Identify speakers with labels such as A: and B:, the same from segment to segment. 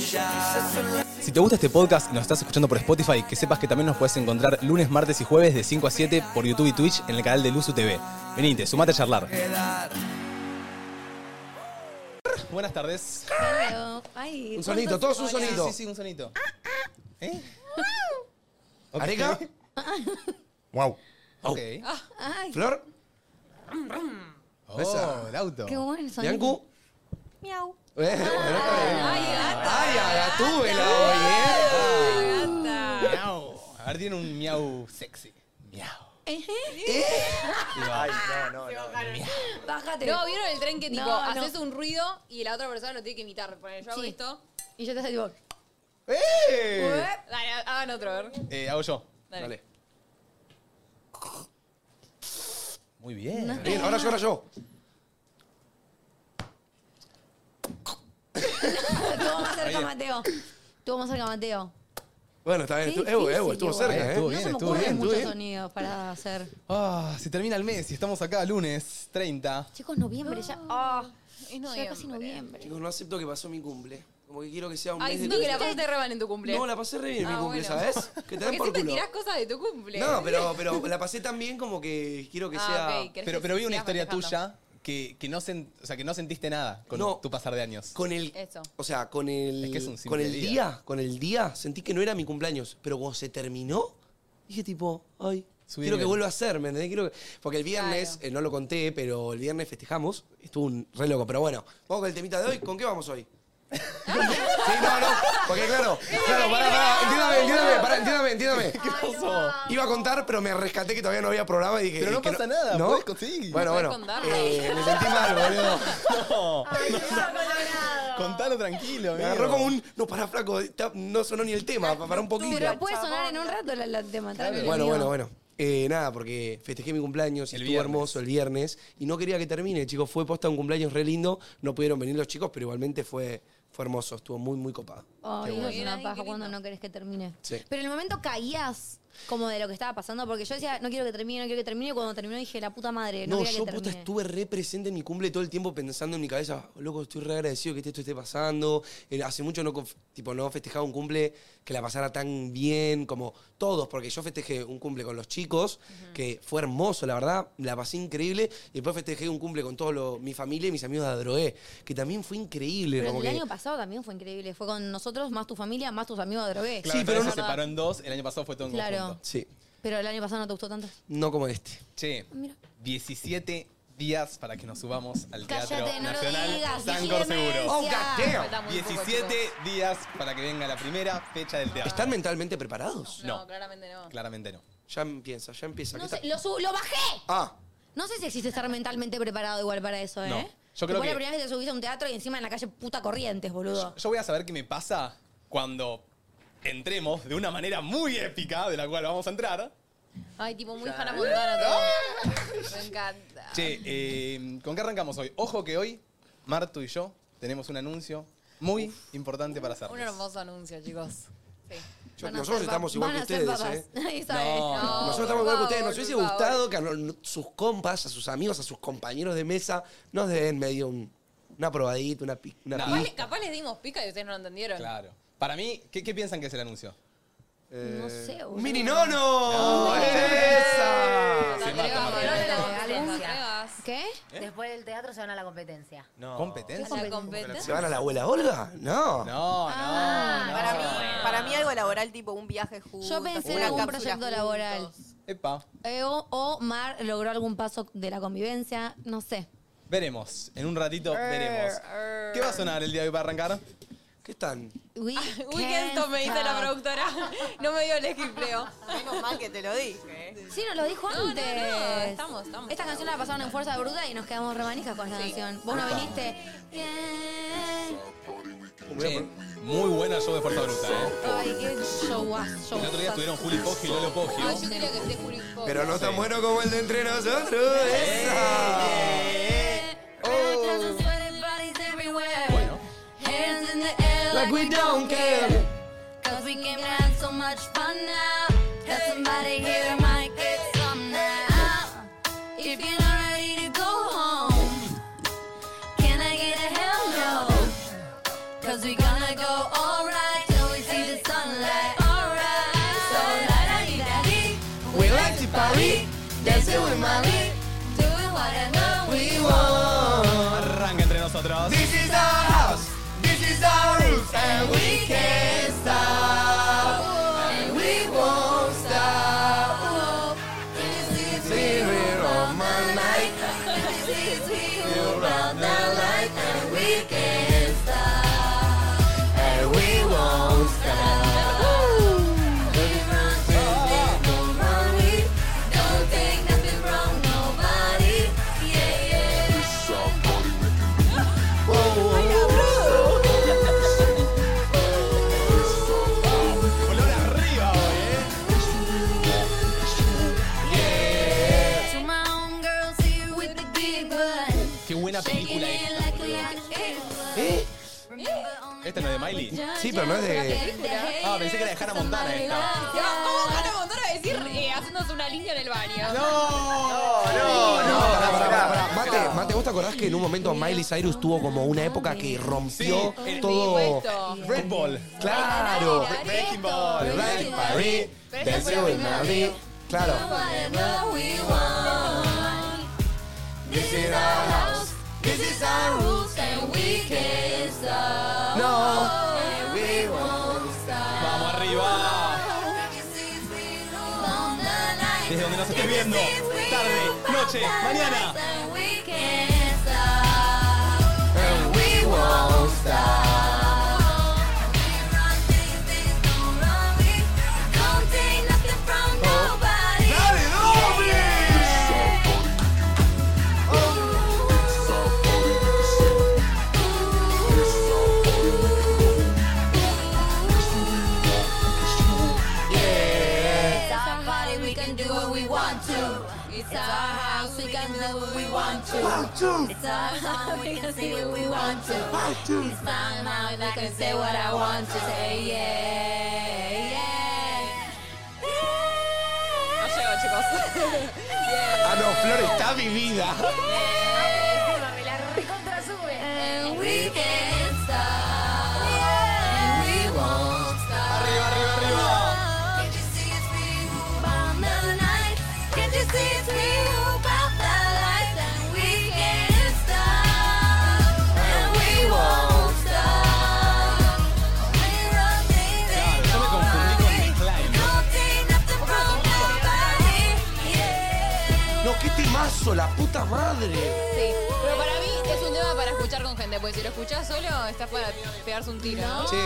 A: Si te gusta este podcast y nos estás escuchando por Spotify, que sepas que también nos puedes encontrar lunes, martes y jueves de 5 a 7 por YouTube y Twitch en el canal de Luzu TV. Venite, sumate a charlar. Buenas tardes.
B: Un sonito, todos un sonito.
A: Sí, sí, un sonito. ¿Eh? Ok.
B: ¿Areca? Wow.
A: Ok.
C: Ay,
B: ¿Flor?
A: Oh,
B: Esa.
A: el auto.
C: qué bueno el sonido.
B: ¿Biancu?
C: Miau.
B: Eh, bueno,
C: Ay, gata.
B: ¡Ay, a la tubela hoy, eh!
C: Gata.
A: Miau. A ver, tiene un miau sexy. Miau.
D: Ay, no, no, no.
C: Bájate.
E: No, ¿vieron el tren que tipo,
C: No, no.
E: haces un ruido y la otra persona lo tiene que imitar? Ponele, yo hago
C: Sí.
E: esto.
C: Y yo te hago tipo,
A: ¡Eh!
E: Dale, hagan otro, a ver.
A: Eh, hago yo.
E: Dale.
B: Dale.
A: Muy bien.
B: Bien, ahora yo, ahora yo.
C: Estuvo más cerca Mateo. Estuvo más cerca Mateo.
B: Bueno, está bien.
C: Qué
D: eh,
B: Estuvo, estuvo,
C: difícil
B: estuvo,
C: igual.
B: cerca,
A: Estuvo
B: ¿eh?
A: bien,
C: no se me
A: estuvo
C: ocurren
A: bien,
B: estuvo
C: muchos
B: bien.
C: sonidos para hacer.
A: Ah, se termina el mes y estamos acá lunes 30.
C: Chicos, noviembre ya. Ah,
E: Es
C: ya casi
E: noviembre.
C: noviembre.
D: Chicos, no acepto que pasó mi cumple. Como que quiero que sea un
E: Ay,
D: mes de
E: siento que la
D: cumple.
E: pasaste re mal en tu cumple.
D: No, la pasé re bien en
E: Ah,
D: mi cumple,
E: bueno.
D: ¿sabes? Que te
E: Porque
D: den por
E: siempre
D: culo.
E: tirás cosas de tu cumple.
D: No, pero, pero la pasé tan bien como que Eh, quiero que sea.
E: Ah, ok, ¿querés
A: Pero,
E: que
A: pero vi una
E: sigas
A: historia
E: festejando?
A: tuya que, que no sen- o sea, que no sentiste nada con
D: No.
A: tu pasar de años.
D: Con el.
E: Eso.
D: O sea, con el.
A: Es que es un simple
D: con el
A: día.
D: día. con el día, sentí que no era mi cumpleaños. Pero cuando se terminó, dije tipo, ay,
A: Subí
D: quiero
A: el
D: que
A: nivel.
D: vuelva a ser, ¿me entendés? Quiero que- Porque el viernes,
E: Claro.
D: eh, no lo conté, pero el viernes festejamos. Estuvo un re loco. Pero bueno, vamos con el temita de hoy. ¿Con qué vamos hoy? sí, no, no. Porque claro, claro, pará, pará. Entiéndame, entiéndame, pará, entiéndame, entiéndame.
A: pasó?
D: Iba a contar, pero me rescaté que todavía no había programa y dije.
A: Pero no
D: eh, que
A: pasa nada, podés conseguir.
D: Bueno,
E: Podés
D: bueno.
E: contar.
D: eh, me sentí mal, boludo.
A: No, contalo tranquilo.
D: Me
A: amigo.
D: agarró como un. No, pará, flaco. está- No sonó ni el tema. Pará un poquito.
C: Pero puede sonar en un rato la, la tema. tranquilo.
D: Bueno, bueno, bueno. Eh, nada, porque festejé mi cumpleaños, y
A: El
D: estuvo
A: viernes.
D: hermoso el viernes y no quería que termine, chicos. Fue posta un cumpleaños re lindo, no pudieron venir los chicos, pero igualmente fue, fue hermoso, estuvo muy, muy copado.
C: Ay,
A: Qué
C: Oh, Dios,
E: bueno.
C: una
E: Ay, qué
C: paja
E: lindo.
C: cuando no querés que termine.
D: Sí.
C: Pero en el momento caías como de lo que estaba pasando, porque yo decía, no quiero que termine, no quiero que termine, y cuando terminó dije, la puta madre, Eh, no,
D: No,
C: quería
D: yo
C: que
D: puta
C: termine.
D: estuve re presente en mi cumple todo el tiempo pensando en mi cabeza, loco, estoy re agradecido que esto esté pasando. Eh, hace mucho no, conf- tipo, no festejaba un cumple que la pasara tan bien como todos, porque yo festejé un cumple con los chicos, que fue hermoso, la verdad, la pasé increíble. Y después festejé un cumple con toda mi familia y mis amigos de Adroé, que también fue increíble.
C: Pero
D: como
C: el
D: que-
C: año pasado también fue increíble. Fue con nosotros, más tu familia, más tus amigos de drogué.
A: Claro,
D: Sí,
A: pero
D: pero
A: se
D: no-
A: separó en dos, el año pasado fue todo en
C: Claro.
A: conjunto.
D: Sí,
C: Pero el año pasado no te gustó tanto.
D: no como este.
A: Che,
C: Mira.
A: 17 días para que nos subamos al
C: Cállate,
A: Teatro
C: no lo
A: Nacional
C: digas,
A: San
C: Guille
A: Corseguro.
C: Messi.
D: ¡Oh, god damn!
E: Falta muy poco,
A: 17 días para que venga la primera fecha del teatro.
D: ¿Están mentalmente preparados?
E: chicos. No,
A: No.
E: claramente no.
A: Claramente no.
D: Ya empieza, ya empieza.
C: No
D: ¿qué
C: sé,
D: tal?
C: lo, sub- lo bajé.
D: Ah,
C: No sé si existe estar mentalmente preparado igual para eso, ¿eh?
A: No, yo creo
C: Tipo,
A: que-
C: la primera vez que te subís a un teatro y encima en la calle puta corrientes, boludo.
A: Yo voy a saber qué me pasa cuando entremos de una manera muy épica, de la cual vamos a entrar.
E: Ay, tipo, muy
D: ¿eh?
E: Hannah Montana. todo. Me encanta.
A: Che, eh, ¿con qué arrancamos hoy? Ojo que hoy, Martu y yo tenemos un anuncio muy importante para hacer.
E: Un hermoso anuncio, chicos. Sí.
D: yo- nosotros estamos igual que
C: Van a ser
D: ustedes,
C: papás.
D: ¿eh?
C: Nadie sabe.
A: No,
E: No,
D: Nosotros
E: por
D: estamos igual que ustedes.
E: favor,
D: Nos hubiese
E: por favor.
D: gustado que a no- sus compas, a sus amigos, a sus compañeros de mesa, nos den medio un- una probadita, una, pi- una
A: No.
D: pi-
E: Capaz, le- capaz les dimos pica y ustedes no lo entendieron.
A: Claro. Para mí, ¿qué, qué piensan que es el anuncio? Eh,
C: No sé, boludo.
D: ¡Un mini nono! ¡Esa!
E: No te
A: Sí,
E: atrevas,
A: Marta, Marta.
E: no te la
F: Marta.
E: competencia.
C: ¿Qué?
E: ¿Eh?
F: Después del teatro se van a la competencia.
A: ¿Competencia?
E: ¿La
D: ¿Se
E: competencia? Ah.
D: van a la abuela Olga? No.
A: No, no,
G: Ah.
A: no.
G: Para mí, para mí algo laboral, tipo un viaje juntos.
C: Yo pensé en
G: una
C: algún
G: cápsula
C: proyecto
G: juntos.
C: laboral.
A: Epa.
C: Eh, o, o Mar logró algún paso de la convivencia, no sé.
A: Veremos. En un ratito veremos. ¿Qué va a sonar el día de hoy para arrancar?
D: ¿Qué están?
C: We
E: Uy, que
C: can't
E: esto me dice la
C: stop.
E: productora. No me dio el esquipleo.
G: Menos mal que te lo dije. ¿eh?
C: Sí, nos lo dijo
E: No, no, no,
C: antes.
E: estamos, estamos.
C: Esta canción la pasaron en Fuerza Bruta y nos quedamos remanijas con esta canción. Vos no viniste. Bien.
A: Che, muy buena show de Fuerza Bruta, ¿eh?
C: Ay, qué showas, show.
A: El otro día estuvieron Juli Poggio y Lolo
C: Ah,
A: Poggio.
E: Ay, yo quería que esté Juli Coco.
D: Pero no tan bueno como el de entre nosotros. ¡Esa!
E: Eh.
A: Bueno.
C: Hands in the air Oh. like we don't care. Cause we can have so much fun now. That somebody here might get some now. If you're not ready to go home, can I get a hell no? Cause we gonna go all is our roots and we can't stop. And we won't stop. Can you see it's here on my night? Can you see it's here around the light? And we can't stop. And we won't stop. We run, just don't run, we don't take nothing from nobody. Yeah, yeah. To my own girls here with the big butt.
A: Qué buena
C: Shaking
A: película
C: it
A: esta.
C: like we had a
D: ¿Eh?
A: ¿Esta no es de Miley?
D: Sí, pero no es de.
A: Ah, pensé que era de Hannah Montana esta.
E: ¿Cómo Hannah Montana a decir eh, haciéndose una línea en el baño?
D: No, no, pará, pará, pará, pará. Mate, Mate, ¿vos te acordás que en un momento Miley Cyrus tuvo como una época que rompió
A: Sí, el-
D: todo?
E: Puesto.
A: Red Bull.
D: Claro.
A: Breaking Ball.
D: Right in Paris, dancing with Miley. Claro.
C: Whatever we want. This is our house. This is our rules, and we can't stop.
D: No.
C: And we won't stop.
A: Vamos arriba. Desde donde nos estés viendo. Tarde, noche, mañana.
C: ¡Dale, It's our party, we can do what we want to. It's our house, we can do what we want to. It's our song, we can sing what we want to. It's my mouth, I can say what I want to say, yeah, yeah.
E: No llego, chicos.
D: Ah, no, Flor está vivida.
F: me la recontra sube.
C: And we can't stop. And we won't stop.
A: Arriba, arriba, arriba.
C: Can't you see it's we who bound the night? Can't you see it's we who bound the light? And we can't stop. And we won't stop. We're all
A: Claro, yo me confundí con Nick Klein.
C: Don't take nothing from nobody. Yeah.
D: No, qué temazo, la puta madre.
E: Sí. Pero para mí es un tema para escuchar con gente, porque si lo escuchás solo, está para pegarse un tiro. ¿no?
D: Che,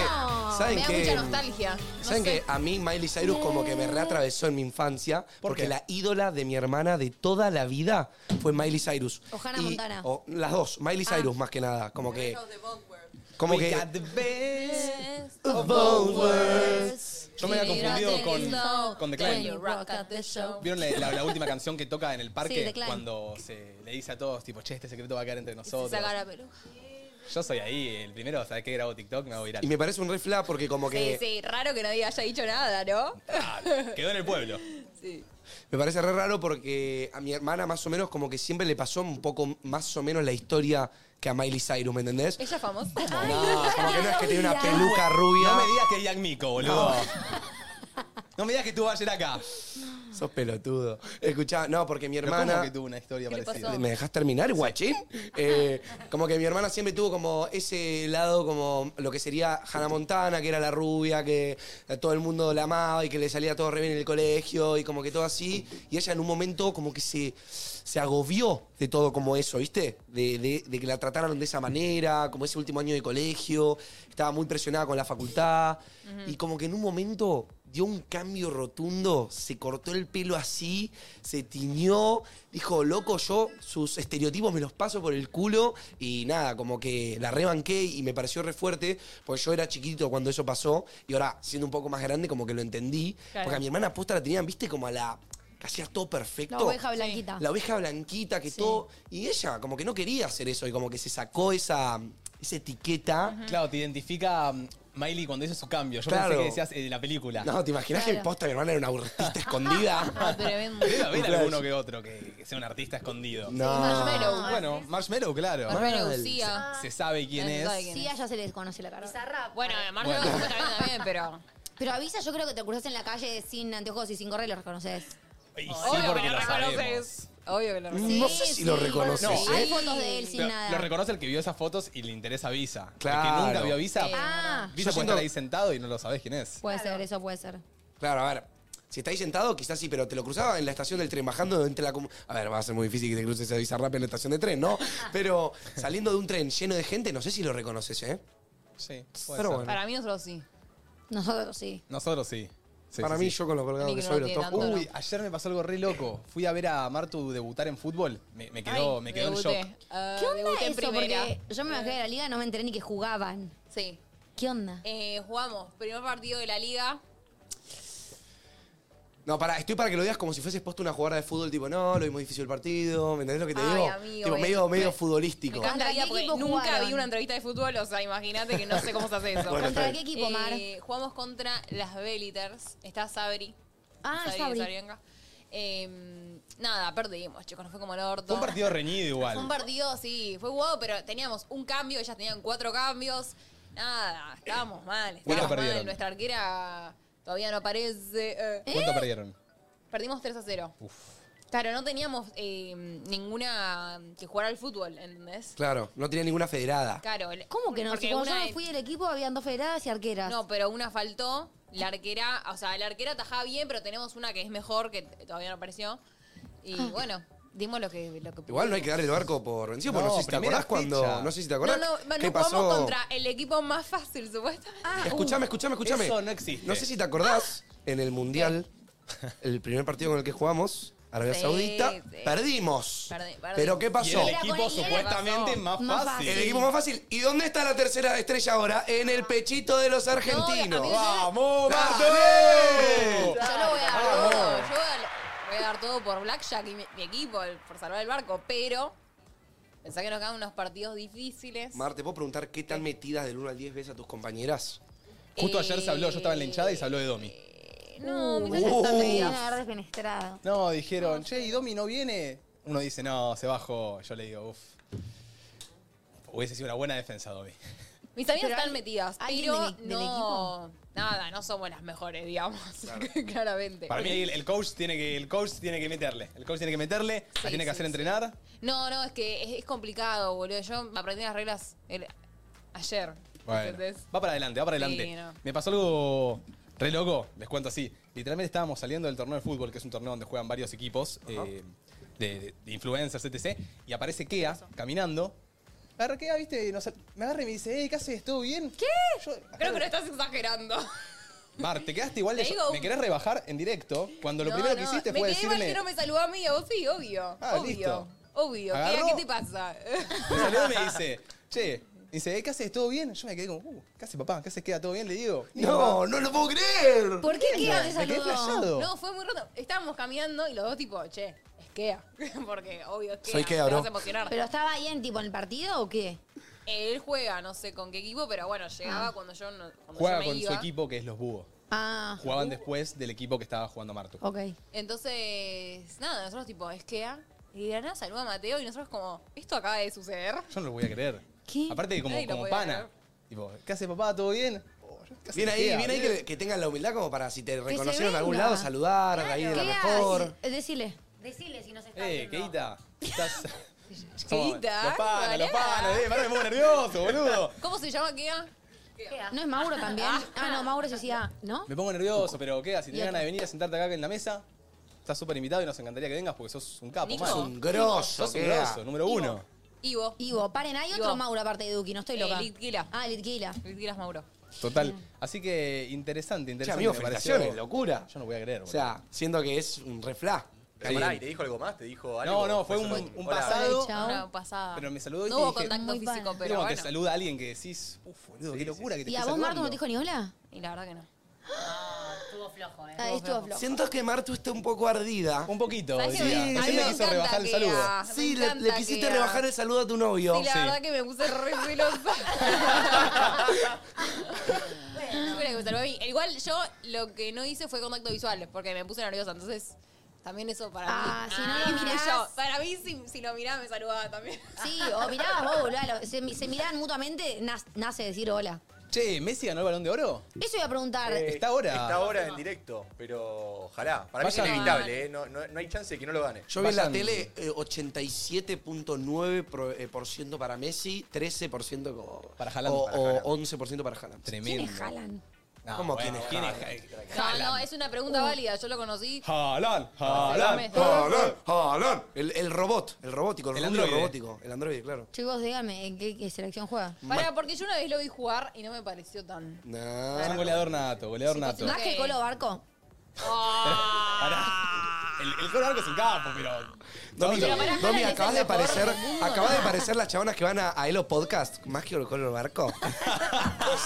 D: ¿saben
E: Me da
D: qué?
E: mucha nostalgia. No
D: ¿Saben
E: sé.
D: que a mí Miley Cyrus como que me reatravesó en mi infancia? porque
A: qué?
D: la ídola de mi hermana de toda la vida fue Miley Cyrus.
C: O Hannah
D: Y-
C: Montana.
D: o las dos, Miley Cyrus más que nada. Como que. Como que.
A: Yo me había confundido con, con The
C: You
A: Clan.
C: rock at the show.
A: ¿Vieron la, la- la última canción que toca en el
C: Sí,
A: parque?
C: The Clan.
A: cuando se le dice a todos, tipo, che, este secreto va a quedar entre nosotros.
E: Sacar la peluca.
A: Yo soy ahí, el primero, ¿sabes qué? Grabo TikTok, me hago viral.
D: Y me parece un re fla porque como
E: Sí,
D: que.
E: sí, raro que nadie haya dicho nada, ¿no?
A: Ah, quedó en el pueblo.
D: Me parece re raro porque a mi hermana más o menos como que siempre le pasó un poco más o menos la historia que a Miley Cyrus, ¿me entendés?
E: Ella es famosa.
D: No, como que no es que tiene una
C: Ay,
D: peluca rubia.
A: No me digas que es Jack Mico, boludo. No, me digas que estuvo ayer acá.
D: Sos pelotudo. Escuchá, no, porque mi
A: Pero ¿Cómo
D: hermana.
A: que tuvo una historia
E: ¿Qué le
A: parecida?
E: pasó?
D: ¿Me dejas terminar, guachín? Eh, como que mi hermana siempre tuvo como ese lado, como lo que sería Hannah Montana, que era la rubia, que todo el mundo la amaba y que le salía todo re bien en el colegio y como que todo así. Y ella en un momento como que se, se agobió de todo como eso, ¿viste? De, de- de que la trataran de esa manera, como ese último año de colegio, estaba muy presionada con la facultad. Y como que en un momento dio un cambio rotundo, se cortó el pelo así, se tiñó, dijo, loco, yo sus estereotipos me los paso por el culo y nada, como que la rebanqué y me pareció re fuerte, porque yo era chiquito cuando eso pasó y ahora siendo un poco más grande como que lo entendí,
E: Claro.
D: porque a mi hermana posta la tenían, viste, como a la... que hacía todo perfecto.
C: La oveja blanquita.
D: La oveja blanquita, que todo... Y ella como que no quería hacer eso y como que se sacó esa, esa etiqueta.
A: Claro, te identifica um, Miley cuando hizo su cambio. Yo
D: Claro.
A: pensé que decías eh, de la película.
D: No, ¿te imaginas que posta mi hermana era una autista escondida?
E: Ah, tremendo.
A: Debe haber
D: Claro.
A: alguno que otro que, que sea un artista escondido.
E: Marshmallow.
A: Bueno, Marshmallow, claro.
E: Marshmallow,
D: Mal.
E: Sia.
A: Se sabe quién
E: Se
A: es.
E: sabe quién
H: Sí, a ella se les conoce la cara.
F: Bizarrap.
E: Bueno, Marshmallow
A: Bueno.
E: supuestamente también, pero...
H: Pero avisa, yo creo que te cruzas en la calle sin anteojos y sin gorra y lo reconoces.
A: Y sí,
E: Obvio que
A: porque
E: la
A: lo
E: reconoces.
A: sabemos.
E: Obvio que lo reconoce.
D: No sé si lo reconoce.
A: No,
D: ¿eh?
A: hay
H: fotos de él sin
A: Lo,
H: nada.
A: lo reconoce el que vio esas fotos y le interesa Visa. El
D: Claro.
A: que nunca vio Visa.
H: Eh, Ah,
A: Visa
D: Yo
A: puede
D: siento-
A: estar ahí sentado y no lo sabés quién es.
H: puede ser, eso puede ser.
D: Claro, a ver. Si está ahí sentado, quizás sí, pero te lo cruzaba en la estación del tren, bajando entre la... comu- A ver, va a ser muy difícil que te cruces esa bizarrap en la estación de tren, ¿no? Pero saliendo de un tren lleno de gente, no sé si lo reconoces, ¿eh?
A: Sí,
D: Pero
A: ser.
D: bueno.
E: Para mí nosotros sí.
H: Nosotros sí.
A: Nosotros sí. Sí,
D: Para
A: sí,
D: mí,
A: sí.
D: yo con lo colgado
E: Ni
D: que
E: que
D: soy,
E: no
D: lo
E: tiene
D: toco.
E: tanto,
A: Uy, ayer me pasó algo re loco. Fui a ver a Martu debutar en fútbol. Me, me quedó,
E: Ay,
A: me quedó en
E: debuté.
A: shock.
H: eh,
E: Ah,
H: ¿Qué onda
E: debuté en
H: eso?
E: primera.
H: Porque yo me bajé de la liga no me enteré ni que jugaban.
E: Sí.
H: ¿Qué onda?
E: Eh, jugamos primer partido de la liga.
D: No, para, estoy para que lo digas como si fueses puesto una jugada de fútbol, tipo, no, lo vimos difícil el partido, ¿me entendés lo que te
E: Ay,
D: digo?
E: amigo,
D: tipo,
E: eh,
D: medio, medio
E: me-
D: futbolístico.
E: Me encanta la
H: ¿Contra
E: vida
H: qué
E: porque
H: equipo
E: nunca
H: jugaron?
E: vi una entrevista de fútbol, o sea, imagínate que no sé cómo se hace eso.
D: Bueno,
H: ¿Contra
D: está
H: qué
D: bien.
H: equipo, Mar?
E: Eh, jugamos contra las Belliters. Está Sabri.
H: Ah, Sabri.
E: Sabrienga. Eh, nada, perdimos, chicos. Nos fue como el orto.
A: Fue un partido reñido igual.
E: Fue un partido, sí. Fue guau, pero teníamos un cambio. Ellas tenían cuatro cambios. Nada, estábamos mal.
A: ¿Cuánto
E: Estábamos mal.
A: perdieron?
E: Nuestra arquera todavía no aparece. eh.
A: ¿Cuánto perdieron?
E: Perdimos 3 a 0.
A: Uf.
E: Claro, no teníamos eh, ninguna que jugar al fútbol, ¿entendés?
D: Claro, no tenía ninguna federada.
E: Claro. el-
H: ¿Cómo que no?
E: porque
H: Si cuando
E: una-
H: yo me fui del equipo habían dos federadas y arqueras.
E: No, pero una faltó. La arquera, o sea, la arquera tajaba bien, pero tenemos una que es mejor, que t- todavía no apareció. Y
H: Ah.
E: bueno, dimos lo que, lo que
D: Igual no hay que dar el barco por vencido, porque
A: No,
D: no sé si te
A: primera
D: acordás cuando.
A: fecha.
D: No sé si te acordás.
E: No, no, no,
D: ¿Qué
E: jugamos
D: pasó?
E: contra Ah, uh. el equipo más fácil, supuestamente.
H: Ah,
D: Escuchame,
H: uh.
D: escuchame, escuchame.
A: Eso no existe.
D: No sé si te acordás,
E: Ah.
D: en el Mundial, el primer partido con el que jugamos, Arabia
E: Sí,
D: Saudita,
E: sí.
D: perdimos.
E: Perdi- perdimos.
D: Pero ¿qué
A: Y
D: pasó?
A: era el
H: Era
A: equipo
H: con- y era-
A: supuestamente
E: pasó.
A: más,
H: Más
A: fácil.
D: El equipo más fácil. ¿Y dónde está la tercera estrella ahora? En el pechito de los argentinos.
E: No, a mí-
A: ¡Vamos, Martu!
D: ¡Dale!
E: Yo lo voy a dar
D: Ah,
E: todo. Yo voy a- voy a dar todo por Blackjack y mi, mi equipo, el- por salvar el barco, pero pensá que nos quedan unos partidos difíciles.
D: Mar, ¿te puedo preguntar qué tan metidas del 1 al 10 ves a tus compañeras?
A: Justo ayer se habló,
E: Eh,
A: yo estaba en la hinchada y se habló de Domi.
E: eh, No, me
H: me
E: parece que está
H: iban
E: medio-
H: a haber despenestrado.
A: No, dijeron, che, ¿y Domi no viene? Uno dice, no, se bajó. Yo le digo, uff. Hubiese sido una buena defensa, Domi.
E: Mis amigas
H: Pero
E: están
H: hay-
E: metidas,
H: ¿alguien
E: pero
H: del e- del
E: no. Nada, no somos las mejores, digamos. Claramente.
A: Para mí el, el coach tiene que el coach tiene que meterle. El coach tiene que meterle, la
E: Sí,
A: tiene
E: sí,
A: que
E: sí.
A: hacer entrenar.
E: No, no, es que es, es complicado, boludo. Yo me aprendí las reglas el- ayer.
A: Bueno,
E: ¿entendés?
A: va para adelante, va para adelante.
E: Sí, no.
A: Me pasó algo re loco, les cuento así. Literalmente estábamos saliendo del torneo de fútbol, que es un torneo donde juegan varios equipos eh, de, de- de influencers, etc. Y aparece Kea caminando. Agarra Kea, viste, y nos- me agarra y me dice, "Ey, ¿qué haces? ¿Todo bien? ¿Qué?
E: Creo que lo estás exagerando.
A: Mar, te quedaste igual de
E: Te
A: yo-
E: digo-
A: Me querés rebajar en directo cuando lo
E: No,
A: primero que
E: no,
A: hiciste
E: me
A: fue
E: quedé igual
A: decirme.
E: que no me saludó a mí, a vos sí, obvio.
A: Ah,
E: obvio.
A: listo.
E: Obvio. ¿Qué,
A: Agarró-
E: ¿Qué te pasa?
A: Me saluda y me dice, che, me dice, "Eh, ¿qué haces? ¿Todo bien? Yo me quedé como, uh, ¿qué hace papá? ¿Qué haces? ¿Queda todo bien? Le digo,
D: No, no lo puedo creer.
H: ¿Por qué Kea te
A: me quedé
H: saludó?
A: flasheado.
E: No, fue muy roto. Estábamos caminando y los dos tipo, che, es Kea. Porque obvio es Kea.
D: Soy Kea,
E: te
D: bro.
E: vas a emocionar.
H: ¿Pero estaba ahí en tipo en el partido o qué?
E: Él juega, no sé con qué equipo, pero bueno, llegaba cuando yo no, cuando yo
A: Juega
E: me
A: con
E: iba.
A: su equipo que es los búhos.
H: Ah,
A: Jugaban después del equipo que estaba jugando Martu.
H: ok.
E: Entonces, nada, nosotros tipo, es Kea. Y de la nada saluda a Mateo y nosotros como, esto acaba de suceder.
A: Yo no lo voy a creer.
H: ¿Qué?
A: Aparte que como,
E: Nadie lo
A: como
E: puede
A: pana.
E: creer.
A: Tipo, ¿qué hace papá? ¿Todo bien?
D: Bien ahí, bien ahí que, que tengan la humildad como para si te reconocieron en
H: venga.
D: algún lado, saludar, de ahí de la mejor.
H: Kea, eh, decile.
F: Decile si nos está
A: Eh,
F: viendo.
A: Keita. Estás...
E: Keita,
A: Los panas, los
E: Mariana.
A: panas. Eh, pará, me pongo nervioso, boludo.
E: ¿Cómo se llama Kea?
H: ¿No es Mauro también? Ah, no, Mauro se decía, ¿no?
A: Me pongo nervioso, pero queda. Si
H: Y
A: tenés ganas
H: acá.
A: de venir a sentarte acá en la mesa, estás súper invitado y nos encantaría que vengas porque sos un capo,
E: Nico.
A: man.
E: Sos
D: Un grosso,
A: Sos un
D: Kea.
A: grosso, número uno.
E: Ivo.
H: Ivo, paren, hay otro
E: Ivo.
H: Mauro aparte de Duki, no estoy
E: Eh,
H: loca.
E: Litquila.
H: Ah, Litquila.
E: Litigas Mauro.
A: Total. Así que interesante,
D: Che,
A: interesante.
D: amigo,
A: me pareció.
D: felicitaciones, locura.
A: Yo no voy a creer,
D: O
A: boludo.
D: sea, siento que es un refla.
A: Sí.
I: Pero pará, ¿y te dijo algo más? ¿Te dijo algo?
A: no, no, fue un,
I: Personal.
A: un
I: Hola.
A: pasado.
H: Ay, chao.
E: Una pasada.
A: Ah. Pero me saludó y
E: No
A: te
E: hubo
A: dije,
E: contacto
H: muy
E: físico,
H: pana.
A: Pero
E: pero
A: cuando
E: bueno.
A: te saluda alguien que decís, uff, boludo, qué locura que te
H: ¿Y a
A: esté
H: vos, Marto, no te
A: saludando.
H: dijo ni hola?
E: Y la verdad que no. Ah,
F: Estuvo flojo, eh.
H: Ahí estuvo flojo.
D: Siento que Martu está un poco ardida.
A: Un poquito,
E: ¿Sabés que
A: diría.
E: me- a mí
A: Recién
E: me
A: le quiso
E: encanta
A: rebajar el
E: que
A: saludo.
E: a- Ah, me
D: Sí, le, le
E: encanta
D: quisiste
E: que a-
D: rebajar el saludo a tu novio.
E: Sí, la
A: Sí.
E: verdad que me puse re celosa. Yo creo que me salvó a mí. E Igual yo lo que no hice fue contacto visual, porque me puse nerviosa. Entonces, también eso para
H: Ah,
E: mí.
H: si no lo
E: influyó.
H: mirás.
E: Para mí, si, si lo miraba, me saludaba también.
H: Sí, o mirabas vos, boludo. lo- Se, se miraban mutuamente, nas- nace decir hola.
A: Che, ¿Messi ganó el balón de oro?
H: Eso iba a preguntar.
I: Eh,
A: Está ahora.
I: Está ahora en directo, pero ojalá. Para mí es
A: Vayan-
I: inevitable, ¿eh? No, no- no hay chance de que no lo gane.
D: Yo vi en la
A: Vayan-
D: tele eh, 87.9% pro- eh, por ciento para Messi, 13% co-
A: Para Haaland,
D: o,
A: para
D: o
A: Haaland.
D: 11% para Haaland.
A: Tremendo.
H: ¿Quiénes jalan?
A: No,
D: ¿Cómo
A: bueno,
D: quién es
A: ¿Quién es
E: No, no, es una
H: Uh.
E: pregunta válida. Yo lo conocí.
A: Jalan, jalan.
D: Haaland, Haaland. El, el robot, el robótico, el,
A: El
D: rubio
A: androide.
D: robótico. El androide, claro.
H: Chicos, dígame, ¿en qué, qué selección juega?
E: Para, porque yo una vez lo vi jugar y no me pareció tan.
A: Es un
D: Nah.
A: goleador nato, goleador
E: pues,
A: nato.
H: ¿Más que Colo Barco?
A: Pará. El, el Colo Arco es un capo, pero.
D: Domi,
E: Pero para
D: Domi,
E: Haaland es
D: acabas
E: el
D: de
E: mejor
D: parecer,
E: del mundo.
D: acabas de parecer las chabonas que van a, a Elo Podcast, más que el color barco.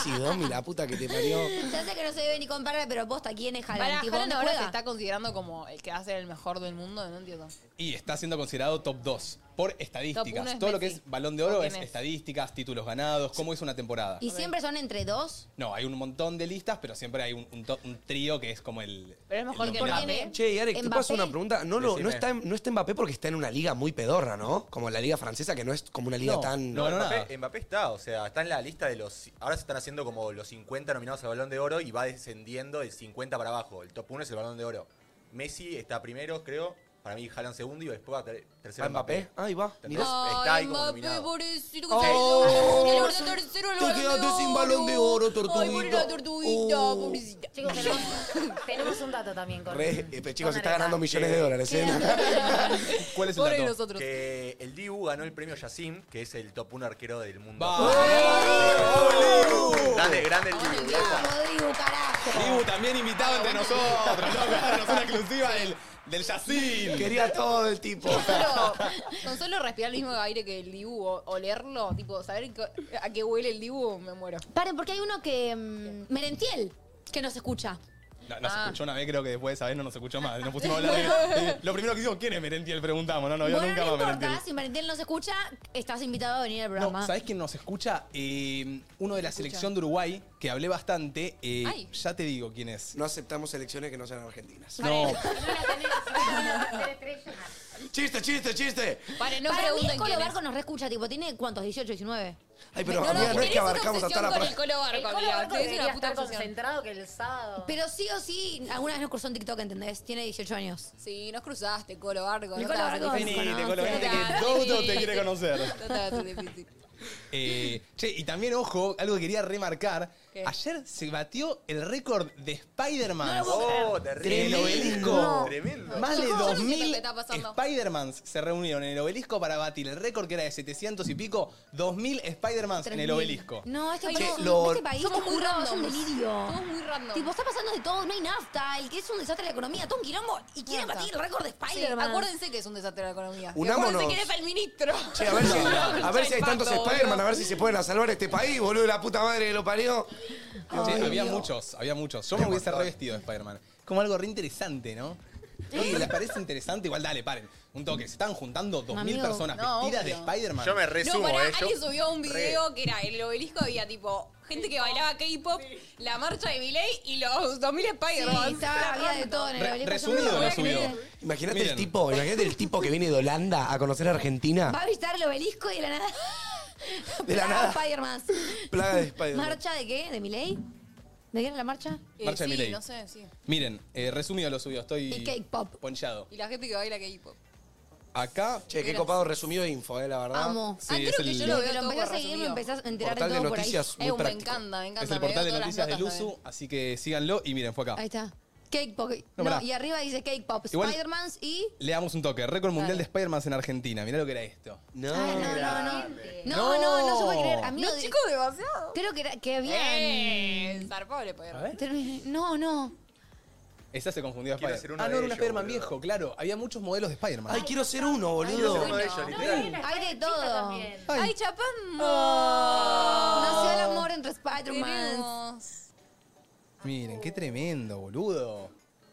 D: sí, Domi, la puta que te parió.
H: Ya sé que no se debe ni comparar, pero posta, ¿quién es
E: Para,
H: Haaland? Tipo, ¿dónde
E: ahora se
H: juega?
E: está considerando como el que va a ser el mejor del mundo, no entiendo.
A: Y está siendo considerado top 2 por
E: Top uno
A: estadísticas.
E: es
A: Todo lo que
E: Messi.
A: es balón de oro
E: ¿O quién
A: es,
E: es?
A: estadísticas, títulos ganados, cómo hizo una temporada.
H: ¿Y siempre son entre dos?
A: No, hay un montón de listas, pero siempre hay un, un to- un trío que es como el.
E: Pero es mejor
A: el
E: que
A: dominante.
E: Mbappé.
D: Che, y Arek, ¿te puedo hacer
H: Mbappé.
D: una pregunta? No, lo, no,
I: Decime.
D: está, en- no está Mbappé porque está en una liga muy pedorra, ¿no? Como la liga francesa, que no es como una liga
A: No,
D: tan...
A: no, no, nada.
I: Mbappé, Mbappé está, o sea, está en la lista de los. Ahora se están haciendo como los 50 nominados al balón de oro y va descendiendo del 50 para abajo. El top 1 es el balón de oro. Messi está primero, creo. Para mí, Jalan segundo y después va ter- tercero
D: ¿Va Ah, Mbappé? Ahí va.
I: ¿Entendés?
D: Mirá.
I: está ahí como
E: Mbappé,
I: nominado.
E: pobrecito, que
D: Oh,
E: se quedó en el tercero en el
D: te
E: balón de
D: quedaste
E: oro.
D: sin balón de oro,
E: Ay, pobre
D: tortuguita.
E: la tortuguita,
D: Oh.
E: pobrecita.
F: Chicos, tenemos, tenemos un dato también con.
D: Re- eh, pero chicos,
F: con
D: se está
F: Areca.
D: ganando millones de dólares, ¿eh?
A: ¿Cuál es el
E: Pobre
A: dato?
E: nosotros.
I: Que el Dibu ganó el premio Yacim, que es el top 1 arquero del mundo.
A: ¡Vamos, Dibu!
I: Grande, grande el Dibu.
H: ¡Vamos, Dibu, carajo!
A: Dibu también invitado entre nosotros. loco, Darnos una exclusiva del, del Yacine.
D: Quería todo el tipo.
E: Solo- con solo respirar el mismo aire que el Dibu o olerlo, tipo, saber que- a qué huele el Dibu, me muero.
H: Paren, porque hay uno que... mm, Merentiel, que nos escucha.
A: No, nos
E: Ah.
A: escuchó una vez, creo que después de esa vez no nos escuchó más. Nos pusimos a hablar de- eh, Lo primero que hicimos, ¿quién es Merentiel? Preguntamos, no, no vio
H: bueno,
A: nunca
H: no
A: más
H: importa,
A: Merentiel.
H: si Merentiel nos escucha, estás invitado a venir al
A: No,
H: programa.
A: ¿sabés quién nos escucha? Eh, uno de la selección de Uruguay, que hablé bastante. eh,
E: Ay.
A: ya te digo quién es.
D: No aceptamos elecciones que no sean argentinas.
A: No,
D: ¡Chiste, chiste, chiste!
E: Pare, no
H: Para mí,
E: pregunten
H: el Colo
E: quién es.
H: Barco nos reescucha, tipo, ¿tiene cuántos? ¿18, 19?
D: Ay, pero
E: No, no,
D: amiga, no es que
E: tenés una
D: abarcamos hasta
E: obsesión
D: la...
E: con
D: pra-
E: el Colo
F: El
E: Barco,
F: Colo
E: amiga,
F: Barco
E: tenés
F: debería
E: una puta
F: estar
E: obsesión.
F: concentrado que el sábado.
H: Pero sí o sí, alguna vez nos cruzó en TikTok, ¿entendés? Tiene 18 años.
E: Sí, nos cruzaste, Colo Barco.
H: El
E: no
H: Colo
E: te hagas
H: Barco
E: difícil.
H: nos
A: Vení, te
H: conoce.
A: Colo, venite que Dodo te quiere conocer.
E: No te hagas difícil.
A: Eh, che, y también, ojo, algo que quería remarcar.
E: ¿Qué?
A: Ayer se batió el récord de Spider-Man.
I: Oh,
A: En el
I: terrible.
A: obelisco.
I: Tremendo.
A: Más de
E: Yo no sé lo
A: 2.000
E: que está pasando.
A: Spider-Mans se reunieron en el obelisco para batir el récord que era de 700 y pico. 2.000 Spider-Mans en el
H: 3.000.
A: obelisco.
H: No, este,
E: Ay,
H: país,
E: che,
D: lo-
H: este país,
E: somos
H: te
E: muy
H: juro, es un
E: randoms.
H: delirio.
E: Somos muy random.
H: Tipo, está pasando de todo, no hay nafta, el que es un desastre de la economía, todo un quilombo, y quiere
E: Nafta.
H: batir el récord de
E: Sí,
H: Spider-Man.
E: acuérdense que es un desastre de la economía. Y
D: Unámonos.
E: Acuérdense que eres el ministro.
D: Che, a ver si, a ver si hay
E: Impacto,
D: tantos
E: boludo.
D: Spider-Man, a ver si se pueden a salvar este país, boludo, la puta madre que lo parió.
A: Che, había muchos, había muchos. Yo me hubiese revestido de Spider-Man. Como algo re interesante, ¿no? ¿No les parece interesante? Igual dale, paren. Un toque. Se están juntando 2.000
H: Amigo,
A: personas
E: no,
A: vestidas de
E: obvio.
A: Spider-Man.
I: Yo me
E: No,
I: resumo,
E: pará,
I: eh. yo-
E: alguien subió un
I: Re.
E: video que era en el obelisco, había tipo gente que bailaba K-pop, la marcha de Miley y los 2000
H: Sí,
E: Spider-Man.
H: estaba, había de todo en el
A: Re-
H: obelisco.
A: resumido
H: Yo no
A: lo
H: lo voy a
A: subió.
H: creer.
D: Imagínate
A: Miren.
D: el tipo, imagínate el tipo que viene de Holanda a conocer a
H: Va
D: Argentina.
H: a visitar el obelisco y de la nada.
D: De la
H: Plaga
D: nada.
H: Spider-Man.
D: Plaga de Spider-Man.
H: ¿Marcha de qué? ¿De Miley? ¿De qué era la marcha?
E: Eh,
A: Marcha de
E: sí,
A: Milei.
E: no sé, sí.
A: Miren, eh, resumido lo subido. Estoy.
H: Y K-pop.
A: Ponchado.
E: Y la gente que baila K-pop.
A: Acá.
D: Che, qué copado resumido de info, eh, la verdad.
H: Amo.
A: Sí,
E: ah, creo
A: es
E: que
A: el-
E: yo
H: Desde
E: lo
H: que
E: veo
H: lo
E: todo
H: empecé a
E: por
H: seguir, me
E: resumido.
H: empezás a enterar
D: Portal
H: de
D: de
H: todo por ahí.
D: noticias
E: Eh,
D: muy
E: me
D: práctico.
E: encanta, me encanta.
A: Es el
E: me
A: portal
E: veo
A: de
E: todas las
A: noticias del
E: notas
A: USU,
E: también.
A: así que síganlo y miren, fue acá.
H: Ahí está. K-pop. No,
A: No, pará.
H: y arriba dice K-pop,
A: Igual-
H: Spider-Man y.
A: Le damos un toque. Récord mundial
E: Dale.
A: de Spider-Man en Argentina. Mirá lo que era esto.
D: No.
H: Ay, no, no, no.
A: No.
H: No, no, no se puede creer. Amigo, de-
E: demasiado.
H: creo que, era- que
E: Bien.
H: habían.
E: Zarpado le podía
A: A ver.
H: Termi- No, no.
A: Esa se confundió a
I: Quiero
A: Spider-Man.
I: ser uno
A: Ah,
I: de
A: no, era un
I: ellos,
A: Spider-Man
I: boludo.
A: viejo, claro. Había muchos modelos de Spider-Man.
D: Ay, quiero ser uno, boludo.
I: Uno de ellos, literal.
H: Hay de todo.
A: Ay.
E: ¡Ay, chapamos! Oh.
H: Nació el amor entre Spider-Man.
E: Tenemos.
A: Miren, qué tremendo, boludo.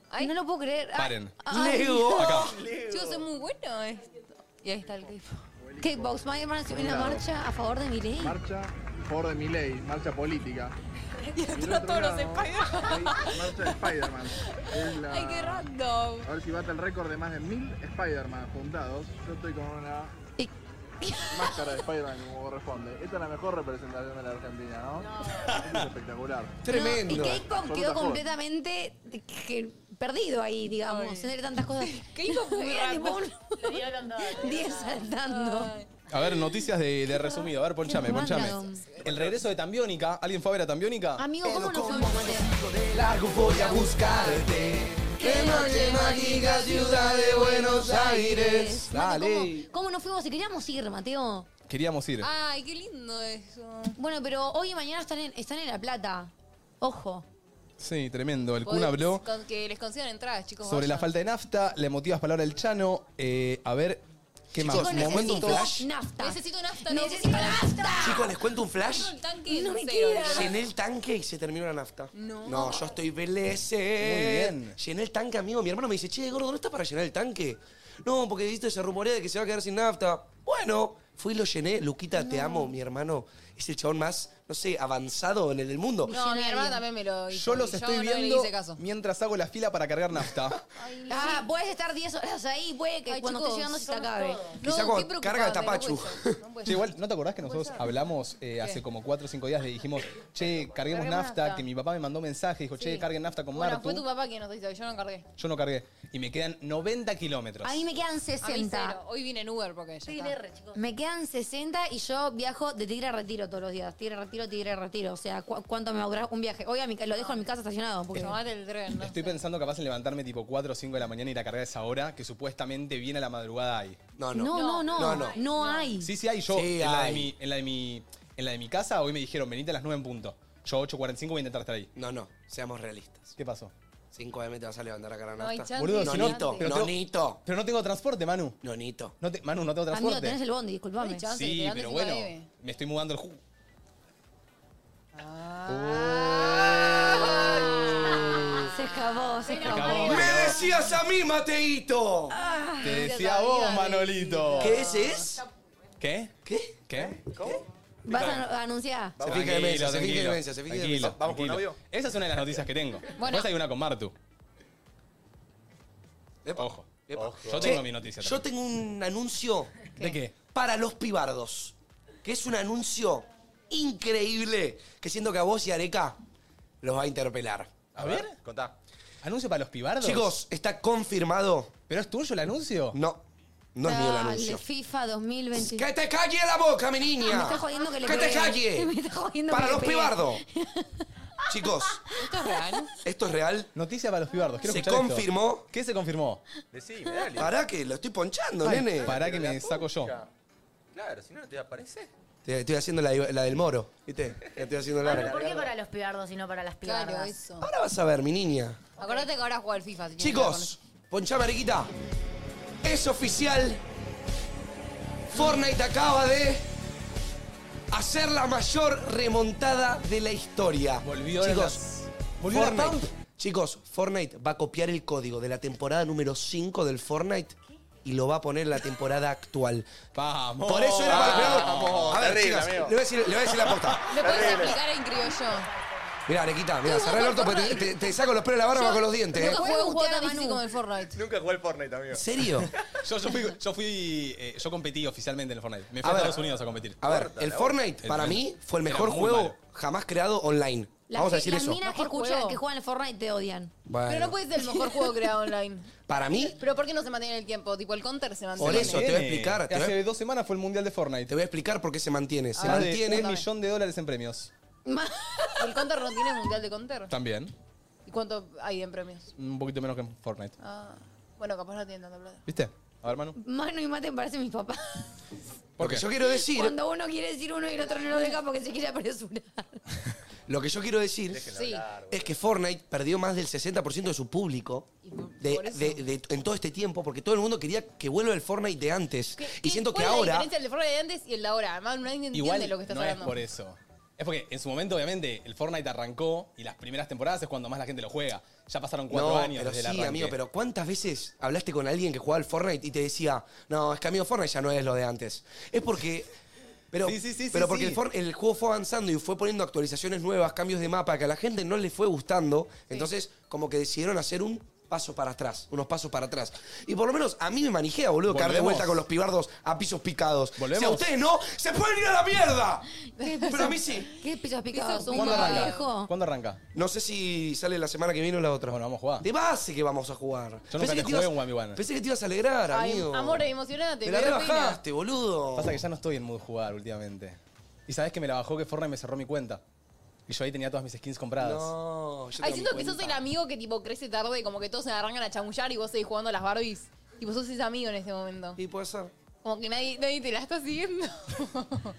E: Ay.
H: No lo puedo creer. Ah, Ay,
A: Paren.
H: ay.
D: Lego.
A: Acá.
E: Chicos, es muy bueno esto. Y ahí está el K-pop.
H: K-pop, Spider-Man subió una marcha a favor de Miley.
J: Marcha a favor de mi ley, marcha política.
E: Y atrás todos los Spider-Man.
J: Hay marcha de Spider-Man. Es la-
E: Ay, qué random.
J: A ver si bate el récord de más de mil Spider-Man juntados. Yo estoy con una
H: Y-
J: máscara de Spider-Man como corresponde. Esta es la mejor representación de la Argentina, ¿no? Esto es espectacular.
H: No, es que Icon
J: Absoluta joda.
H: quedó completamente que- perdido ahí, digamos, entre tantas cosas. ¿Qué hizo? Era tipo un 10 saltando.
A: A ver, noticias de, de resumido. A ver, ponchame, ponchame. El regreso de Tambiónica. ¿Alguien fue a ver a Tambiónica?
H: Amigo, ¿cómo no fuimos, Mateo?
D: De largo voy a buscarte. Qué noche mágica, ciudad de Buenos Aires.
A: Dale.
H: ¿Cómo no fuimos? Si queríamos ir, Mateo.
A: Queríamos ir.
H: Ay, qué lindo eso. Bueno, pero hoy y mañana están en, están en La Plata. Ojo.
A: Sí, tremendo. El Kun habló
E: Con- que les consigan entradas, chicos.
A: sobre la falta de nafta, la emotivas palabras del Chano. Eh, a ver, ¿qué más?
E: Chicos,
A: Momento
E: necesito-
A: flash.
H: Nafta.
E: Necesito nafta.
H: Necesito
E: nafta.
D: Chicos, les cuento un flash.
E: El tanque
H: No me
E: cero,
H: queda.
E: ¿no?
D: Llené el tanque y se terminó la nafta.
E: No.
D: yo estoy BLS.
A: Muy bien.
D: Llené el tanque, amigo. Mi hermano me dice, che, gordo, ¿no estás para llenar el tanque? No, porque viste, se rumorea de que se va a quedar sin nafta. Bueno, fui y lo llené. Luquita, te amo, mi hermano. Es el chabón más, no sé, avanzado en el del mundo.
E: No, mi hermana también me lo hizo.
A: Yo los
E: y
A: estoy
E: no le
A: viendo
E: hice caso.
A: mientras hago la fila para cargar nafta.
H: Ah, puedes estar 10 horas ahí, puede que
E: Ay,
H: cuando
E: chicos,
H: esté llegando se te
E: somos
H: acabe.
E: todos.
A: Quizá
E: qué
A: cuando
E: preocupante,
A: carga Tapachu.
E: no puede ser, no puede
A: Che,
E: ser.
A: igual, ¿no te acordás que nosotros hablamos eh, hace como 4 o 5 días? Le dijimos, che, carguemos
E: Carguemos
A: nafta,
E: nafta.
A: que mi papá me mandó un mensaje, dijo, che,
E: Sí.
A: carguen nafta con
E: Bueno,
A: Martu.
E: fue tu papá quien nos hizo, yo no cargué.
A: Yo no cargué. Y me quedan 90 kilómetros.
H: A mí me quedan
E: A mí
H: 60.
E: cero. Hoy vine en Uber porque ya está.
H: Me quedan 60 y yo viajo de tigre a retiro todos los días. Tigre a retiro, tigre a retiro. O sea, ¿cu- ¿cuánto me va a durar un viaje? Hoy a mi ca- lo dejo en mi casa estacionado. Porque...
E: Tomar el tren, ¿no?
A: Estoy pensando capaz en levantarme tipo 4 o 5 de la mañana y ir a cargar esa hora que supuestamente viene a la madrugada ahí.
D: No, no.
H: No, no, no. No,
D: No, no.
H: hay.
A: Sí, sí, hay. Yo
D: Sí,
A: en, La de
D: hay.
A: mi, en, la de mi, en la de mi casa hoy me dijeron, venite a las 9 en punto. Yo 8.45 voy a intentar estar ahí.
D: No, no, seamos realistas.
A: ¿Qué pasó?
D: 5 m te vas a levantar a cara
E: No hay
D: nafta.
E: chance.
A: Boludo, si no-
D: Nonito,
A: pero tengo-
D: nonito,
A: Pero no tengo transporte, Manu.
D: nonito.
A: No te- Manu, no tengo
H: Amigo,
A: transporte.
H: tenés el bondi, disculpame.
E: Ay, chao. Entonces,
A: Sí,
E: te
A: pero
E: levantas y
A: bueno,
E: nueve.
A: me estoy mudando el jugo.
H: Ah. Se acabó, se acabó.
D: ¡Me decías a mí, Mateito!
A: Te decía vos, Manolito.
D: ¿Qué ese es?
A: ¿Qué?
D: ¿É?
A: ¿Qué?
H: Vas a anu- a anunciar.
D: Se fija de
A: Tranquilo,
D: mesa, se fija de
A: tranquilo,
D: mesa, se fija de
A: tranquilo,
D: mesa.
I: ¿Vamos con un
A: tranquilo.
I: audio?
A: Esa es una de las noticias que tengo.
E: Bueno.
A: Después hay una con Martu.
D: Epa.
A: Ojo.
D: Epa.
I: Ojo.
A: Yo tengo mi noticia.
D: Yo tengo
A: también.
D: un anuncio
A: ¿De qué?
D: para los pibardos, que es un anuncio increíble, que siento que a vos y Areca los va a interpelar.
A: A ver.
I: Contá.
A: ¿Anuncio para los pibardos?
D: Chicos, está confirmado.
A: ¿Pero es tuyo el anuncio?
D: No, no es mío el
H: Dale,
D: anuncio.
H: FIFA 2021.
D: ¡Que te calle la boca, mi
H: Ah, Me
D: niña!
H: está jodiendo que le
D: ¡Que te
H: pegué.
D: calle!
H: Me está jodiendo
D: ¡Para
H: que le
D: los
H: pegué.
D: pibardos! Chicos,
E: ¿Esto es real?
D: esto es real.
A: Noticia para los pibardos. Quiero
D: Se
A: escuchar esto.
D: confirmó.
A: ¿Qué se confirmó?
I: Decime, dale.
D: Pará que lo estoy ponchando,
A: Ay,
D: nene.
A: pará que
I: Pero
A: me
I: la
A: saco yo.
I: pucha. Claro, si no, no te aparece.
D: Te- Estoy haciendo la, la del moro, ¿viste? La estoy haciendo
F: Pero
D: larga.
F: ¿por qué para los pibardos y no para las pibardas?
E: Claro, eso.
D: Ahora vas a ver, mi niña.
E: Acordate que ahora juega al FIFA. si tienes que jugar
D: Chicos, ponchame, Arequita. Es oficial. Fortnite acaba de hacer la mayor remontada de la historia.
A: Volvió
D: Chicos,
A: las- volvió la
D: Fortnite.
A: pump.
D: Chicos, Fortnite va a copiar el código de la temporada número 5 del Fortnite y lo va a poner en la temporada actual.
A: Vamos.
D: Por eso era para
I: Vamos,
D: A ver,
I: terrible,
D: chicas, le
I: amigo.
D: voy a decir, le voy a decir la posta.
E: con- ¿Le puedes explicar en criollo?
D: Mirá, Arequita, mirá, cerrá el orto porque te, te- te saco los pelos de la barba con los dientes. ¿eh?
E: Nunca jugué un juego
H: Mutea,
E: tan
H: Manu.
E: difícil como el Fortnite.
I: Nunca jugué al Fortnite, amigo.
D: ¿En serio?
A: Yo, yo fui, yo, fui eh, yo competí oficialmente en el Fortnite. Me
D: A
A: fui a,
D: ver.
A: Estados Unidos a competir.
D: A ver, el Fortnite para mí fue el mejor
A: Era muy
D: juego
A: malo.
D: jamás creado online.
H: Las
D: Vamos a
H: que-
D: decir
H: las
D: eso.
H: minas que
E: Mejor
H: escuchan
E: juego.
H: que juegan al Fortnite te odian.
D: Bueno,
E: Pero no puede ser el mejor juego creado online.
D: para mí,
E: Pero ¿por qué no se mantiene el tiempo? Tipo, el counter se mantiene.
D: Por eso, te voy a explicar, te voy a-
A: Hace dos semanas fue el Mundial de
D: te
A: Fortnite.
D: voy a explicar por qué se mantiene. Se
A: Más de
D: mantiene.
A: un millón de dólares en premios.
E: ¿El counter no tiene mundial de counter?
A: También.
E: ¿Y cuánto hay en premios?
A: Un poquito menos que en Fortnite.
E: Ah, bueno, capaz no tiene tanta plata.
A: ¿Viste? A ver, Manu.
H: Mano y mate parecen mis papás.
D: Lo que yo quiero decir,
H: Cuando uno quiere decir uno y el otro no lo deja porque se quiere apresurar.
D: lo que yo quiero decir
E: Sí.
D: es que Fortnite perdió más del 60% de su público de- de- de- en todo este tiempo porque todo el mundo quería que vuelva el Fortnite de antes.
E: ¿Qué-
D: Y
E: qué-
D: siento que
E: cuál es La
D: ahora
E: diferencia del de Fortnite de antes y el de ahora. Además, nadie entiende
A: Igual
E: lo que estás
A: no
E: hablando.
A: es por eso. Es porque en su momento, obviamente, el Fortnite arrancó y las primeras temporadas es cuando más la gente lo juega. Ya pasaron cuatro
D: no,
A: años
D: pero
A: desde el
D: sí,
A: arranque.
D: amigo, pero ¿cuántas veces hablaste con alguien que jugaba al Fortnite y te decía, no, es que amigo, Fortnite ya no es lo de antes? Es porque... Pero,
A: Sí, sí, sí,
D: pero
A: sí,
D: porque
A: sí.
D: El, For- el juego fue avanzando y fue poniendo actualizaciones nuevas, cambios de mapa que a la gente no le fue gustando, entonces como que decidieron hacer un pasos para atrás, unos pasos para atrás. Y por lo menos a mí me manijea, boludo, caer de
B: ¿Volvemos?
D: vuelta con los pibardos a pisos picados. Si a
B: ¿Volvemos?
D: ustedes no, se pueden ir a la mierda. Pero a mí sí.
H: ¿Qué pisos picados? ¿Un
D: ¿Cuándo arranca?
H: viejo?
A: ¿Cuándo arranca?
D: No sé si sale la semana que viene o la otra. Bueno,
A: vamos a jugar.
D: De base que vamos a jugar.
A: Yo nunca te
D: que te
A: jugué
D: ibas-
A: un one v one.
D: Pensé que te ibas a alegrar,
E: Ay,
D: amigo.
E: amor, eh, emocionate.
D: Te la
E: me da pena.
D: rebajaste, boludo.
A: Pasa que ya no estoy en mood jugar últimamente. Y sabes que me la bajó que Fortnite me cerró mi cuenta. Y yo ahí tenía todas mis skins compradas.
D: No, yo
E: Ay, siento que sos el amigo que tipo crece tarde, como que todos se arrancan a chamullar y vos seguís jugando a las Barbies. Y vos sos ese amigo en ese momento.
D: Sí, puede ser.
E: Como que nadie, nadie te la está siguiendo.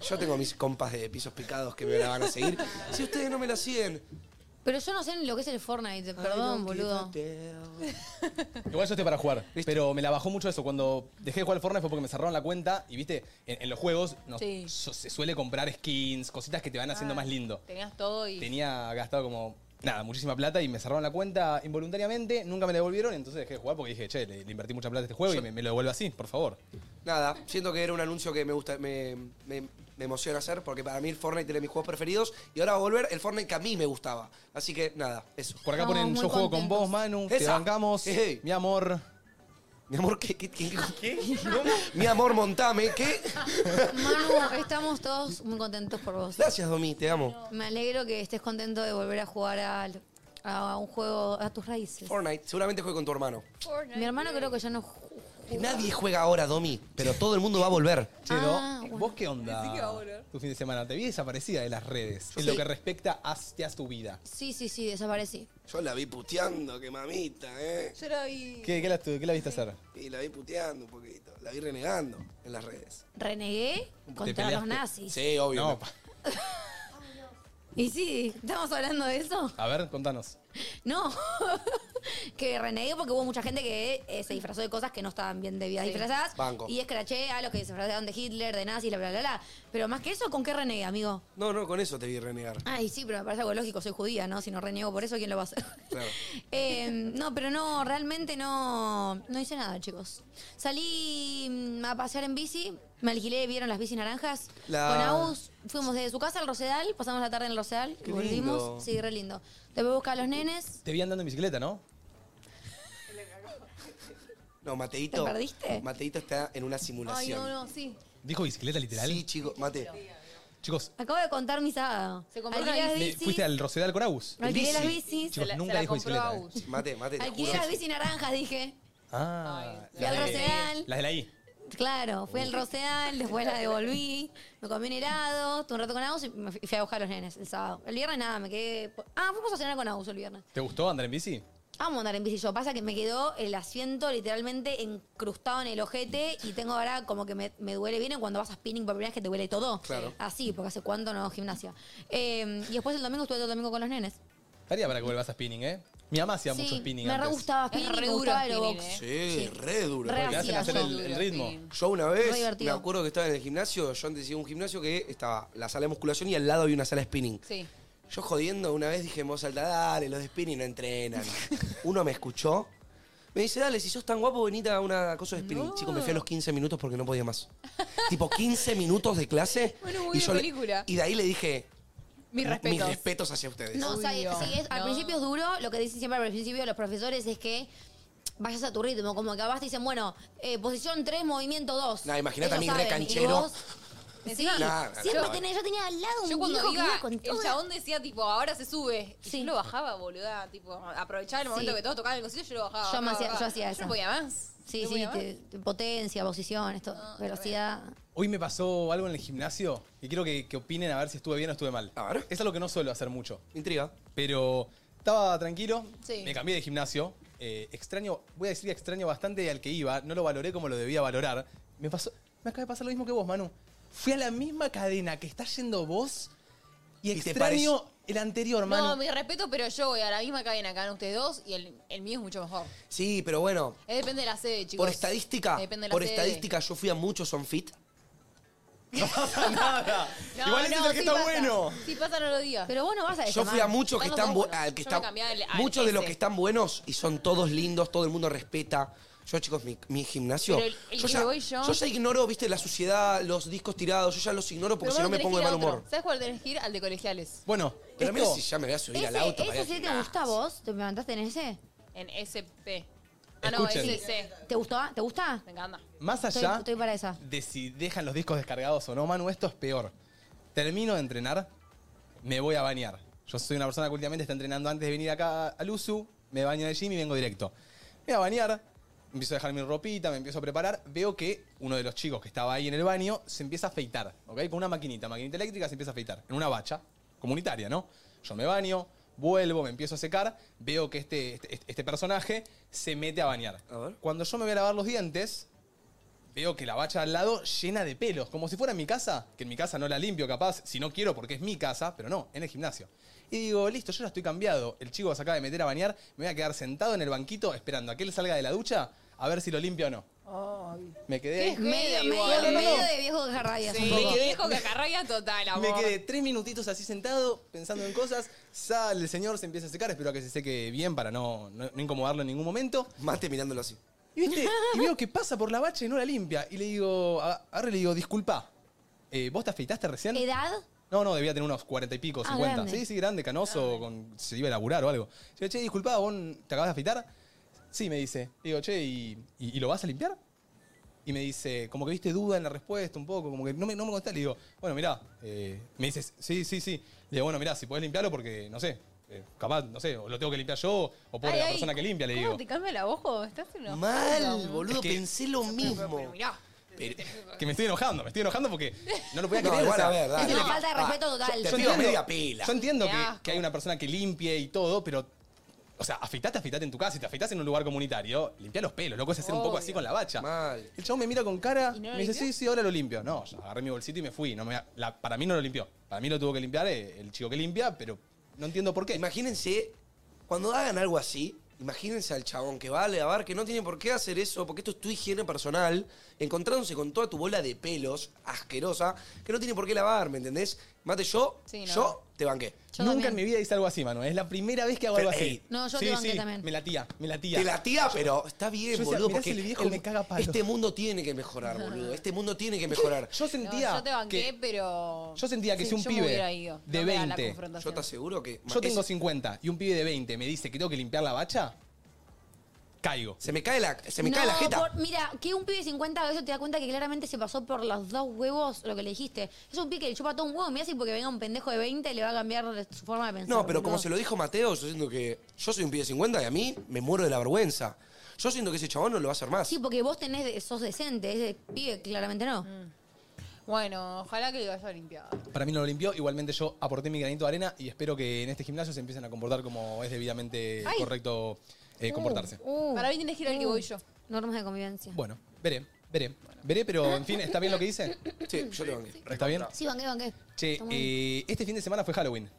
D: Yo tengo mis compas de pisos picados que me la van a seguir. Si ustedes no me la siguen.
H: Pero yo no sé lo que es el Fortnite, perdón, boludo.
A: Igual yo estoy para jugar. Pero me la bajó mucho eso. Cuando dejé de jugar al Fortnite fue porque me cerraron la cuenta. Y viste, en, en los juegos nos-
E: Sí.
A: so- se suele comprar skins, cositas que te van
H: Ah,
A: haciendo más lindo.
E: Tenías todo y.
A: Tenía gastado como, nada, muchísima plata y me cerraron la cuenta involuntariamente. Nunca me la devolvieron. Entonces dejé de jugar porque dije, che, le, le invertí mucha plata a este juego y me, me lo devuelve así, por favor.
D: Nada, siento que era un anuncio que me gusta, me, me- me emociona hacer porque para mí el Fortnite era de mis juegos preferidos y ahora va a volver el Fortnite que a mí me gustaba. Así que nada, eso.
A: Por acá ponen, yo juego con vos, Manu. Te
D: Esa.
A: bancamos.
D: Ey.
A: Mi amor.
D: Mi amor, ¿qué? ¿Qué? qué, qué? Mi amor, montame, ¿qué?
H: Manu, estamos todos muy contentos por vos.
D: Gracias, Domi, te amo.
H: Me alegro que estés contento de volver a jugar al- a un juego a tus raíces.
D: Fortnite, seguramente juegue con tu hermano.
H: Mi hermano creo que ya no ju-
D: Nadie juega ahora, Domi, pero todo el mundo va a volver.
A: Che, Do, ¿vos qué onda?
H: Decí Ah, que va a volver.
A: Tu fin de semana. Te vi desaparecida de las redes.
H: Yo
A: en
H: sí.
A: lo que respecta a, a tu vida.
H: Sí, sí, sí, desaparecí.
D: Yo la vi puteando, que mamita, ¿eh?
H: Yo la vi.
A: ¿Qué, qué la, tu- qué la viste hacer?
D: Y la vi puteando un poquito, la vi renegando en las redes.
H: Renegué contra los nazis.
D: Sí, obvio.
A: No, pa-
H: Y sí, ¿estamos hablando de eso?
A: a ver, contanos.
H: No, que renegué porque hubo mucha gente que eh, se disfrazó de cosas que no estaban bien debidas disfrazadas.
D: Banco.
H: Y escraché a los que se disfrazaron de Hitler, de nazis, la bla, bla, bla. Pero más que eso, ¿con qué renegué, amigo?
D: No, no, con eso te vi renegar.
H: Ay, sí, pero me parece algo lógico, soy judía, ¿no? Si no reniego por eso, ¿quién lo va a hacer?
D: Claro.
H: Eh, no, pero no, realmente no, no hice nada, chicos. Salí mm, a pasear en bici, me alquilé, vieron las bicis naranjas.
D: La-
H: Con Agus fuimos desde su casa al Rosedal, pasamos la tarde en el Rosedal,
A: Qué
H: volvimos.
A: lindo.
H: Sí, re lindo. Después buscar a los nenes.
A: Te vi andando en bicicleta, ¿no?
D: No, Mateito.
H: ¿Te perdiste?
D: Mateito está en una simulación.
E: sí.
A: ¿Dijo bicicleta literal?
D: Sí, chicos, Mate.
A: Chicos,
H: Acabo de contar mi sábado.
E: Se compró
H: Alquilé las
E: una
A: ¿le-
H: bicis.
A: ¿fuiste al Rosedal con Agus?
H: Alquilé las bicis.
A: Chicos, nunca dijo bicicleta. eh.
D: Mate, mate. te
H: Alquilé
D: juro.
H: las bicis naranjas, dije.
A: Ah,
H: Fui al
A: las de-
H: Rosedal.
A: Las de la I.
H: Claro, fui al Rosedal, después la devolví, me comí un helado, estuve un rato con Agus y me fui fui a buscar a los nenes el sábado. El viernes nada, me quedé... po- Ah, fuimos a cenar con Agus el viernes.
A: ¿Te gustó andar en bici?
H: Vamos a andar en bici yo. Pasa que me quedó el asiento literalmente encrustado en el ojete y tengo ahora como que me, me duele. bien cuando vas a spinning por primera vez que te duele todo?
A: Claro.
H: Así, porque hace cuánto no hago gimnasia. Eh, y después el domingo estuve todo el domingo con los nenes.
A: Estaría para que vuelvas a spinning, ¿eh? Mi mamá hacía mucho spinning
H: me re
A: antes.
H: gustaba
E: Es
H: spinning,
E: re
H: me
E: duro
H: gustaba el
E: spinning,
H: box.
E: ¿eh?
D: Sí, re duro.
H: Re
A: Porque hacen
H: hacía
A: hacer
H: yo.
A: el, el ritmo.
D: Yo una vez
H: Muy
D: me
H: divertido.
D: acuerdo que estaba en el gimnasio, yo antes iba a un gimnasio que estaba la sala de musculación y al lado había una sala de spinning.
E: Sí.
D: Yo jodiendo una vez dije en voz alta, dale, los de spinning no entrenan. Uno me escuchó, me dice, dale, si sos tan guapo, venite a una cosa de spinning. Chico, me fui a los 15 minutos porque no podía más. tipo 15 minutos de clase.
E: Bueno, muy de
D: le-
E: película.
D: y de ahí le dije,
E: Mis respetos.
D: mis respetos hacia ustedes.
H: No, o sea,
E: Obvio.
H: sí, es- al
E: No.
H: principio es duro. Lo que dicen siempre al principio los profesores es que vayas a tu ritmo. Como que acabas te dicen, bueno, eh, posición 3, movimiento 2.
D: Nah, imagínate a mí,
H: Ellos
D: re
H: saben, y
D: canchero.
H: vos- Sí,
E: Encima-
D: Nah, nah,
H: siempre
D: nah.
H: tenés, yo tenía al lado un
E: Yo cuando
H: viejo que
E: iba,
H: iba con
E: el
H: todo.
E: chabón decía, tipo, ahora se sube. Y yo lo bajaba, boluda. Tipo, aprovechaba el momento
H: Sí.
E: que todos tocaban el cosito, yo lo bajaba.
H: Yo me
E: bajaba,
H: hacía-
E: bajaba.
H: yo hacía eso.
E: no podía más.
H: Sí,
E: no
H: sí,
E: podía
H: te- te- potencia, posiciones, todo, velocidad.
A: Hoy me pasó algo en el gimnasio y quiero que, que opinen a ver si estuve bien o estuve mal.
D: A ver.
A: Es algo que no suelo hacer mucho.
D: Intriga.
A: Pero estaba tranquilo,
E: Sí.
A: me cambié de gimnasio. eh, extraño, voy a decir extraño bastante al que iba, no lo valoré como lo debía valorar. Me pasó, me acaba de pasar lo mismo que vos, Manu. Fui a la misma cadena que estás yendo vos y,
D: te
A: extraño el anterior, Manu.
E: No, mi respeto, pero yo voy a la misma cadena que van ustedes dos y el, el mío es mucho mejor.
D: Sí, pero bueno,
E: Eh, depende de la sede, chicos.
D: por estadística,
E: Depende de la
D: por
E: sede.
D: estadística yo fui a muchos on fit.
A: Nada.
E: No,
A: Igual ese es
E: no,
A: el que
E: sí
A: está
E: pasa.
A: bueno.
E: Sí, pasa, no lo digas.
H: Pero vos no vas
D: Yo
H: a decir.
D: fui a muchos que
E: Yo no
D: están
E: como
D: bu-
E: uno.
D: al que
E: Yo
D: están-
E: me cambié al- al
D: muchos de los
E: S.
D: que están buenos y son todos lindos, todo el mundo respeta. Yo, chicos, mi, mi gimnasio.
E: Pero el- el que
D: ya,
E: voy yo-
D: ya ignoro, viste, la suciedad, los discos tirados, yo ya los ignoro porque
E: Pero
D: si no
E: vos
D: me
E: tenés
D: pongo de
E: que ir a
D: mal
E: otro.
D: humor.
E: ¿Sabes cuál tenés que ir? Al de colegiales.
A: Bueno,
D: Pero mira
A: esto-
D: si ya me voy a subir al
H: Ese,
D: auto. para ir
H: ese
D: al
H: sí te
D: gimnasio.
H: gusta a vos, te levantaste en ese.
E: En SP. Ah, no,
A: Escuchen.
E: SC.
H: ¿Te gustó? ¿Te gusta?
E: Me encanta.
A: Más
H: Estoy-
A: allá
H: estoy para esa.
A: de si dejan los discos descargados o no, Manu, esto es peor. Termino de entrenar, me voy a bañar. Yo soy una persona que últimamente está entrenando antes de venir acá al USU, me baño en el gym y vengo directo. Me voy a bañar, empiezo a dejar mi ropita, me empiezo a preparar, veo que uno de los chicos que estaba ahí en el baño se empieza a afeitar, ¿ok? Con una maquinita, maquinita eléctrica, se empieza a afeitar, en una bacha comunitaria, ¿no? Yo me baño, vuelvo, me empiezo a secar, veo que este, este, este personaje se mete a bañar. Cuando yo me voy a lavar los dientes, veo que la bacha al lado llena de pelos, como si fuera mi casa, que en mi casa no la limpio capaz, si no quiero porque es mi casa, pero no, en el gimnasio. Y digo, listo, yo ya estoy cambiado, el chico se acaba de meter a bañar, me voy a quedar sentado en el banquito esperando a que él salga de la ducha a ver si lo limpia o no. Me quedé...
E: Qué
H: Medio,
E: Medio,
H: medio,
E: igual.
H: medio de viejo cajarrabias.
E: Sí,
H: un poco.
E: viejo cacarraya total, amor.
A: Me quedé tres minutitos así sentado, pensando en cosas. Sale el señor, se empieza a secar, espero que se seque bien para no, no- no incomodarlo en ningún momento.
D: Mate mirándolo así.
A: Y, ¿viste? y veo que pasa por la bacha y no la limpia. Y le digo, a- agarro y le digo, disculpa, eh, ¿vos te afeitaste recién?
H: ¿Edad?
A: No, no, debía tener unos cuarenta y pico,
H: Ah,
A: cincuenta.
H: grande.
A: Sí, sí, grande, canoso, con, se iba a laburar o algo. Le digo, che, disculpa, ¿vos te acabas de afeitar? Sí, me dice. Le digo, che, ¿y, y- y lo vas a limpiar? Y me dice, como que viste duda en la respuesta un poco, como que no me, no me contás. Le digo, bueno, mirá, eh, me dices, sí, sí, sí. Le digo, bueno, mirá, si podés limpiarlo porque, no sé, eh, capaz, no sé, o lo tengo que limpiar yo, o por
E: Ay,
A: la
E: ay,
A: persona que limpia, le
E: ¿Cómo
A: digo.
E: te cambia la voz? cuando Estás enojado.
D: Mal, boludo,
A: Es que-
D: pensé lo mismo.
E: Mirá.
A: Que me estoy enojando, me estoy enojando porque no lo podía
D: No,
A: creer.
D: igual,
A: o sea, Ah,
D: a ver, dale.
H: Es una falta de respeto total.
D: Te pido media pila.
A: Yo entiendo
E: Qué
A: que,
E: asco.
A: que hay una persona que limpie y todo, pero. O sea, afeitate, afeitate en tu casa. Si te afeitas en un lugar comunitario, limpia los pelos, loco, es hacer un poco así
E: Obvio.
A: con la bacha.
D: Mal.
A: El chabón me mira con cara,
E: ¿Y no lo
A: me dice,
E: limpió?
A: sí, sí, ahora lo limpio. No, ya agarré mi bolsito y me fui. No me, la- para mí no lo limpió. Para mí lo tuvo que limpiar eh, el chico que limpia, pero no entiendo por qué.
D: Imagínense, cuando hagan algo así, imagínense al chabón que va a lavar, que no tiene por qué hacer eso, porque esto es tu higiene personal, encontrándose con toda tu bola de pelos asquerosa, que no tiene por qué lavar, ¿me entendés? Mate, yo,
E: Sí, no.
D: yo te banqué.
H: Yo
A: Nunca
H: también.
A: en mi vida hice algo así, mano. Es la primera vez que hago
D: Pero,
A: algo así.
D: ey.
H: No, yo
A: eh, sí,
H: te banqué
A: sí,
H: también.
A: Me latía, me latía.
D: Te latía, pero está
A: Yo
D: bien,
A: decía,
D: boludo,
A: mirá
D: porque
A: si el viejo me caga a palos.
D: este mundo tiene que mejorar, boludo. Este mundo tiene que mejorar.
A: Yo
E: No,
A: sentía.
E: yo te banqué,
A: que,
E: pero.
A: yo sentía que si un
E: yo me
A: pibe
E: hubiera ido.
A: de
E: No me da la
A: 20,
D: Yo
E: confrontación.
D: te aseguro que
A: Yo tengo
D: es-
A: 50 y un pibe de 20 me dice que tengo que limpiar la bacha, caigo.
D: se me cae la se me
H: No,
D: cae la jeta.
H: por- mira, que un pibe de 50 veces te da cuenta que claramente se pasó por los dos huevos lo que le dijiste. Es un pibe que le chupa todo un huevo. Mira si porque venga un pendejo de 20 le va a cambiar su forma de pensar.
D: No, pero como
H: boludo.
D: se lo dijo Mateo, yo siento que yo soy un pibe de 50 y a mí me muero de la vergüenza. Yo siento que ese chabón no lo va a hacer más.
H: Sí, porque vos tenés, de- sos decente. Ese pibe claramente no.
E: Mm. Bueno, ojalá que lo haya limpiado.
A: Para mí no lo limpió, igualmente yo aporté mi granito de arena y espero que en este gimnasio se empiecen a comportar como es debidamente
E: Ay.
A: correcto eh,
H: Uh.
A: comportarse.
E: Para mí tienes que ir al que voy yo.
H: Normas de convivencia.
A: Bueno, veré, veré, veré, pero en fin, ¿está bien lo que hice?
D: Sí, yo le banqué.
A: ¿Está bien?
H: Sí, banqué, banqué.
A: Che,
H: Está muy bien.
A: eh, este fin de semana fue Halloween.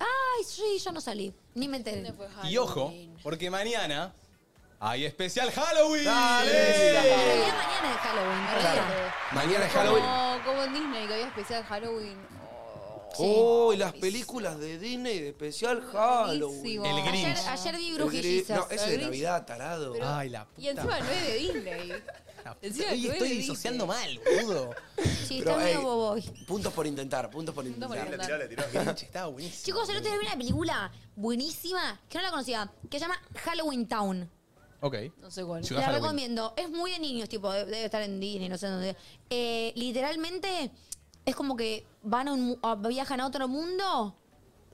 H: Ay, sí, yo no salí. Ni me enteré.
A: Y ojo, porque mañana hay especial Halloween.
H: En
A: ¡Dale!
H: realidad mañana es Halloween. en realidad.
D: Mañana es Halloween.
E: Como, como en Disney, que había especial Halloween. Oh,
D: Oh, y las películas de Disney de especial Halloween.
E: buenísimo.
A: El Grinch.
H: Ayer, ayer vi
D: El
H: brujillizas.
D: gri- No, ese de
E: Grinch.
D: Navidad, tarado.
E: Pero-
A: Ay, la puta
E: Y encima no es de Disney. Encima
A: Hoy
E: no es de
A: estoy
E: Disney.
A: disociando mal, boludo.
H: Sí,
D: Pero,
H: está medio
D: ey,
H: bobo hoy.
D: Puntos por intentar, puntos por
E: Puntos por
D: intentar.
I: Le tiró, le tiró.
A: Che, Estaba buenísimo.
H: Chicos, el otro día vi una película buenísima que no la conocía, que se llama Halloween Town.
A: Ok.
E: No sé cuál.
A: Ciudad
H: La
A: Halloween.
H: recomiendo. Es muy de niños, tipo, de- debe estar en Disney, no sé dónde. Eh, literalmente, es como que van a un, mu- a- viajan a otro mundo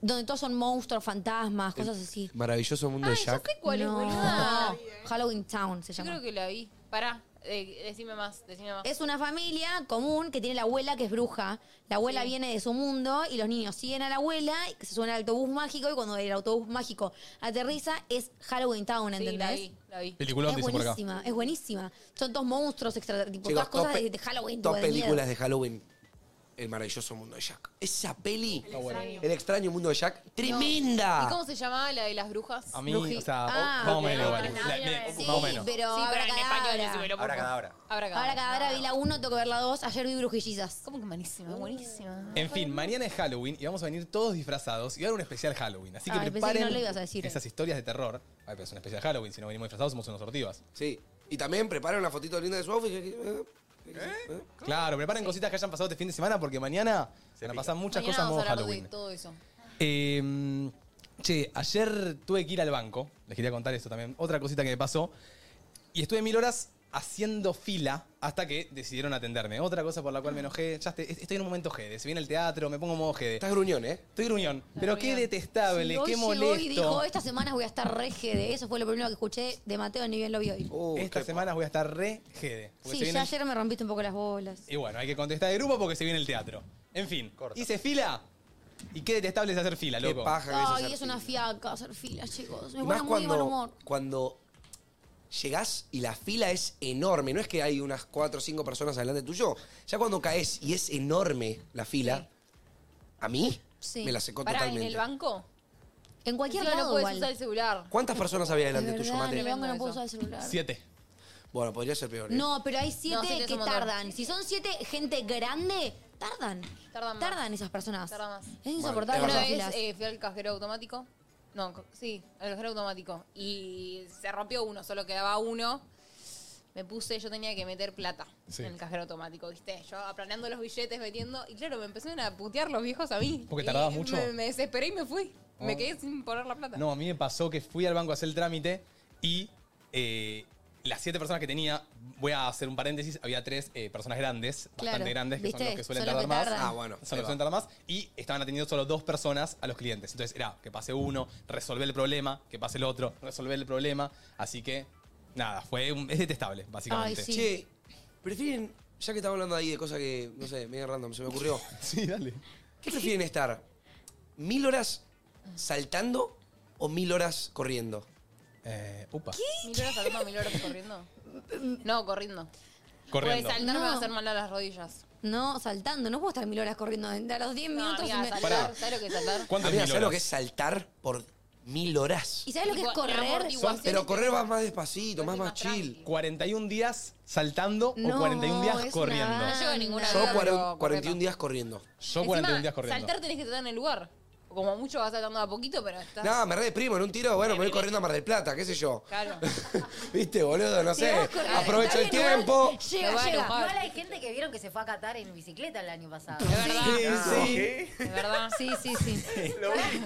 H: donde todos son monstruos, fantasmas, cosas así.
D: Maravilloso mundo
E: Ay,
D: de
E: yo
D: Jack.
E: sé cuál es,
H: No.
E: boluda.
H: Halloween Town se
E: Yo
H: llama.
E: creo que la vi. Pará, eh, decime más, decime más.
H: Es una familia común que tiene la abuela que es bruja. La abuela
E: Sí.
H: viene de su mundo y los niños siguen a la abuela, se suben al autobús mágico y cuando el autobús mágico aterriza es Halloween Town,
E: Sí, la
H: ¿entendés?
E: vi, la vi.
A: Peliculón,
H: es
A: dice por acá.
H: buenísima, es buenísima. Son dos monstruos extra, tipo,
D: Chicos,
H: todas cosas
D: pe-
H: de, de Halloween.
D: top
H: tipo, de
D: películas
H: miedo.
D: de Halloween. El maravilloso mundo de Jack. Esa peli. El
A: bueno.
D: extraño, mundo de Jack. ¡Tremenda!
E: ¿Y cómo se llamaba la de las brujas?
A: A mí,
H: Bruji-
A: o sea,
H: Ah,
A: más o
H: ok.
A: menos
H: Ah,
A: igual. La- me-
H: Sí,
A: más o menos.
H: pero ahora
I: Ahora cadabra.
E: Habrá cada
H: Ahora cada hora vi la 1, tengo que ver la 2. Ayer vi Brujillizas. Uh.
E: ¿Cómo que malísima? Buenísima.
A: En fin, mañana es Halloween y vamos a venir todos disfrazados y va a haber un especial Halloween. Así que
H: Ay, pensé que
A: preparen
H: no lo ibas a decir.
A: esas historias de terror. Ay, pero es un especial Halloween. Si no venimos disfrazados, somos unos sortivas.
D: Sí. Y también prepara una fotito linda de su outfit. ¿Eh? ¿Eh?
A: Claro, preparen cositas que hayan pasado este fin de semana porque mañana
I: Se
A: van
I: pica.
A: a pasar muchas
E: Mañana
A: cosas
E: vamos
A: modo
E: a hablar de
A: Halloween.
E: todo eso.
A: Eh, Che, ayer tuve que ir al banco. Les quería contar esto también. Otra cosita que me pasó. Y estuve mil horas haciendo fila hasta que decidieron atenderme. Otra cosa por la cual me enojé. Ya este- estoy en un momento GD. Se viene el teatro, me pongo modo GD. Estás
D: gruñón, ¿eh?
A: Estoy gruñón. Pero qué detestable,
H: Sí, hoy
A: qué
H: llegó
A: molesto.
H: Y dijo, esta semana voy a estar re GD. Eso fue lo primero que escuché de Mateo, ni bien lo vi hoy.
A: Estas semanas voy a estar re GD. Uh, porque se
H: sí,
A: viene
H: ya
A: el-
H: ayer me rompiste un poco las bolas.
A: Y bueno, hay que contestar de grupo porque se viene el teatro. En fin, hice fila. Y qué detestable es hacer fila, loco.
D: paja
H: Ay, es una fiaca hacer filas, chicos. Me
D: Y
H: pone
D: más
H: muy
D: cuando,
H: de mal humor.
D: cuando llegás y la fila es enorme. No es que hay unas cuatro o cinco personas adelante tuyo. Ya cuando caes y es enorme la fila, a mí
E: Sí.
D: me la secó
E: Pará,
D: totalmente.
E: ¿en el banco?
H: En cualquier
E: Encima
H: lado
E: no puedes
H: igual.
E: usar el celular.
D: ¿Cuántas personas había delante tuyo,
H: verdad, en el
D: Mate?
H: banco no puedo usar el celular.
A: Siete.
D: Bueno, podría ser peor. ¿eh?
H: No, pero hay siete,
E: No, siete es
H: que
E: un montón.
H: tardan. Si son siete gente grande, tardan.
E: Tardan más.
H: esas personas.
E: Tarda más.
H: Es insoportable
E: Una
H: las
E: vez
H: filas.
E: eh, fui al cajero automático. No, co- sí, al cajero automático. Y se rompió uno, solo quedaba uno. Me puse, yo tenía que meter plata
A: Sí.
E: en el cajero automático, ¿viste? Yo aplaneando los billetes, metiendo. Y claro, me empezaron a putear los viejos a mí.
A: ¿Porque
E: Y
A: tardabas mucho?
E: Me, me desesperé y me fui. Me
A: Oh.
E: quedé sin poner la plata.
A: No, a mí me pasó que fui al banco a hacer el trámite y eh, las siete personas que tenía, voy a hacer un paréntesis, había tres eh, personas grandes,
I: Claro.
A: bastante grandes, que
I: ¿Viste?
A: son los que suelen
I: Son los
A: tardar
I: que
A: más.
I: tardan. Ah, bueno, ahí
A: Son los que
I: va.
A: suelen tardar más. Y estaban atendiendo solo dos personas a los clientes. Entonces era que pase uno, resolver el problema, que pase el otro, resolver el problema. Así que, nada, fue un- es detestable, básicamente.
D: Che, prefieren, ya que estamos hablando ahí de cosas que, no sé, medio random, se me ocurrió.
A: sí, dale.
D: ¿Qué prefieren estar? ¿Mil horas saltando o mil horas corriendo?
A: Eh, upa.
E: Mil horas saltando, mil horas corriendo. No, corriendo.
A: Corriendo.
E: Porque saltar me va a
H: No.
E: hacer mal a las rodillas.
H: No, saltando. No puedo estar mil horas corriendo. A los 10
E: No,
H: minutos.
E: amiga,
H: me-
E: saltar, ¿sabes lo que es saltar?
A: ¿Cuánto
D: Amiga,
A: es mil
D: ¿sabes lo
A: horas?
D: que es saltar por mil horas?
H: ¿Y sabes lo que es
E: Tipo, la
H: correr?
E: amortiguación
D: Pero correr vas más despacito, más más chill.
A: 41 días saltando
H: No,
A: o 41 días
H: es una
A: corriendo.
E: No llego a ninguna
D: Yo
E: hora, pero
D: 40 41 días corriendo.
A: Yo
E: Encima,
A: 41 días corriendo.
E: Saltar tenés que estar en el lugar. Como mucho vas saltando a poquito, pero estás.
D: Nada, me redeprimo en un tiro, bueno, me voy corriendo a Mar del Plata, qué sé yo.
E: Claro.
D: ¿Viste, boludo? No
E: Si
D: sé.
E: vas corriendo,
D: Aprovecho el
E: está bien,
D: tiempo.
E: Me
F: Llega,
E: voy a
F: llega.
E: enojar.
F: Igual hay gente que vieron que se fue a Qatar en bicicleta el año pasado.
A: Sí, sí.
E: Es verdad.
H: Sí, sí, sí.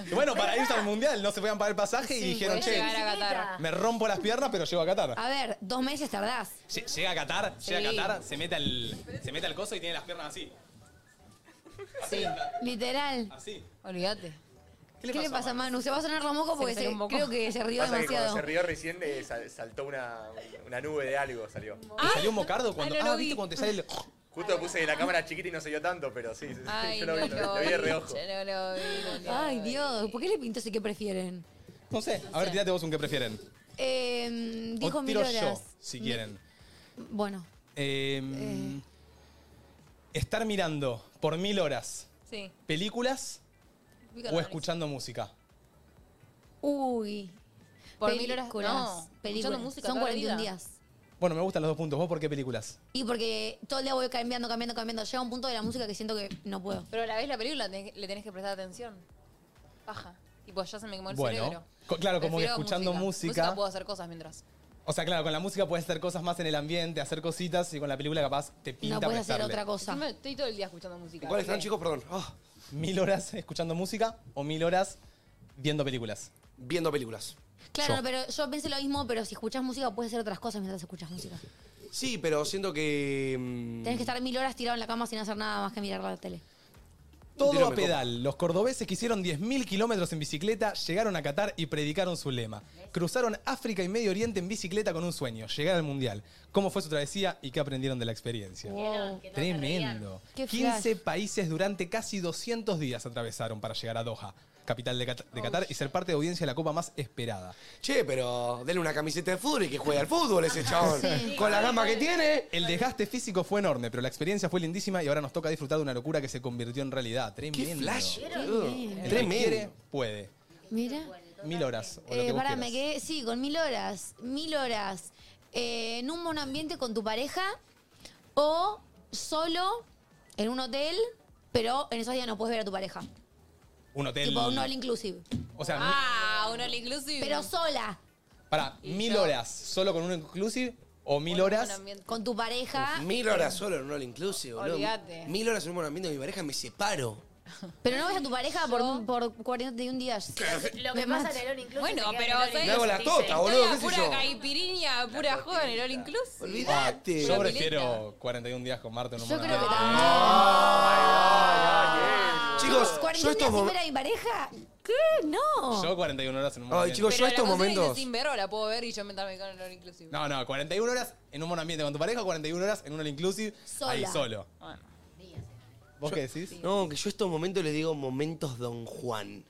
A: Y bueno, para irse al mundial no se podían pagar el pasaje y dijeron,
E: puede
A: che,
E: llegar a Qatar.
A: me rompo las piernas, pero llego a Qatar.
H: A ver, dos meses tardás.
A: Lle- Llega a Qatar,
H: Sí.
A: llega a Qatar, se mete al, se mete al coso y tiene las piernas así. Así.
H: Literal.
A: Así.
E: Olvídate.
H: ¿Qué le pasa, a Manu? Se va a sonar la moco
E: Se
H: porque
E: me
H: se-
E: salió un moco.
H: creo que se rió
I: Pasa que
H: demasiado.
I: cuando se rió recién le sal- saltó una, una nube de algo, salió.
A: ¿Te salió un mocardo cuando.
I: Ah, no lo
A: Ah,
I: vi.
A: viste cuando te sale el.
I: Justo puse la cámara chiquita y no se vio tanto, pero sí, sí, sí,
E: Ay,
I: yo lo
E: no,
I: vi, lo, vi- lo vi de reojo.
E: Yo no lo vi, no lo
H: Ay,
E: vi.
H: Dios. ¿Por qué le pintó ese que prefieren?
A: No sé. A ver, tirate vos un que prefieren.
H: Eh, dijo
A: O
H: mil
A: tiro
H: horas.
A: yo, si quieren.
H: Bueno,
A: Eh, Estar mirando por mil horas
E: Sí.
A: películas o escuchando música.
H: uy.
E: Por mil horas,
H: Películas,
E: no.
H: películas.
E: Escuchando música
H: Son
E: toda la
H: 41
E: vida.
H: días.
A: Bueno, me gustan los dos puntos. ¿Vos por qué películas?
H: Y porque todo el día voy cambiando, cambiando, cambiando. Llega un punto de la música que siento que no puedo.
E: Pero a la vez la película tenés que- le tenés que prestar atención. Baja. Tipo, ya se me quemó el
A: Bueno,
E: cerebro.
A: co- claro, como que
E: Prefiero
A: escuchando música.
E: puedo hacer cosas mientras.
A: O sea, claro, con la música puedes hacer cosas más en el ambiente, hacer cositas y con la película capaz te pinta
E: puedes hacer
A: prestarle.
E: otra cosa. estoy todo el día escuchando música.
A: ¿Cuáles están,
E: ¿sí?
A: chicos?
D: Perdón. Ah,
A: ¿Mil horas escuchando música o mil horas viendo películas?
D: Viendo películas.
H: Claro,
A: Yo.
H: no, pero yo pensé lo mismo, pero si escuchas música puedes hacer otras cosas mientras escuchas música.
D: Sí, pero siento que. mm,
H: Tenés que estar mil horas tirado en la cama sin hacer nada más que mirar la tele.
A: Todo
D: Tiro
A: a
D: me
A: pedal. Los cordobeses que hicieron 10.000 kilómetros en bicicleta llegaron a Qatar y predicaron su lema. Cruzaron África y Medio Oriente en bicicleta con un sueño, llegar al Mundial. ¿Cómo fue su travesía y qué aprendieron de la experiencia? Tremendo.
H: Qué
A: 15 países durante casi 200 días atravesaron para llegar a Doha, capital de, Cat- de Qatar, y ser parte de audiencia de la copa más esperada.
D: Che, pero denle una camiseta de fútbol y que juegue al fútbol ese chabón. Con la gama que tiene.
A: El desgaste físico fue enorme, pero la experiencia fue lindísima y ahora nos toca disfrutar de una locura que se convirtió en realidad. Tremendo.
D: flash,
H: boludo.
A: El que
D: Tremendo.
A: quiere, puede.
H: Mira.
A: Mil horas. O lo
H: Eh,
A: que vos
H: pará, me
A: quieras.
H: quedé, sí, con mil horas. Mil horas. Eh, en un buen ambiente con tu pareja o solo en un hotel, pero en esos días no puedes ver a tu pareja.
A: Un hotel.
H: Tipo un all inclusive.
A: o sea,
E: Ah, un all inclusive.
H: Pero sola.
A: mi- pará, mil horas solo con un inclusive o mil horas.
H: Con tu pareja.
D: Mil horas solo en un all inclusive, boludo.
H: Olvídate.
D: Mil horas en un buen ambiente con mi pareja, me separo.
H: Pero no ves a tu pareja por, por 41 días.
F: Lo que
H: Me
F: pasa
H: mata.
F: en el All Inclusive
E: Bueno,
F: se queda
E: pero.
F: en el All
E: ¿sabes?
F: Inclusive.
D: hago la tota,
E: Estoy
D: boludo,
E: a
D: qué sé
E: pura
D: yo.
E: caipirinha, a pura joven, el All Inclusive.
D: Olvidate.
A: Yo prefiero 41 días con Marte en un
H: Yo creo que
D: Chicos, yo
H: 41
D: estos
H: días sin ver
D: momentos.
H: a mi pareja. ¿Qué? No.
A: Yo 41 horas en un
D: Ay,
A: ambiente.
D: chicos, yo
E: Pero
D: estos
E: la conseguí
D: momentos.
E: sin ver o la puedo ver y yo inventarme con el All Inclusive.
A: No, no, 41 horas en un buen ambiente con tu pareja, 41 horas en un all inclusive,
H: Sola.
A: ahí solo. ¿Vos qué decís?
D: No, que yo estos momentos les digo momentos Don Juan.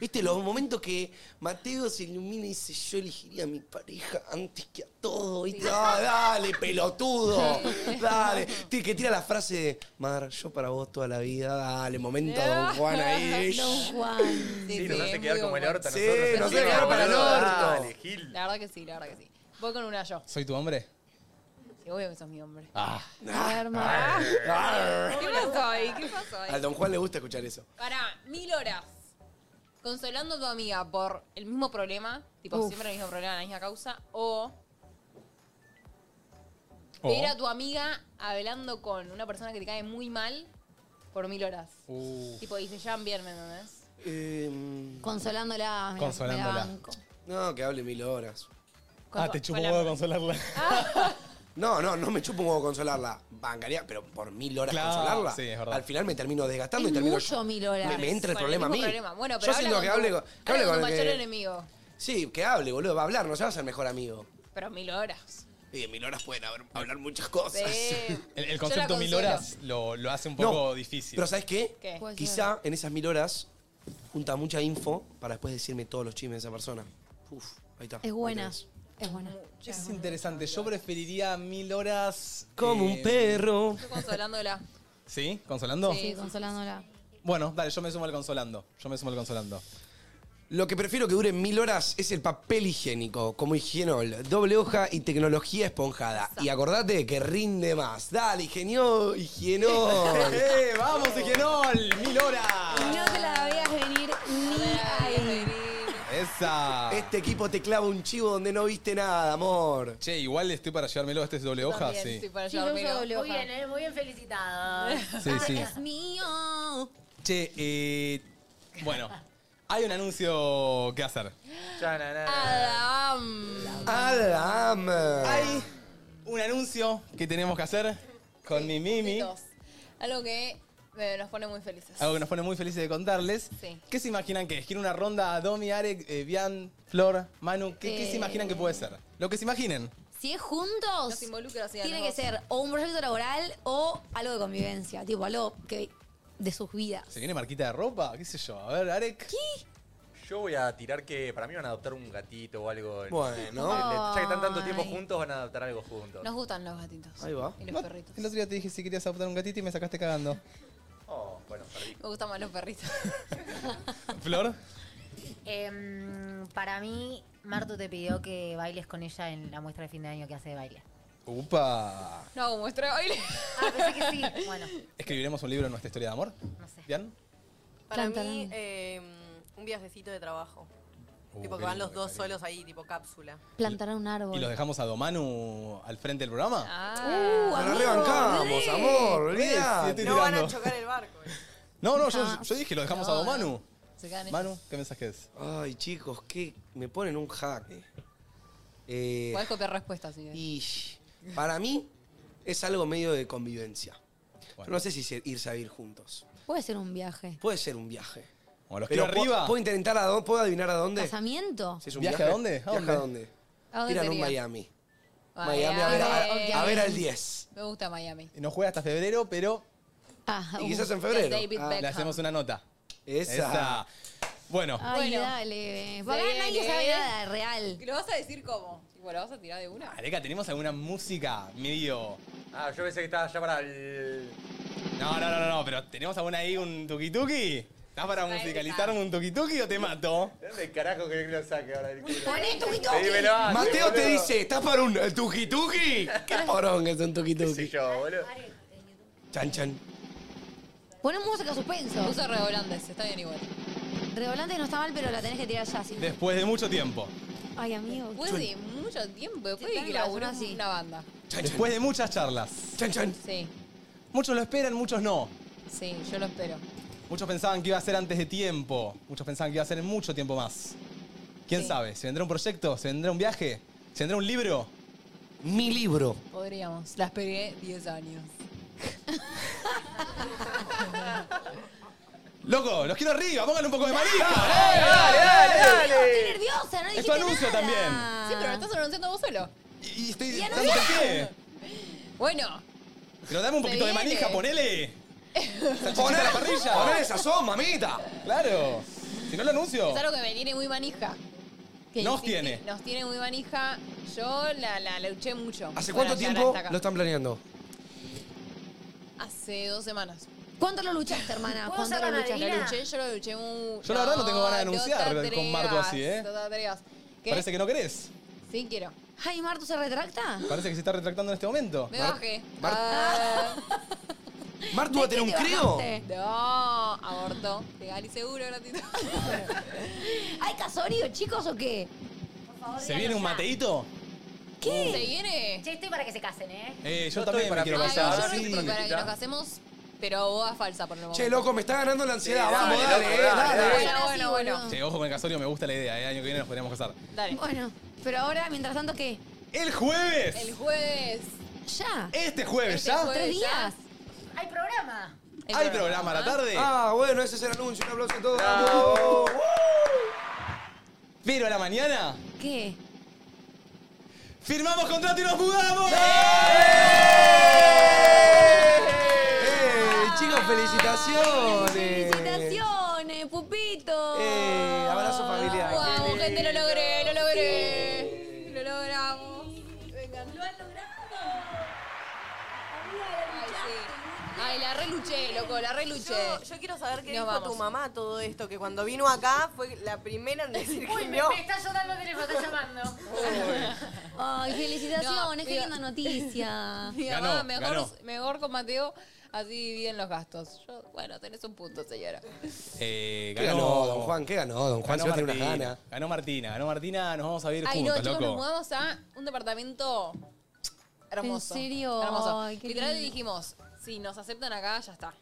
D: ¿Viste? Los momentos que Mateo se ilumina y dice, yo elegiría a mi pareja antes que a todo. ¿Viste? Ah, dale, pelotudo. Dale. Ti- Que tira la frase de, Mar, yo para vos toda la vida. Dale, momento Don Juan ahí.
H: Don Juan.
I: Sí, nos
E: sí,
I: hace
E: es
I: quedar
E: muy
I: como el orto a
D: Sí,
I: nosotros.
D: nos
E: hace quedar para el
I: Boludo,
D: orto.
I: Dale, Gil.
E: La verdad que sí, la verdad que sí. Voy con una yo.
A: ¿Soy tu hombre?
E: Sí, obvio que sos mi hombre.
A: Ah.
H: A ver, Mar.
C: Ah.
D: Arr.
E: ¿Qué pasó ahí? ¿Qué pasó ahí?
D: Al Don Juan le gusta escuchar eso.
E: Pará, mil horas. Consolando a tu amiga por el mismo problema, tipo
H: Uf.
E: siempre el mismo problema, la misma causa, o
A: O-
E: ver a tu amiga hablando con una persona que te cae muy mal por mil horas.
A: Uh,
E: Tipo, y se llevan bien, ¿me entendés?
D: Em,
H: Consolándola. me la-
A: Consolándola.
H: me la banco.
D: no, que hable mil horas.
E: Con
A: ah,
E: tu-
A: te chupo
E: con la-
A: un
E: Ah.
A: huevo a consolarla.
D: No, no, no me chupo un huevo consolarla. Bancaría, pero por mil horas
A: Claro,
D: consolarla.
A: sí, es verdad.
D: Al final me termino desgastando
H: Es
D: y termino.
H: mucho mil horas.
D: Me, me entra el
E: con
D: problema a mí.
E: mismo problema. Bueno, pero
D: Yo
E: habla
D: siento que
E: con
D: hable
E: tu-
D: con, que hable
E: habla
D: con
E: con tu
D: el
E: mayor
D: que-
E: enemigo.
D: Sí, que hable, boludo. Va a hablar, no se va a ser mejor amigo.
E: Pero mil horas.
D: Y de mil horas pueden haber- hablar muchas cosas.
E: Sí.
A: El, el
E: Yo la
A: concepto mil
E: consuelo.
A: horas lo, lo hace un poco difícil.
D: Pero ¿sabes qué?
E: ¿Qué?
H: Puede
D: Quizá en esas mil horas junta mucha info para después decirme todos los chismes de esa persona. Uf, ahí está.
H: Es buena.
D: Ahí tenés.
H: Es buena.
A: es interesante. Yo preferiría mil horas.
D: Como
A: eh,
D: un perro.
E: Estoy consolándola.
A: ¿Sí? ¿Consolando?
E: Sí.
H: Sí, consolándola.
A: Bueno, dale, yo me sumo al consolando. Yo me sumo al consolando.
D: Lo que prefiero que dure mil horas es el papel higiénico, como higienol, doble hoja y tecnología esponjada. Y acordate que rinde más. Dale, higienio, higienol.
A: ¡Eh! ¡Vamos, Igenol! ¡Mil horas!
H: No te la veas venir ni ahí.
A: ¡Esa!
D: este equipo te clava un chivo donde no viste nada, amor.
A: Ah. Che, igual estoy para llevármelo. ¿Este es doble hoja?
E: También,
A: Sí.
E: estoy para
H: Sí,
E: allá,
H: yo
E: amigo.
H: uso doble
F: Muy
H: hoja.
F: bien, eh, muy bien felicitado.
A: Sí, sí.
H: Es mío.
A: Che, eh, bueno, hay un anuncio que hacer.
E: Adam.
D: Adam.
A: Hay un anuncio que tenemos que hacer con mi Mimi.
E: Dos. Algo que eh, nos pone muy felices.
A: Algo que nos pone muy felices de contarles.
E: Sí.
A: ¿Qué se imaginan que es? Quiero una ronda a Domi, Arek, eh, Bian, Flor, Manu. ¿Qué, qué se
H: Eh.
A: imaginan que puede ser? Lo que se imaginen.
H: Si es
E: Nos
H: juntos,
E: involucra, sí, a
H: tiene
E: los
H: que
E: dos.
H: ser o un proyecto laboral o algo de convivencia, tipo algo que de sus vidas.
A: ¿Se viene marquita de ropa? ¿Qué sé yo? A ver, Arek.
I: Yo voy a tirar que para mí van a adoptar un gatito o algo.
D: Bueno.
I: Ya que están tanto tiempo
H: Ay.
I: juntos, van a adoptar algo juntos.
E: Nos gustan los gatitos.
D: Ahí va.
E: Y los
A: No,
E: perritos.
A: el otro día te dije si querías adoptar un gatito y me sacaste cagando.
I: Oh, bueno, perdí.
E: Me gustan más los perritos.
A: ¿Flor?
F: Em, para mí, Martu te pidió que bailes con ella en la muestra de fin de año que hace de baile.
A: ¡Upa!
E: No, hago muestra de baile.
F: Ah, pensé que sí. Bueno,
A: ¿Escribiremos un libro en nuestra historia de amor?
F: no sé.
A: ¿Bian?
G: Para
H: Planta,
G: mí,
H: planta.
G: eh, un viajecito de trabajo.
A: Uh,
G: tipo
A: qué
G: que van
A: lindo,
G: los dos
A: qué
G: solos ahí, tipo cápsula.
H: Plantarán un árbol.
A: ¿Y los dejamos a Domanu al frente del programa?
E: Ah.
A: Uh,
D: Nos la
H: amigo,
D: rebancamos,
H: re.
D: amor.
A: Sí,
D: Olvidate.
A: estoy
G: No van a
A: tirando.
G: chocar el barco. eh.
A: No, no, yo,
H: Ah.
A: yo dije, lo dejamos a
E: No,
A: Domanu.
E: Se quedan ellos.
A: Manu, ¿qué mensaje es?
D: Ay, chicos, que me ponen un jaque. Eh,
E: Podés copiar respuestas, sí.
D: y para mí es algo medio de convivencia. Pero No sé si se- irse a vivir juntos.
H: Puede ser un viaje.
D: Puede ser un viaje.
A: Como los
D: Pero
A: quiero arriba.
D: ¿puedo, puedo intentar a dónde? ¿Puedo adivinar a dónde?
H: ¿Casamiento?
D: Si es
A: ¿Viaje a dónde? ¿A
D: ¿Viaje
A: dónde?
D: a dónde?
E: ¿A dónde
D: Tiran un
E: sería?
D: Miami. Miami, a ver,
E: Miami.
D: a, a ver al 10.
E: Me gusta Miami.
A: No juega hasta febrero, pero
H: Ah,
D: Y
H: uh.
D: quizás en febrero.
E: David
D: Ah,
A: le
E: Beckham.
A: hacemos una nota.
D: esa.
A: Bueno,
D: Ah.
H: Ay,
E: Bueno.
H: dale.
E: Se
H: Porque acá nadie
E: viene. ¿eh?
H: sabe nada real.
E: ¿Lo vas a decir cómo? Tipo, ¿Lo vas a tirar de una?
A: Areca, ¿tenemos alguna música medio...?
I: Ah, yo pensé que estaba ya para el.
A: No, no, no, no, no, pero ¿tenemos alguna ahí un tuki-tuki? ¿Estás para
E: Areca.
A: musicalizar un tuki-tuki o te mato?
I: ¿De dónde carajo querés que lo saque ahora? del culo?
H: Poné tu
I: Pedímelo
A: Ah,
I: antes,
D: Mateo te
I: boludo.
D: dice, ¿estás para un tuki tuki? Qué porón que es un tuki
I: ¿Qué sé
D: tuki.
I: yo, boludo?
D: Chan chan.
H: Poné música suspenso.
E: Puso revolantes, está bien igual.
H: Revolante no está mal, pero la tenés que tirar ya, sí.
A: Después de mucho tiempo.
H: Ay, amigo.
E: Después de mucho tiempo, después de
H: Sí,
E: que
H: claro,
E: laburó
H: son así.
E: una banda.
D: Chan chan.
A: Después de muchas charlas.
D: Chan chan.
E: Sí,
A: Muchos lo esperan, muchos no.
E: sí, yo lo espero.
A: Muchos Muchos pensaban que iba a ser antes de tiempo. Muchos pensaban que iba a ser en mucho tiempo más. ¿Quién sabe? ¿Se vendrá un proyecto? ¿Se vendrá un viaje? ¿Se vendrá un libro?
D: Mi libro.
E: Podríamos. La esperé 10 años.
A: Loco, los quiero arriba, pónganle un poco de marica.
C: ¡Dale, dale, dale, dale! Estoy
E: nerviosa, no
A: Es tu anuncio también.
E: Sí, pero lo estás anunciando vos solo.
A: Y estoy
E: diciendo
A: ¿Dándote qué?
E: Bueno.
A: Pero dame un
E: Se
A: poquito de
E: viene.
A: manija, ponele.
E: Poné-
A: Salchichita a la parrilla.
E: poné sazón,
D: Ah.
A: mamita. Claro. Si no lo anuncio,
E: Es algo que me tiene muy manija.
A: nos tiene.
E: Nos tiene muy manija. Yo la, la, la luché mucho.
D: ¿Hace
E: para
D: cuánto
E: llegar
D: tiempo
E: hasta acá.
D: lo están planeando?
E: Hace dos semanas.
H: ¿Cuánto lo luchaste, hermana?
E: ¿Puedo
H: ¿Cuánto
E: ser la
H: lo luchaste?
E: madrina? La luché, yo lo luché mucho.
A: Yo la verdad no tengo ganas de
E: te
A: anunciar con Marto así, ¿eh?
E: no te atrevas. ¿Qué?
A: Parece que no querés.
E: Sí, quiero.
H: Ay, Marto se retracta.
A: Parece que se está retractando en este momento.
E: Me bajé.
A: Mar-
E: Ah.
A: Martu va a tener un crío.
E: No, aborto. Legal y seguro, gratuito.
H: ¿Hay casorio, chicos, o qué?
A: ¿Se viene un mateíto?
H: ¿Qué?
E: Se viene.
F: Che, estoy para que se casen, ¿eh?
A: Eh, yo
I: Yo
A: también
I: estoy para
A: me quiero
I: finalizar.
A: casar.
I: Yo no
A: sí.
I: estoy
E: Para que nos casemos, pero boda falsa por el momento.
D: Che, loco, me está ganando la ansiedad.
A: Sí,
D: Vamos,
A: dale,
D: dale,
A: loco,
D: eh,
A: dale,
D: dale.
E: Bueno, bueno, bueno.
A: Che, ojo con el casorio, me gusta la idea. El año que viene nos podríamos casar.
E: Dale.
H: Bueno, pero ahora, mientras tanto, ¿qué?
A: El jueves.
E: El jueves.
H: Ya.
A: Este jueves ya.
H: ¿Tres días?
F: Hay programa.
A: Hay programa a la tarde.
D: Ah, bueno, ese es el anuncio. Un aplauso a todos.
A: Bravo. Pero a la mañana
H: ¿Qué?
A: firmamos contrato y nos mudamos.
D: ¡Eh, chicos, felicitaciones!
H: ¡Felicitaciones, pupito!
D: ¡Eh, abrazo familiar!
E: Wow, gente, lo logré, lo logré. Lo logramos. Vengan. Lo han logrado. Ay, sí. Ay, la reluché, loco, la reluché.
G: Yo, yo quiero saber qué dijo
E: Nos vamos.
G: tu mamá todo esto, que cuando vino acá fue la primera en decir
F: Uy,
G: que
F: me,
G: no.
F: me está llorando el teléfono, está llamando.
E: Ah,
H: ¡Ay, felicitaciones!
E: No,
H: ¡Qué
E: mira.
H: linda noticia!
E: Mi
A: Ganó,
E: mamá, mejor,
A: ganó.
E: mejor con Mateo, así dividen los gastos. Yo, bueno, tenés un punto, señora.
A: Eh,
D: ¿Qué ganó, don Juan? ¿Qué ganó, don Juan?
A: Ganó
D: Se va a tener unas
A: Martina,
D: ganas.
A: ganó Martina, ganó Martina, nos vamos a vivir
E: Ay, no,
A: juntos,
E: chicos, nos
A: loco.
E: mudamos a un departamento hermoso.
H: ¿En serio?
E: Hermoso.
H: Ay, qué
E: Literal
H: lindo.
E: dijimos, si nos aceptan acá, ya está.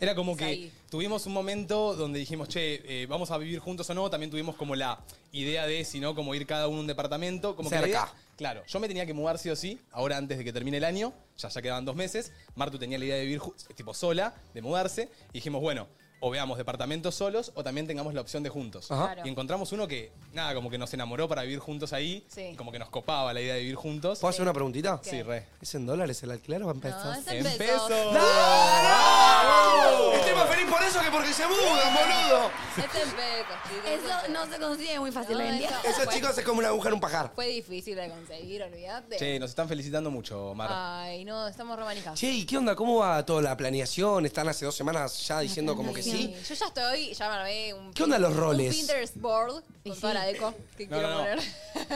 A: Era como que
E: ahí.
A: tuvimos un momento donde dijimos, che, eh, vamos a vivir juntos o no. También tuvimos como la idea de, si no, como ir cada uno a un departamento. Como Que la
D: Cerca.
A: idea- claro, yo me tenía que mudar sí o sí, ahora antes de que termine el año. Ya, ya quedaban dos meses. Martu tenía la idea de vivir ju- tipo sola, de mudarse. Y dijimos, bueno, o veamos departamentos solos o también tengamos la opción de juntos.
E: Ajá. Claro.
A: Y encontramos uno que, nada, como que nos enamoró para vivir juntos ahí.
E: Sí.
A: Como que nos copaba la idea de vivir juntos.
D: ¿Puedo hacer una preguntita?
A: Sí, re.
D: ¿Es en dólares el alquiler o en pesos?
A: En pesos.
D: ¡No! Estoy más feliz por eso que porque se mudan, boludo.
E: Este es peco, chicos.
H: Eso no se consigue muy fácil hoy en día.
E: eso-
D: Esos
E: fue-
D: chicos es como una aguja en un pajar.
E: Fue difícil de conseguir, olvídate.
A: Che, nos están felicitando mucho, Mar.
E: Ay, no, estamos romanizados.
D: Che, ¿y qué onda? ¿Cómo va toda la planeación? Están hace dos semanas ya diciendo como que sí.
E: Yo ya estoy, ya me armé un
D: ¿Qué onda los
E: un
D: roles?
E: Pinterest board con toda la deco que
A: No,
E: quiero
A: no, no.
E: poner.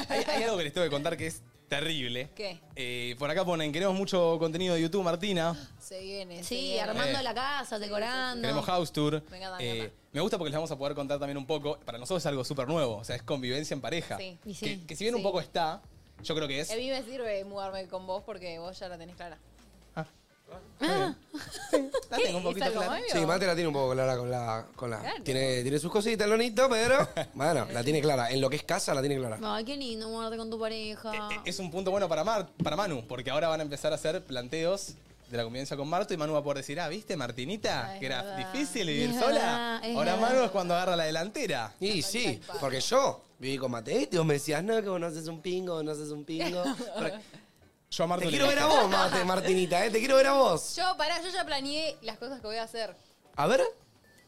A: Hay, hay algo que les tengo que contar que es terrible.
E: ¿Qué?
A: Eh, por acá ponen, queremos mucho contenido de YouTube, Martina.
E: Se viene. se
H: Sí,
E: viene.
H: armando
A: Eh.
H: la casa, decorando.
A: Queremos House Tour.
E: Me encanta, me
A: Eh,
E: encanta.
A: me gusta porque les vamos a poder contar también un poco. Para nosotros es algo súper nuevo, o sea, es convivencia en pareja.
E: Sí.
H: Y sí,
A: que, que si bien un
E: sí.
A: poco está, yo creo que es...
E: A mí me sirve mudarme con vos porque vos ya la tenés clara.
A: Ah.
E: Ah.
A: La tengo un poquito
E: ¿Es algo
A: clara.
E: obvio?
D: Sí, Mate la tiene un poco clara con la. Con la
E: Claro.
D: tiene, tiene sus cositas, Lonito, pero. Bueno, la tiene clara. En lo que es casa, la tiene clara.
H: Ay, qué lindo mudarte con tu pareja.
A: Eh, Es un punto bueno para, Mar- para Manu, porque ahora van a empezar a hacer planteos de la convivencia con Marto y Manu va a poder decir, ah, ¿viste, Martinita?
E: Ah, es
A: que era
E: verdad.
A: difícil vivir
H: Es
A: sola.
H: verdad, es
A: ahora
H: verdad.
A: Manu es cuando agarra la delantera.
D: Y sí, porque yo viví con Mateito y vos me decías, no, que vos no haces un pingo, vos no haces un pingo. Porque-
A: Yo a Martu
D: Te
A: le
D: quiero ver
A: dije-
D: a vos, Mate, Martinita, ¿eh? Te quiero ver a vos.
E: Yo, pará, yo ya planeé las cosas que voy a hacer.
D: A ver.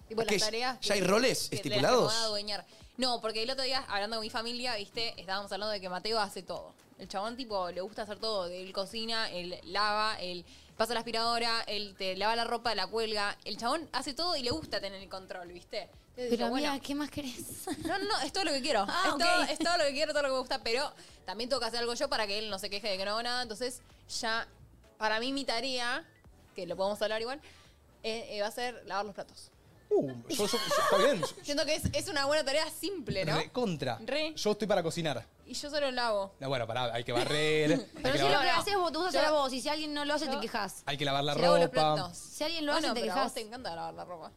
E: Tipo,
D: Ok,
E: las tareas.
D: ¿ya hay
E: que-
D: roles
E: que- de las que
D: estipulados?
E: me voy a adueñar. No, porque el otro día, hablando con mi familia, viste, estábamos hablando de que Mateo hace todo. El chabón, tipo, le gusta hacer todo. Él cocina, él lava, él pasa la aspiradora, él te lava la ropa, la cuelga. El chabón hace todo y le gusta tener el control, viste.
H: Pero
E: Entonces digo, bueno,
H: amiga, ¿qué más querés?
E: No, no, no, es todo lo que quiero.
H: Ah,
E: es,
H: ok.
E: todo, es todo lo que quiero, todo lo que me gusta, pero también tengo que hacer algo yo para que él no se queje de que no hago nada. Entonces, ya, para mí mi tarea, que lo podemos hablar igual, eh, eh, va a ser lavar los platos.
A: Uh, yo, yo- yo- está bien. yo-
E: Siento que es, es una buena tarea simple, ¿no?
A: re- contra.
E: Re.
A: Yo estoy para cocinar.
E: Y yo solo lo hago.
A: No, bueno, pará, hay que barrer. hay,
H: Pero
A: que
H: si lo
A: lavar,
H: que haces vos, te gusta
E: Yo-
H: hacer vos. Y si alguien no lo hace, te quejas.
A: hay que lavar la
E: Si lavo los
A: ropa.
E: platos.
H: Si alguien lo hace,
E: Bueno,
H: te
E: pero a
H: quejas.
E: vos te encanta lavar la ropa.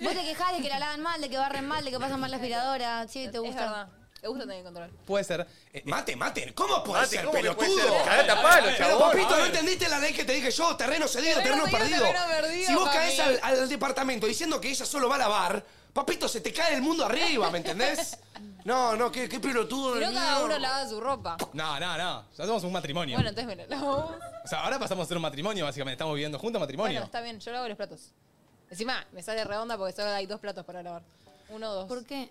H: Vos te quejas de que la lavan mal, de que barren mal, de que pasan mal la aspiradora. Sí, te
E: Es
H: gusta.
E: verdad. Te gusta tener control.
A: Puede ser. eh,
D: Mate, mate. ¿Cómo puede
I: Mate,
D: ser,
I: ¿cómo que
D: pelotudo?
I: puede ser? Cagate a palo, chabón.
D: Papito, ¿no
I: Ay.
D: entendiste la ley que te dije yo? Terreno cedido,
E: Terreno
D: terreno,
E: cedido,
D: perdido.
E: terreno perdido,
D: Si vos
E: papi.
D: caes al, al departamento diciendo que ella solo va a lavar, papito, se te cae el mundo arriba, ¿me entendés? No, no, qué, qué pelotudo.
H: Oh,
E: Si
D: de
E: no, cada
D: mierda.
E: uno lava su ropa.
A: No, no, no. Ya somos un matrimonio.
E: Bueno, entonces me lo lavo vos.
A: O sea, ahora pasamos a ser un matrimonio, básicamente. Estamos viviendo juntos matrimonio.
E: Bueno, está bien, yo lavo los platos. Encima, me sale redonda porque solo hay dos platos para lavar. Uno o dos.
H: ¿Por qué?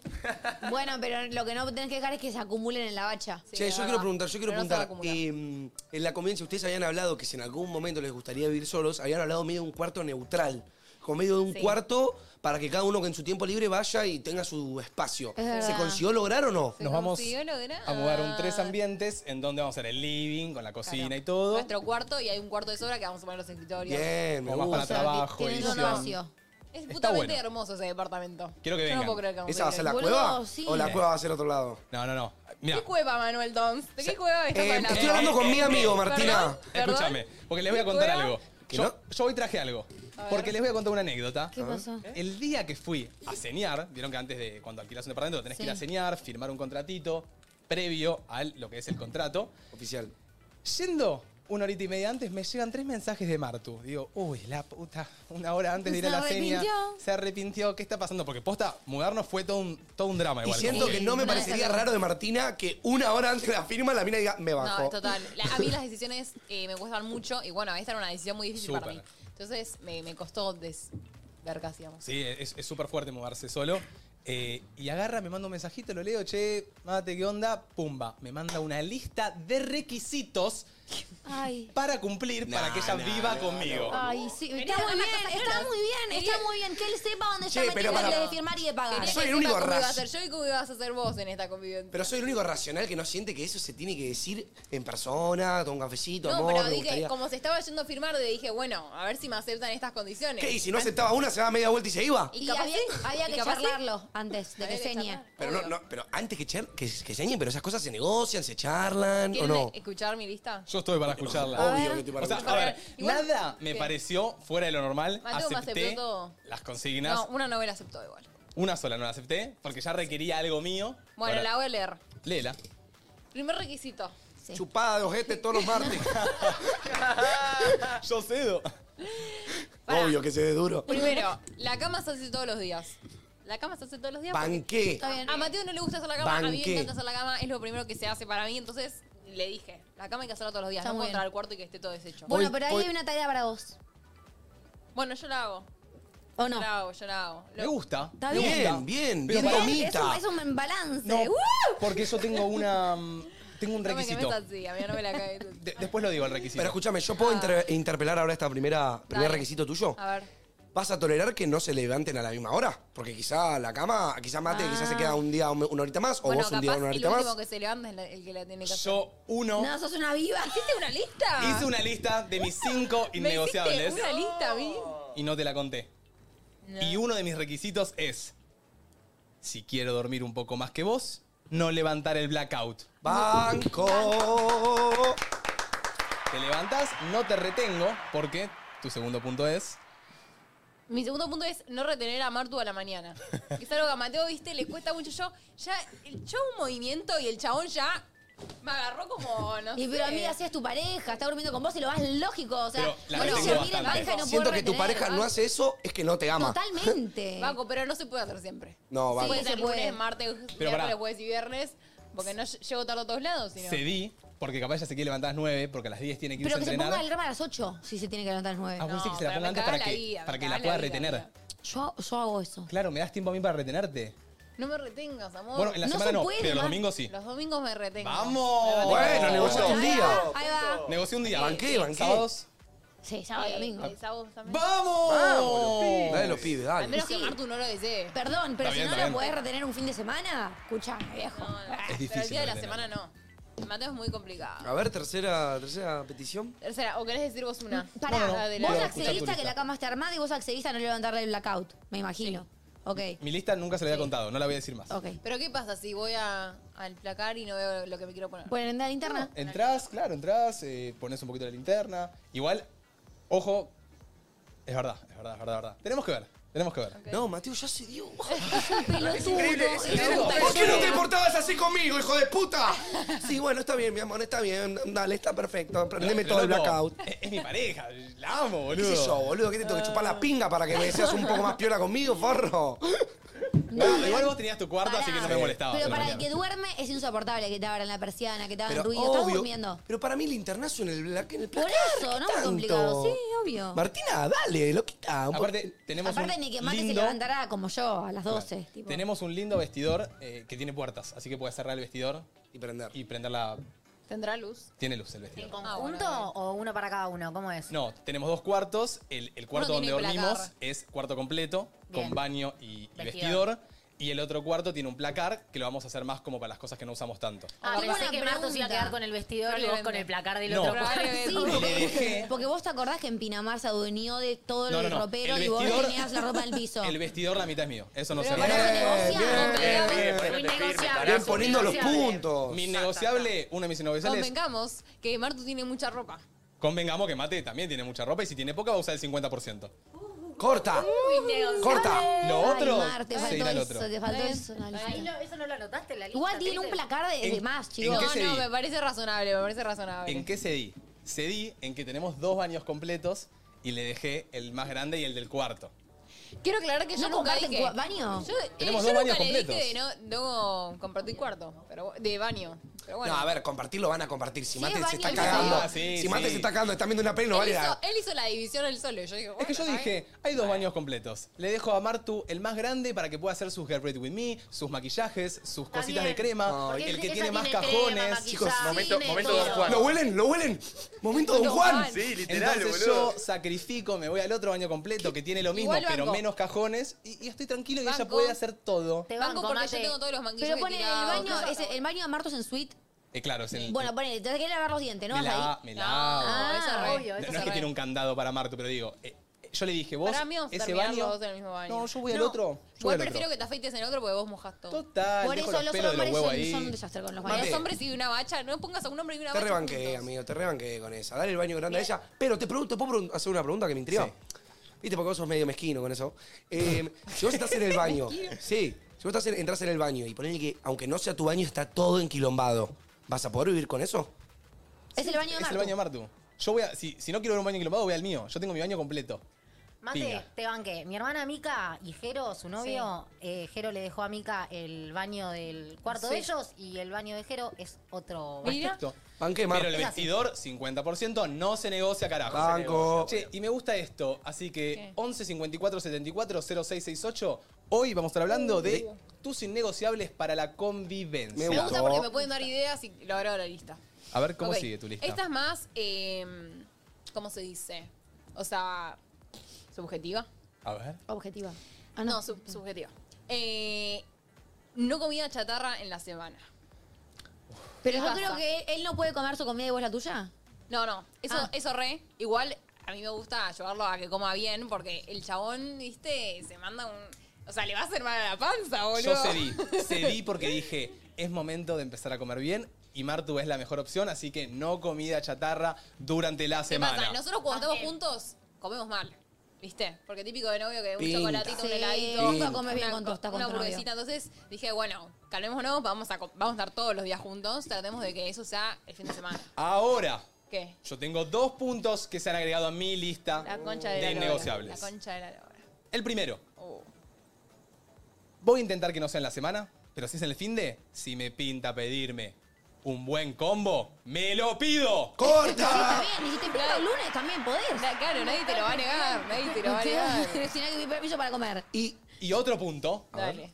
H: Bueno, pero lo que no tenés que dejar es que se acumulen en la bacha.
E: Sí,
D: Che,
E: es
D: yo
E: verdad.
D: quiero preguntar, yo quiero
E: Pero no se va a
D: preguntar.
E: acumular.
D: eh, en la convivencia ustedes habían hablado que si en algún momento les gustaría vivir solos, habían hablado medio de un cuarto neutral. Con medio de un
E: Sí.
D: cuarto para que cada uno que en su tiempo libre vaya y tenga su espacio.
H: Es verdad.
D: ¿Se consiguió lograr o no?
E: Se
A: Nos vamos
E: consiguió lograr.
A: a mudar un tres ambientes en donde vamos a hacer el living con la cocina y todo.
E: Nuestro cuarto y hay un cuarto de sobra que vamos a poner los escritorios.
D: Bien, me
A: Como más para
D: gusta.
A: trabajo,
H: Tienen un
A: edición.
H: ocio.
E: Es
A: Está
E: putamente
A: bueno.
E: hermoso ese departamento.
A: Quiero que
E: Yo
A: vengan. Eh,
E: no puedo creer que vamos
D: ¿Esa va a
E: vivir
D: ser la
E: ahí.
H: Boludo,
D: cueva?
H: sí.
D: ¿O la cueva va a ser otro lado?
A: No, no, no. Mira,
E: ¿Qué cueva, Manuel Dons? ¿De qué cueva estás
D: Eh,
E: hablando?
D: estoy hablando con mi amigo, Martina.
E: ¿Perdón?
A: escúchame, porque les voy a contar
E: ¿Fuera?
A: algo.
D: ¿Que
A: Yo,
D: no?
A: yo hoy traje algo,
E: A ver.
A: porque les voy a contar una anécdota.
H: ¿Qué pasó?
D: ¿Eh?
A: El día que fui a ceñar, vieron que antes de cuando alquilas un departamento tenés que ir a
H: Sí.
A: ceñar, firmar un contratito previo a lo que es el contrato.
D: Oficial.
A: Yendo una horita y media antes, me llegan tres mensajes de Martu. Digo, uy, la puta, una hora antes de ir
H: Se
A: a la ceña.
H: arrepintió.
A: Se arrepintió. ¿Qué está pasando? Porque posta, mudarnos fue todo un, todo un drama
D: Y
A: igual.
D: siento que no me
H: Sí, no,
D: parecería
H: esa no.
D: raro de Martina que una hora antes de la firma la mina diga, me
E: No,
D: bajo.
E: total. La- a mí las decisiones eh, me cuestan mucho y bueno, esta era una decisión muy difícil para mí.
A: Súper.
E: Entonces me, me costó des... vergas, digamos.
A: Sí, es es súper fuerte mudarse solo. Eh, y agarra, me manda un mensajito, lo leo, che, mate, ¿qué onda? Pumba, me manda una lista de requisitos
H: Ay.
A: para cumplir para que ella viva conmigo.
H: Ay, sí.
E: Venía
H: Está muy
E: con las
H: bien,
E: cosas
H: está
E: claras.
H: muy bien, está
E: Venía-
H: muy bien. Que él sepa dónde está
D: Che,
H: metido
D: pero
H: antes
D: pará.
H: de firmar y de pagar.
E: Quería
D: soy
E: que
D: el único
E: sepa cómo iba a
D: ras-
E: ser yo y cómo ibas a ser vos en esta convivencia.
D: Pero soy el único racional que no siente que eso se tiene que decir en persona, con un cafecito,
E: no,
D: amor,
E: pero
D: me
E: dije,
D: gustaría.
E: como se estaba yendo a firmar, le dije, bueno, a ver si me aceptan estas condiciones.
D: ¿Qué? Y si no aceptaba una, se daba media vuelta y se iba.
H: Y,
E: Y capaz
H: había,
E: sí.
H: había
E: Y
H: que
E: capaz sí.
H: charlarlo antes de que
E: Había que
H: señe.
E: charlar.
D: Pero no,
E: Obvio.
D: no, pero antes que, cher- que, que se añen, pero esas cosas se negocian, se charlan, ¿o
E: ¿Quieren
D: no?
E: escuchar mi lista?
A: Yo estoy para escucharla.
D: Obvio que estoy para
A: O sea,
D: escuchar.
A: a ver,
E: Igual-
A: nada me
E: ¿Qué?
A: pareció fuera de lo normal.
E: Mateo me
A: acepté
E: aceptó todo.
A: las consignas.
E: No, una novela aceptó igual.
A: Una sola no la acepté porque ya requería algo mío.
E: Bueno,
A: Ahora,
E: la voy a leer.
A: Léela.
E: Primer requisito.
H: Sí.
D: Chupada de ojete todos los martes.
A: Yo cedo.
E: Pará.
D: Obvio que se dé duro.
E: Primero, la cama se hace todos los días. La cama se hace todos los días. porque-
D: Banqué.
H: Está bien.
E: A Mateo no le gusta hacer la cama, a mí me
D: Banqué.
E: encanta hacer la cama, es lo primero que se hace para mí, entonces le dije, la cama hay que hacerla todos los días,
H: Está
E: no
H: muy
E: puedo entrar
H: bien.
E: al cuarto y que esté todo deshecho.
H: Bueno,
D: Hoy-
H: pero ahí
D: hoy-
H: hay una tarea para vos.
E: Bueno, yo la hago,
H: ¿O
E: yo
H: no?
E: la hago, yo la hago. Lo-
A: Me gusta.
H: Está
A: me
H: bien.
A: gusta.
D: Bien, bien,
A: Pero
D: bien,
A: para-
D: comí.
H: Es un,
D: Mamita.
H: es un balance.
A: No,
H: ¡Uh!
A: porque yo tengo una. mm, Tengo un
E: No me quemes
A: requisito.
E: así, a mí no me la cae.
A: De- después lo digo el requisito.
D: Pero escúchame, ¿yo puedo inter- interpelar ahora esta primera, primer
E: Ah. Dale.
D: requisito tuyo?
E: A ver,
D: ¿Vas a tolerar que no se levanten a la misma hora? Porque quizá la cama, quizá mate,
E: Ah.
D: quizá se queda un día un- una horita más, o
E: bueno,
D: vos un
E: capaz
D: día una
E: el
D: horita más.
E: último que se levanta es la- el que la tiene que hacer.
A: yo, uno,
H: No, sos una viva.
E: ¿Hiciste una lista?
A: hice una lista de mis cinco
E: ¿Me hiciste
A: innegociables
E: una lista a mí?
A: y no te la conté. Y uno de mis requisitos es: si quiero dormir un poco más que vos, no levantar el blackout.
D: Banco.
A: Te levantás, no te retengo, porque tu segundo punto es.
E: Mi segundo punto es no retener a Martu a la mañana. Es algo que a Mateo, viste, le cuesta mucho. Yo, ya, el- yo un movimiento y el chabón ya me agarró como, no
H: Y
E: sé.
H: pero amiga, si es tu pareja, está durmiendo con vos y lo vas lógico. O sea,
A: Pero la
H: no
A: retengo
H: se dormir en
A: bastante.
H: pareja y no
D: Siento
H: puedo
D: que tu
H: retener, ¿ah?
D: pareja no
E: ¿ah?
H: ¿verdad?
D: hace eso, es que no te ama.
H: Totalmente.
E: Banco, pero no se puede hacer siempre.
D: No,
E: Se
D: banco.
E: puede
H: Sí,
E: ser
H: se puede.
E: lunes, martes,
A: pará.
E: miércoles, jueves y viernes, porque no ll- llego tarde a todos lados, sino.
A: Cedí, porque capaz ya se quiere levantar a las 9, porque a las 10 tiene que irse
H: Pero
A: a
H: que se
A: entrenar.
H: ponga el alarma a las 8 si se tiene que levantar a las 9.
A: Ah, vos decís que se la
E: pero
A: ponga
E: me
A: antes
E: cagás
A: para
E: la
A: que,
E: vida,
A: para
E: me
A: que la
E: cagás
A: pueda
E: vida,
A: retener.
E: amiga.
H: Yo, yo hago eso.
A: Claro, me das tiempo a mí para retenerte.
E: No me retengas, amor.
A: Bueno, en la
H: No
A: semana
H: se
A: no,
H: puede,
A: pero los
H: ma.
A: domingos sí.
E: Los domingos me retengo.
A: ¡Vamos!
D: Bueno, negocio un
H: Ahí
D: día.
H: va, ahí va.
A: Negocié un día.
D: Ah. Banqué, banqué.
A: Sábados.
H: Sí, sábado y domingo.
E: Eh, sábados también.
A: ¡Vamos!
D: Ah, Dale los pibes,
E: Al
D: dale.
E: menos que Martu no lo desee.
H: Perdón, pero
A: Está bien,
H: si no
A: está
H: lo
A: bien.
H: podés retener un fin de semana, escuchame, viejo.
E: No, no.
A: Es
E: Ah, Pero el
A: difícil
E: día de la
A: retener.
E: semana no. Mateo es muy complicado.
D: A ver, tercera, tercera petición.
E: Tercera, o querés decir vos una.
H: Pará,
E: La de la-
H: vos
D: Quiero
H: accediste
A: escuchar
H: a
A: tu
H: que la cama esté armada y vos accediste a no levantarle el blackout, me imagino. Ok,
A: Mi lista nunca se la había contado, no la voy a decir más.
H: ok.
E: Pero ¿qué pasa si voy a- al placar y no veo lo que me quiero poner?
H: ¿Pueden entrar a la interna?
A: Entrás, claro, entrás, eh, pones un poquito la linterna. Igual, ojo, es verdad, es verdad, es verdad, es verdad. Tenemos que ver, tenemos que ver.
D: No, Mateo, ya se dio.
H: Es
D: increíble, es increíble. ¿Por qué no te portabas así conmigo, hijo de puta? Sí, bueno, está bien, mi amor, está bien. Dale, está perfecto. Prendeme
A: Pero,
D: todo el
A: loco,
D: blackout.
A: Es, es mi pareja, la amo,
D: ¿Qué
A: boludo. Ah.
D: sé yo, boludo? ¿Qué te tengo que chupar la pinga para que me seas un poco más piola conmigo, forro?
A: No, igual vos tenías tu cuarto, así que no me
H: Pará.
A: molestaba.
H: Pero
A: pero
H: para el
A: bueno.
H: que duerme es insoportable que te abran la persiana, que te hagan
D: Pero
H: ruido. Estás
D: obvio,
H: durmiendo.
D: Pero para mí el internazo en el, black, en el
H: Por
D: placar,
H: eso,
D: ¿qué
H: no es
D: tanto?
H: complicado. Sí, obvio.
D: Martina, dale, loquita. un po-
A: Aparte, tenemos
H: Aparte,
A: un
H: ni que mate se
A: lindo-
H: levantará como yo a las 12. tipo.
A: Tenemos un lindo vestidor eh, que tiene puertas, así que puedes cerrar el vestidor
D: Y prender.
A: y prenderla.
E: ¿Tendrá luz? Ah,
A: Tiene luz el
F: ¿En
A: vestidor.
F: conjunto
E: bueno,
F: o uno para cada uno? ¿Cómo es?
A: No, tenemos dos cuartos. El, el cuarto
E: Uno
A: donde
E: tiene
A: dormimos
E: placar.
A: es cuarto completo,
F: Bien.
A: con baño y, y
F: Vestidor.
A: vestidor. Y el otro cuarto tiene un placar que lo vamos a hacer más como para las cosas que no usamos tanto.
F: Ah,
H: Tengo
F: pensé
H: una
F: que Marto se iba a quedar
H: pregunta.
F: con el vestidor y vos
E: Probablemente.
F: con el placar del
A: No.
F: otro
E: Probablemente.
H: Sí,
A: Le dejé-
H: porque, porque vos te acordás que en Pinamar se adueñó de todo el
A: No, no, no.
H: ropero
A: El
H: y vos
A: vestidor-
H: tenías la ropa del piso.
A: El vestidor, la mitad es mío. Eso no se
E: Pero
A: va a
E: pará,
A: hacer.
H: negocia,
D: bien,
E: negocia.
D: bien, bien.
I: Ponete firme,
D: Bien
I: carajo.
D: poniendo los puntos.
A: Mi negociable, uno de mis negociables,
E: Convengamos que Martu tiene mucha ropa.
A: convengamos que Mate también tiene mucha ropa y si tiene poca va a usar el 50%.
D: Corta, corta.
A: Lo
H: Ay,
A: otro,
H: Mar, te
A: se
H: faltó
A: irá al
H: eso,
A: otro.
H: te faltó
E: Ahí-
H: eso. en la lista.
F: Ahí lo- eso no lo anotaste en la lista.
H: Igual tiene un
F: triste.
H: placar de,
A: ¿En-
H: de más,
A: en
H: chicos.
A: qué
E: no,
A: se
E: no,
A: di?
E: me parece razonable, me parece razonable.
A: ¿En qué cedí? Cedí en que tenemos dos baños completos y le dejé el más grande y el del cuarto.
E: Quiero aclarar que yo
H: ¿No
E: nunca
H: comparten
E: dije...
H: cua- baño?
E: Yo, eh,
A: Tenemos
E: yo
A: dos
E: nunca
A: baños
E: le dije de no,
A: completos.
E: no compartir cuarto, pero, de baño. Pero bueno.
D: No, a ver, compartirlo van a compartir. Si
H: Sí,
D: Mate se
H: baño
D: está
H: y
D: cagando.
A: baño. Ah, Sí,
D: Si Mate
A: sí.
D: se está cagando, está viendo una peli, no
E: él,
D: vale
E: hizo,
D: la...
E: él hizo la división él solo. Yo dije,
A: Es que yo
E: bueno,
A: dije, hay dos baños completos. Le dejo a Martu el más grande para que pueda hacer sus Get Ready With Me, sus maquillajes, sus cositas
F: bien.
A: de crema,
F: Porque
A: el que
F: ella
A: tiene más
F: crema,
A: cajones.
F: maquillaje,
D: Chicos,
I: momento-
F: tiene
I: momento Don
F: todo.
I: Juan.
D: ¿Lo huelen? ¿Lo huelen? Momento Don
E: Don
D: Juan.
E: Juan.
I: Sí, literal,
A: Entonces
I: boludo.
A: yo sacrifico, me voy al otro baño completo que tiene lo mismo,
E: Igual
A: pero
E: banco.
A: menos cajones y, y estoy tranquilo y ella
E: Banco.
A: puede hacer todo.
F: Te
E: banco
F: banco,
E: porque
F: mate.
E: yo tengo todos los manguillos
H: Pero pone el
E: tirados.
H: baño, es el, el baño de Martos en suite.
A: Eh, claro, es el.
H: Bueno, pone, te que lavar los dientes, ¿no?
A: me
H: Vas ahí.
A: la, me lavo.
H: Ah,
E: eso
F: obvio,
A: No,
F: eso
A: no es que
E: re.
A: tiene un candado para Martu, pero digo, eh, eh, yo le dije, vos,
E: Para mí vamos a
A: ese
E: terminar
A: baño.
E: los dos en el mismo baño.
A: No, yo voy al otro. Yo voy
E: Igual
A: al
E: prefiero
A: otro.
E: que te afeites en el otro porque vos mojas todo.
A: Total,
H: Por
A: dejo
H: eso
A: los,
H: los
A: pelos de los
H: hombres
A: huevos
H: son,
A: ahí.
H: son un desastre con los
E: Para
H: baños.
E: los
D: Mate.
E: hombres y una bacha, no pongas a un hombre y una
D: Te
E: bacha.
D: rebanqué,
E: juntos.
D: amigo, te rebanqué con esa. Dale el baño grande a ella. Pero te pregunto, ¿puedo pregun- hacer una pregunta que me intriga?
A: Sí.
D: Viste, porque vos sos medio mezquino con eso. Eh, si vos estás en el baño, sí, si vos estás en- entras en el baño y ponele que, aunque no sea tu baño, está todo enquilombado, ¿vas a poder vivir con eso?
H: Es el baño de
A: Es el
H: Martos.
A: baño de Martu. Yo voy a, si, si no quiero ver un baño enquilombado, voy al mío. Yo tengo mi baño completo.
F: Mate,
A: Piña.
F: te banqué. Mi hermana Mica y Jero, su novio, eh, Jero le dejó a Mica el baño del cuarto
E: Sí.
F: de ellos y el baño de Jero es otro baño.
E: Mira,
A: Perfecto.
D: Banque, Mar.
A: Pero el
F: Es así.
A: vestidor, 50%, no se negocia, carajo.
D: Banco.
A: Che, y me gusta esto, así que
E: ¿Qué?
A: 11 54 74 0668. Hoy vamos a estar hablando de tus innegociables para la convivencia.
D: Me
E: me gusta
D: gustó.
E: porque me pueden dar ideas y lo agrego a la lista.
A: A ver cómo
E: Ok.
A: sigue tu lista.
E: Esta es más, eh, ¿cómo se dice? O sea, subjetiva.
A: A ver.
H: Objetiva. Ah,
E: No,
H: no.
E: sub- subjetiva. Eh, no comida chatarra en la semana.
H: Pero
E: ¿Qué
H: yo
E: pasa?
H: creo que él, él no puede comer su comida y vos la tuya.
E: No, no, eso,
H: Ah.
E: eso re. Igual a mí me gusta ayudarlo a que coma bien porque el chabón, viste, se manda un... O sea, le va a hacer mal a la panza, boludo.
A: Yo cedí. Cedí porque dije, es momento de empezar a comer bien y Martu es la mejor opción, así que no comida chatarra durante la
E: ¿Qué
A: semana.
E: pasa? Nosotros cuando estamos juntos comemos mal, ¿viste? Porque típico de novio que un
D: Pinta.
E: chocolatito, un
H: Sí,
E: heladito,
H: vos no
E: una-
H: comes bien con tostas con
E: una
H: tu novio.
E: hamburguesita. Entonces dije, bueno, calmémonos, vamos a, co- vamos a estar todos los días juntos, tratemos de que eso sea el fin de semana.
A: Ahora,
E: ¿Qué?
A: yo tengo dos puntos que se han agregado a mi lista
E: La concha de,
A: de,
E: la lora.
A: innegociables.
E: La concha de la lora.
A: El primero,
E: Oh.
A: voy a intentar que no sea en la semana, pero si es en el fin de, si me pinta pedirme un buen combo, me lo pido.
D: ¡Corta!
H: Está bien, y si te pido el lunes también podés.
E: Na- Claro, nadie te lo va a negar, nadie te lo va a negar.
H: Pero si no hay permiso para comer.
A: Y, y otro punto,
E: Dale.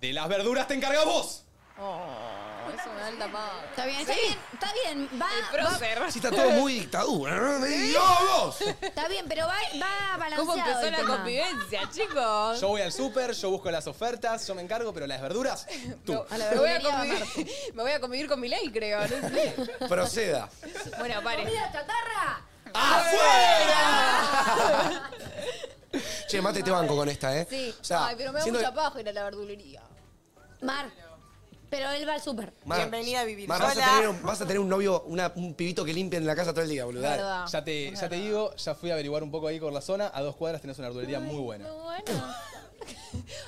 A: de las verduras te encargas vos.
E: Oh, eso me da el tapado.
H: Está bien, está bien, está bien. Va,
E: El
H: va-
E: prócer.
D: Sí, está todo muy dictadura. ¿no? ¡Me dio vos!
H: Está bien, pero va, va balanceado.
E: ¿Cómo empezó
H: el
E: la
H: tema.
E: convivencia, chicos?
A: Yo voy al súper, yo busco las ofertas, yo me encargo, pero las verduras, tú.
E: No, me, voy a convivir, me voy a convivir con mi ley, creo. no sé.
B: Proceda.
E: Bueno, pare.
F: ¡Comida chatarra!
D: Che, mate, te banco con esta, ¿eh?
H: Sí.
D: O sea,
E: Ay, pero me da
D: siento
E: mucha
D: que-
E: paja ir a la verdulería.
H: Mar. Pero él va al súper.
D: Mar,
G: Bienvenida a vivir
D: Mar, vas,
G: sola.
D: a tener un, vas a tener un novio, una- un pibito que limpie en la casa todo el día, boludo. dale.
E: Verdad.
A: Ya te, ya te digo, ya fui a averiguar un poco ahí por la zona. A dos cuadras tenés una verdulería muy buena.
E: No, bueno.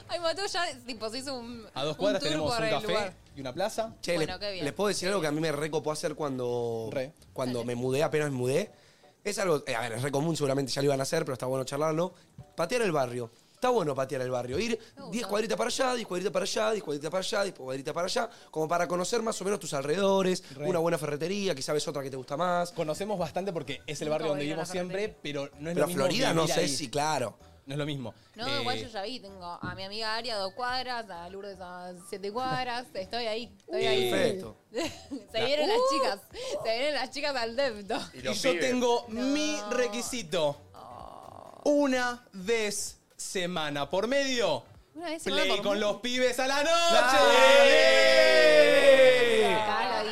E: Ay, Mateo ya tipo, se hizo un.
A: A dos cuadras
E: un tour
A: tenemos
E: por
A: un
E: el
A: café
E: lugar.
A: y una plaza.
D: Che,
E: Bueno,
D: le-
E: qué bien.
D: les puedo decir algo que a mí me recopó hacer cuando,
A: Re.
D: cuando me mudé, apenas me mudé. Es algo, eh, a ver, es re común, seguramente ya lo iban a hacer, pero está bueno charlarlo. Patear el barrio. Está bueno patear el barrio. Ir 10 cuadritas para allá, 10 cuadritas para allá, 10 cuadritas para allá, 10 cuadritas para allá, como para conocer más o menos tus alrededores,
A: Re.
D: una buena ferretería, que sabes otra que te gusta más.
A: Conocemos bastante porque es el barrio donde
E: voy a ir a
A: vivimos
E: la
A: siempre, pero no es
D: Pero
A: lo mismo.
D: Florida no
A: vivir
D: sé
A: ahí.
D: si, claro.
A: No es lo mismo.
E: No,
A: Eh,
E: igual yo ya vi, tengo a mi amiga Aria a dos cuadras, a Lourdes a siete cuadras, estoy ahí, estoy ahí.
D: Perfecto.
E: Se vienen las chicas, se vienen las chicas al depto.
A: Y,
I: los
A: yo
I: pibes.
A: tengo mi requisito.
E: Oh.
A: Una vez semana por medio.
E: Una vez semana
A: Play
E: por
A: con
E: medio.
A: los pibes a la noche.
E: Cagar la vida. Cagar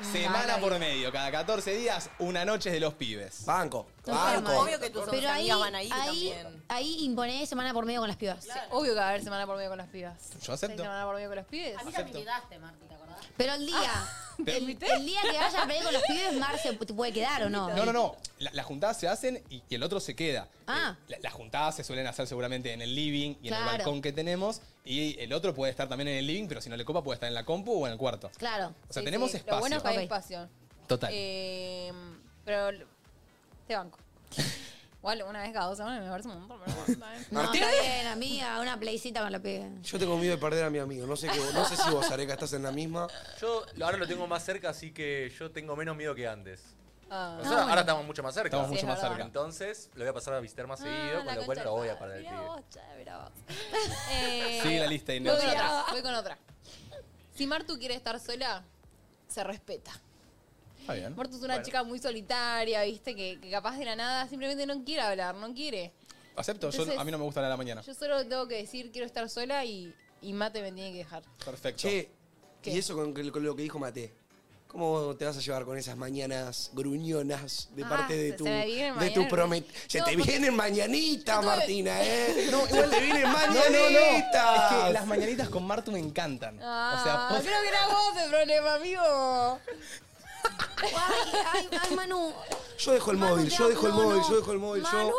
E: la
A: Semana por
E: vida.
A: medio, cada 14 días, una noche es de los pibes.
D: Banco,
H: No
D: banco.
H: está mal.
G: Obvio que tus
H: Pero ahí,
G: amigas van a ir
H: ahí,
G: también.
H: ahí imponé semana por medio con las pibas.
E: Obvio que va a haber semana por medio con las pibas.
A: Yo acepto.
E: ¿Hay semana por medio con las pibes?
F: A mí también quedaste, Marti, ¿te acordás?
H: Pero el día,
A: Ah, ¿Te
H: el,
E: invité?
H: el día que vaya a pelear con los pibes, Mar se te puede quedar o no.
A: No, no, no. La- Las juntadas se hacen y, y el otro se queda.
H: Ah.
A: Eh, la- las juntadas se suelen hacer seguramente en el living y en
H: Claro.
A: el balcón que tenemos. Y el otro puede estar también en el living, pero si no le copa puede estar en la compu o en el cuarto.
H: Claro.
A: O sea,
E: Sí,
A: tenemos
E: sí,
A: espacio.
E: Lo bueno es que hay
H: Ok.
E: espacio.
A: Total.
E: Eh, pero l- te banco. Igual una vez cada dos semanas me parece un montón. Pero bueno, está bien.
H: No, está bien, amiga, una playcita con los pibes.
D: Yo tengo miedo de perder a mi amigo. No sé, qué, no sé si vos, Areca, estás en la misma.
I: Yo lo- ahora lo tengo más cerca, así que yo tengo menos miedo que antes.
E: Ah.
I: Nosotros ahora estamos mucho más cerca.
A: Estamos
E: Sí,
A: mucho
E: es
A: más
E: verdad.
A: cerca.
I: Entonces lo voy a pasar a visitar más seguido,
E: Ah, la
I: con lo cual
E: concha
I: no lo voy a
E: de
I: parar el
E: Mira
I: pibe.
E: vos, che, mira vos. Eh,
A: Sigue la lista, Inés.
E: Voy con otra, voy con otra. Si Martu quiere estar sola, se respeta.
A: Está bien.
E: Martu es una
I: Bueno.
E: chica muy solitaria, ¿viste? Que, que capaz de la nada simplemente no quiere hablar, no quiere.
A: Acepto. Yo-
E: Entonces-
A: a mí no me gusta la de la mañana.
E: Yo solo tengo que decir quiero estar sola y, y Mate me tiene que dejar.
A: Perfecto.
D: Che,
E: ¿Qué?
D: y eso con, con lo que dijo Mate. ¿Cómo te vas a llevar con esas mañanas gruñonas de
E: Ah,
D: parte de
E: se-
D: tu,
E: se me vienen
D: de tu
E: mañanas.
D: promet... Se
E: No,
D: te
E: porque-
D: vienen mañanitas,
E: Yo tuve-
D: Martina, ¿eh?
A: No,
D: se te vienen
A: No, no, no.
D: mañanitas.
A: Es que las mañanitas con Martu me encantan. o sea,
E: Ah,
A: posta-
E: creo que era vos el problema, amigo.
H: Ay, ay, ay, Manu.
D: Yo dejo el
H: Manu,
D: móvil,
H: te
D: yo
H: amo.
D: dejo el
H: No,
D: móvil,
H: no.
D: yo dejo el móvil,
H: Manu.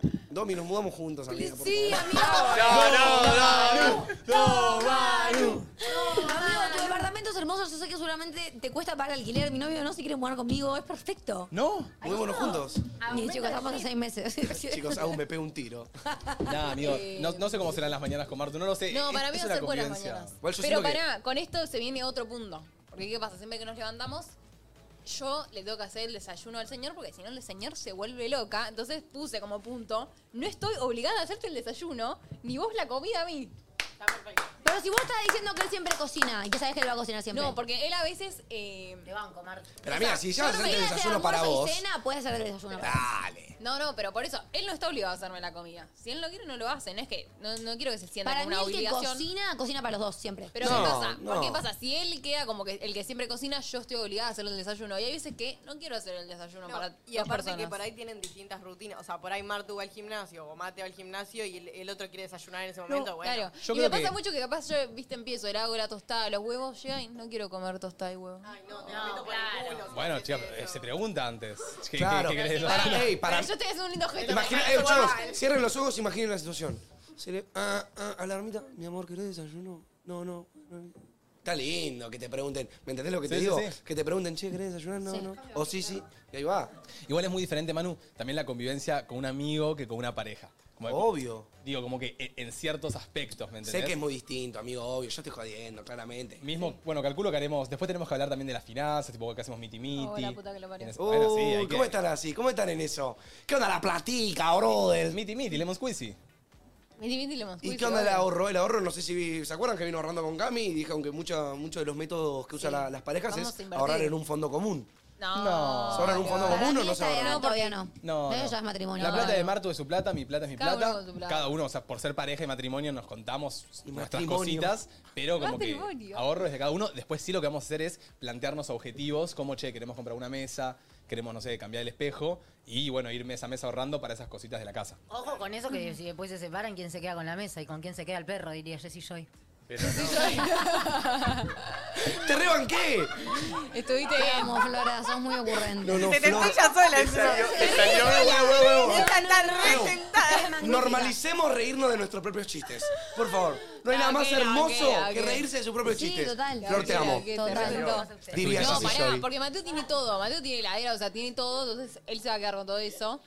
D: yo... Domi, nos mudamos juntos, amiga. por
H: Sí,
D: favor.
H: amigo.
I: No, no, no.
H: Amigo, tu departamento es hermoso. Yo sé que seguramente te cuesta pagar el alquiler. Mi novio no se quiere mudar conmigo. Es perfecto.
A: ¿No?
D: Mudémonos juntos.
H: Y chicos, estamos a seis meses.
D: Chicos, aún me pego un tiro.
A: Nah, amigo.
E: Eh,
A: No, no sé cómo serán las mañanas con Martu. No lo sé.
E: No,
A: Es-
E: para mí
A: es
E: no
A: una
E: se buenas
A: convivencia.
E: mañanas.
D: Igual yo
E: Pero
D: siento que-
E: pará, con esto se viene otro punto. Porque ¿qué pasa? Siempre que nos levantamos, yo le tengo que hacer el desayuno al señor porque si no el señor se vuelve loca. Entonces puse como punto, no estoy obligada a hacerte el desayuno, ni vos la comida a mí.
H: Pero si vos estás diciendo que él siempre cocina y que sabés que él va a cocinar siempre.
E: No, porque él a veces... eh,
F: Te banco, Marti.
D: Pero amiga, si ya vas
H: Yo
D: a
H: creo
D: hacer el
H: que
D: desayuno para
H: almuerzo
D: vos...
H: y cena, puedes hacer el desayuno para vos.
D: Dale.
E: no, no, pero por eso, él no está obligado a hacerme la comida. Si él no quiere, no lo hace. No es que, no, no quiero que se sienta
H: Para
E: como
H: mí
E: una
H: el que
E: obligación.
H: cocina, cocina para los dos siempre.
E: Pero
D: No,
E: ¿qué pasa? ¿Por qué
D: no.
E: pasa? Si él queda como que el que siempre cocina, yo estoy obligada a hacer el desayuno. Y hay veces que no quiero hacer el desayuno
G: No,
E: para
G: y
E: dos
G: aparte que
E: personas.
G: por ahí tienen distintas rutinas. O sea, por ahí Martu va al gimnasio o Mate va al gimnasio y el, el otro quiere desayunar en ese momento. bueno.
E: Claro.
A: Yo
E: y me
A: creo
E: pasa
A: que-
E: mucho que capaz yo, viste, empiezo, le hago la tostada, los huevos, llega y no quiero comer tostada y huevos.
G: Ay, no, te la meto por el culo. si
A: Bueno,
G: haces
A: chica,
G: eso.
A: eh, se pregunta antes. ¿Qué,
D: Claro.
A: qué- qué querés
D: Para,
A: desayunar?
D: ey, para...
E: Pero yo te voy a hacer un lindo gesto.
D: Imagina,
G: Para
D: eh,
G: eso
D: chicos,
G: va.
D: cierren los ojos, imaginen la situación. Se le, ah, ah, alarmita, mi amor, ¿querés desayuno? No, no, no. Está lindo que te pregunten, ¿me entendés lo que te
A: Sí, sí,
D: digo?
A: sí.
D: Que te pregunten, che, ¿querés desayunar? No, no.
A: Oh,
D: O sí, sí, y ahí va.
A: Igual es muy diferente, Manu, también la convivencia con un amigo que con una pareja. Como-
D: Obvio.
A: Digo, como que e- en ciertos aspectos, ¿me entendés?
D: Sé que es muy distinto, amigo, obvio, yo estoy jodiendo, claramente.
A: Mismo, bueno, calculo que haremos. Después tenemos que hablar también de las finanzas, tipo que hacemos miti miti.
E: Oh, la puta que lo parió.
A: Bueno, sí, hay
D: Uy,
A: que-
D: ¿Cómo están así? ¿Cómo están en eso? ¿Qué onda la platica, brother?
A: Miti miti, lemon squeezy.
E: Es difícil lo más.
D: ¿Y qué onda el ahorro? El ahorro, no sé si se acuerdan que vino ahorrando con Cami y dijo que mucha- muchos de los métodos que usan
E: Sí.
D: la- las parejas
E: Vamos a
D: es
E: invertir.
D: ahorrar en un fondo común.
E: No.
A: No.
D: ¿Se ahorran un fondo
H: Para
D: común o
H: mí
D: no se
H: esta era-
D: ahorran?
H: no, todavía no.
A: No,
H: Eso
A: no.
H: ya es matrimonio.
A: La plata
H: No,
A: de
H: no.
A: Martu es su plata, mi plata es mi
E: Cada
A: plata.
E: uno con su plata.
A: Cada uno, o sea, por ser pareja y matrimonio nos contamos nuestras
D: matrimonio.
A: cositas, pero como que
E: Matrimonio.
A: ahorro es de cada uno. Después sí lo que vamos a hacer es plantearnos objetivos, como, che, queremos comprar una mesa, queremos, no sé, cambiar el espejo y, bueno, ir mesa a mesa ahorrando para esas cositas de la casa.
F: Ojo con eso que si después se separan, ¿quién se queda con la mesa y con quién se queda el perro? Diría Jessy Joy.
I: Pero no.
D: ¡Te rebanqué!
E: Estuviste
H: Te
E: bien.
H: amo, Flora, sos muy ocurrente.
D: No,
G: Se te
D: Flor.
G: estoy ya sola.
I: Te salió,
G: encima.
I: te salió.
G: Están tan resentadas.
D: Normalicemos reírnos de nuestros propios chistes. Por favor. No hay nada más
E: Ok, ok,
D: hermoso que
E: ok.
D: reírse de sus propios
H: Sí,
D: chistes.
H: total.
D: Flor, te amo.
E: Que te
H: Total.
E: reventó.
D: Diría
E: No,
D: Jessy
E: pará,
D: Joy.
E: porque Mateo tiene todo. Mateo tiene heladera, o sea, tiene todo, entonces él se va a quedar con todo eso.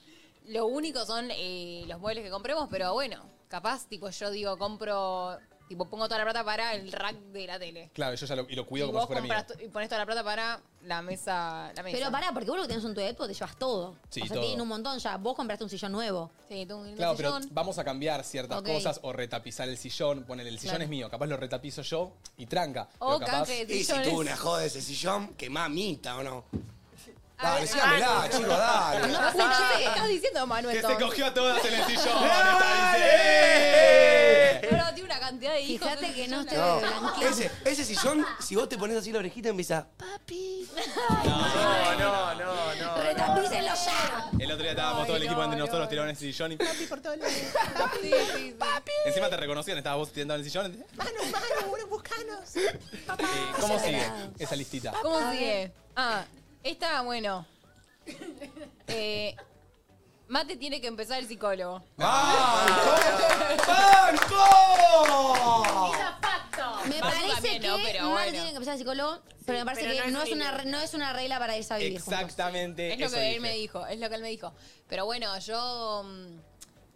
E: Lo único son eh, los muebles que compremos, pero bueno, capaz, tipo, yo digo, compro, tipo, pongo toda la plata para el rack de la tele.
A: Claro, yo ya lo, y lo cuido
E: y
A: como
E: vos
A: si fuera mío.
E: compras to- y pones toda la plata para la mesa. La mesa.
H: Pero pará, porque vos lo que tenés un tu depto te llevas todo.
A: Sí,
H: o sea,
A: todo.
H: tienen un montón ya. Vos compraste un sillón nuevo.
E: Sí, tengo un lindo
A: Claro, pero
E: sillón.
A: vamos a cambiar ciertas
H: Ok.
A: cosas o retapizar el sillón. Ponele, el sillón
H: Claro.
A: es mío, capaz lo retapizo yo y tranca.
E: O
A: Pero capaz,
E: canje de
D: Y si tuvo una
E: sillones.
D: joda de ese sillón, que mamita, ¿o no?
E: A
D: Dale,
E: ver,
D: sígamela, chicos, dale.
E: Ah, No sé qué estás diciendo, Manuel.
A: Que se
E: entonces?
A: cogió a todas en el sillón.
D: ¡Eh,
E: Pero tiene una cantidad de hijos.
H: Fíjate que no estoy
E: entonces,
D: No,
H: de blanqueo.
D: ese, ese sillón, si vos te pones así la orejita, empieza.
H: Papi,
I: No, no, no, no.
H: retapícenlo ya.
A: El otro día estábamos todo el
E: Ay,
A: equipo
E: no,
A: entre
E: no,
A: nosotros
E: no.
A: tiraron ese sillón y
E: yo- por todos lados. Sí, sí, sí.
A: encima te reconocían, estabas vos tirando en el sillón. Mano, mano, buscanos. ¿Cómo sigue esa listita?
E: ¿Cómo sigue? Ah, esta, bueno. Eh, Mate tiene que empezar el psicólogo.
D: ¡Banco!
H: Me
E: Vamos
H: parece
E: Ah, también,
H: que
E: ¿no? Pero
H: Manu
E: bueno.
H: tiene que empezar psicólogo, pero me parece
G: pero no
H: que
G: es
H: no es,
G: un
H: una,
G: límite.
H: re- no es una regla para irse a vivir juntos.
A: Exactamente.
E: Es lo
A: eso
E: que
A: dije.
E: él me dijo, es lo que él me dijo. Pero bueno, yo. mm,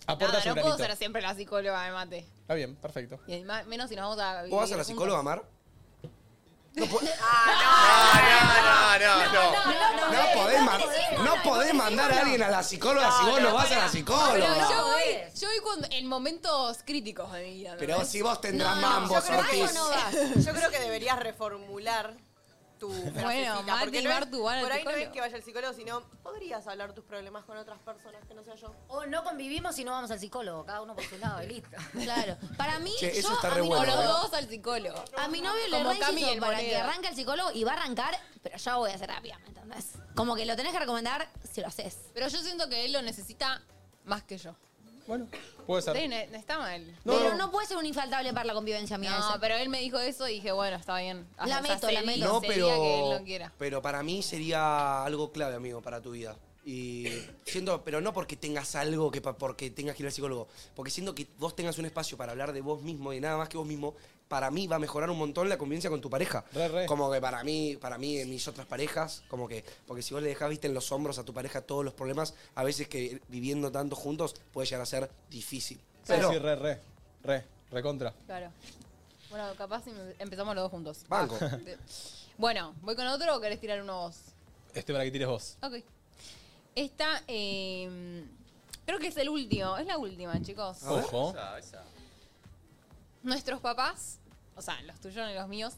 A: Aporta
E: Nada,
A: su
E: no puedo
A: granito.
E: ser siempre la psicóloga de Mate.
A: Está bien, perfecto.
E: Y además, menos si nos vamos a.
D: ¿Vos vas
E: vivir
D: a la
E: juntos.
D: psicóloga, Mar?
A: Ah,
I: No, no, no, no.
D: No podés, man- no podés mandar a alguien a la psicóloga si vos no vas a la
E: Pero
D: psicóloga.
E: yo voy, yo voy cuando- en momentos críticos de mi vida. ¿no?
D: Pero si vos tendrás
H: No, no,
D: mambos,
H: yo creo que
D: Ortiz.
H: vos no vas.
G: Yo creo que deberías reformular tu frasecita,
E: Mate
G: porque
E: y
G: no es-
E: Martu van al
G: Por ahí no es
E: psicólogo.
G: que vaya al psicólogo, sino podrías hablar tus problemas con otras personas que no sea yo.
F: O no convivimos y no vamos al psicólogo, cada uno por su lado y listo.
H: Claro. Para mí,
D: Che, eso
H: yo
D: está
H: a
D: re
H: mi
E: O
D: bueno,
E: los
H: novio-
D: ¿eh?
E: dos al psicólogo.
H: A mi novio le
E: Como Cami
H: reinsisto
E: el
H: para
E: Moneda.
H: que arranque el psicólogo y va a arrancar, pero ya voy a hacer terapia, ¿me entendés? Como que lo tenés que recomendar si lo haces.
E: Pero yo siento que él lo necesita más que yo.
A: Bueno, puede
E: Sí,
A: ser.
E: no, no está mal.
H: pero no puede ser un infaltable para la convivencia mía.
E: No,
H: ese.
E: pero él me dijo eso y dije, bueno, está bien.
H: La
E: O sea,
H: meto, la
E: sería-
H: meto.
D: No,
E: sería que él
D: pero,
E: lo quiera.
D: pero para mí sería algo clave, amigo, para tu vida. Y siento, pero no porque tengas algo, que pa- porque tengas que ir al psicólogo, porque siento que vos tengas un espacio para hablar de vos mismo y nada más que vos mismo, para mí va a mejorar un montón la convivencia con tu pareja.
A: Re, re.
D: Como que para mí, para mí, en mis otras parejas, como que, porque si vos le dejás, viste, en los hombros a tu pareja todos los problemas, a veces que viviendo tanto juntos puede llegar a ser difícil.
A: Sí,
D: Pero,
A: sí, re, re. Re, re contra.
E: Claro. Bueno, capaz si me- empezamos los dos juntos.
D: banco.
E: De- Bueno, ¿voy con otro o querés tirar uno vos?
A: Este para que tires vos.
E: Ok. Esta, eh, creo que es el último. Es la última, chicos.
D: ver.
A: Ojo.
I: Esa, esa.
E: Nuestros papás, o sea, los tuyos y los míos,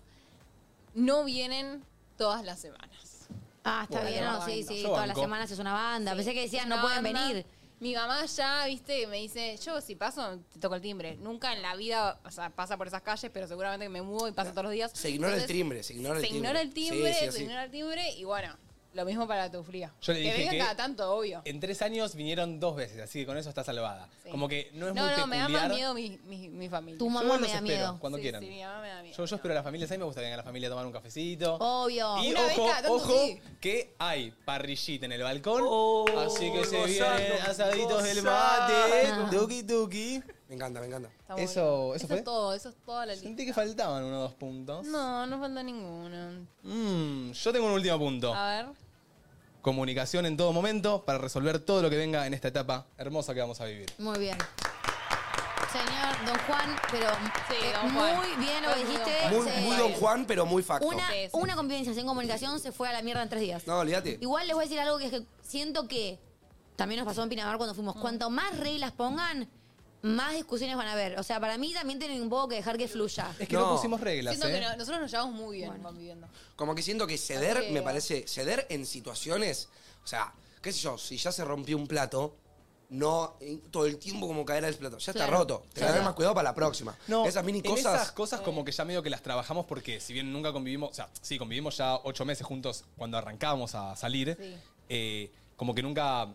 E: no vienen todas las semanas.
H: Ah, está
A: Bueno,
H: bien, no, sí,
E: banco.
H: sí,
A: Yo
H: todas las
A: banco.
H: semanas es una banda. Pensé que decían no
E: Una
H: pueden
E: banda.
H: venir.
E: Mi mamá ya, viste, me dice, yo si paso, te toco el timbre. Nunca en la vida, o sea, pasa por esas calles, pero seguramente que me mudo y pasa todos los días.
D: Se ignora el
E: Entonces,
D: timbre, se ignora el
E: se
D: timbre.
E: ignora el timbre,
D: Sí, sí,
E: se
D: sí.
E: ignora el timbre y bueno, lo mismo para tu fría.
A: Yo le
E: que
A: dije
E: vengan
A: que-
E: cada tanto, obvio.
A: En tres años vinieron dos veces, así que con eso está salvada.
E: Sí.
A: Como que no es
E: no,
A: muy
E: no,
A: peculiar.
E: me da más miedo mi, mi, mi familia.
H: Tu
A: Yo
H: mamá
A: igual
H: me
A: los
H: da
A: espero,
H: miedo.
A: Cuando
E: Sí,
A: quieran.
E: sí, mi mamá me da miedo.
A: Yo, yo espero a la familia, a mí me gusta que venga la familia a tomar un cafecito.
H: Obvio.
A: Y
E: Una vez
A: ojo,
E: cada tanto,
A: ojo,
E: sí.
A: que hay parrillita en el balcón.
D: Oh,
A: así que se
D: gozando,
A: vienen asaditos del
D: gozando.
A: mate. Tuki tuki.
D: Me encanta, me encanta.
E: Está bueno.
A: Eso- ¿eso fue?
E: es todo, eso es toda la lista.
A: Sentí que faltaban uno o dos puntos.
E: No, no falta ninguno.
A: Mm, yo tengo un último punto.
E: A ver.
A: Comunicación en todo momento para resolver todo lo que venga en esta etapa hermosa que vamos a vivir.
H: Muy bien. Señor Don Juan, pero
E: Sí,
H: eh,
E: don Juan.
H: muy bien lo
E: Fue
H: que
E: muy
H: dijiste.
A: Eh,
E: don
D: Muy,
H: Se-
D: muy Don Juan, pero muy facto.
H: Una,
E: Sí, sí.
H: una convivencia sin comunicación se fue a la mierda en tres días.
D: No, olvídate.
H: Igual les voy a decir
E: Mm.
H: algo que es que siento que también nos pasó en Pinamar cuando fuimos. Cuanto más reglas pongan, más discusiones van a haber. O sea, para mí también tienen un poco que dejar que fluya.
A: Es
D: que no No. pusimos reglas,
E: Siento
D: ¿eh?
E: que no- nosotros nos llevamos muy bien conviviendo.
D: Como que siento que ceder,
E: Así que-
D: me parece, ceder en situaciones, o sea, qué sé yo, si ya se rompió un plato, no eh, todo el tiempo como caer al plato, ya está
A: Claro.
D: roto, tenés
A: Ya
D: que tener
A: está.
D: más cuidado para la próxima.
A: No,
D: esas mini
A: en
D: cosas,
A: Esas cosas como que ya medio que las trabajamos porque si bien nunca convivimos, o sea, sí, convivimos ya ocho meses juntos cuando arrancábamos a salir, eh, como que nunca,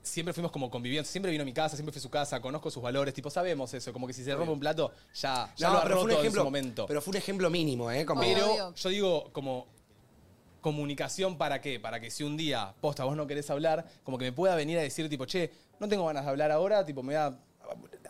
A: siempre fuimos como conviviendo, siempre vino a mi casa, siempre fue su casa, conozco sus valores, tipo, sabemos eso, como que si se rompe un plato, ya, ya
D: No,
A: lo ha
D: pero fue
A: roto
D: un
A: en
D: ejemplo-
A: su momento.
D: pero fue un ejemplo mínimo, ¿eh? Como,
A: Pero yo digo como comunicación para qué? Para que si un día, posta, vos no querés hablar, como que me pueda venir a decir tipo, che, no tengo ganas de hablar ahora, tipo, me da...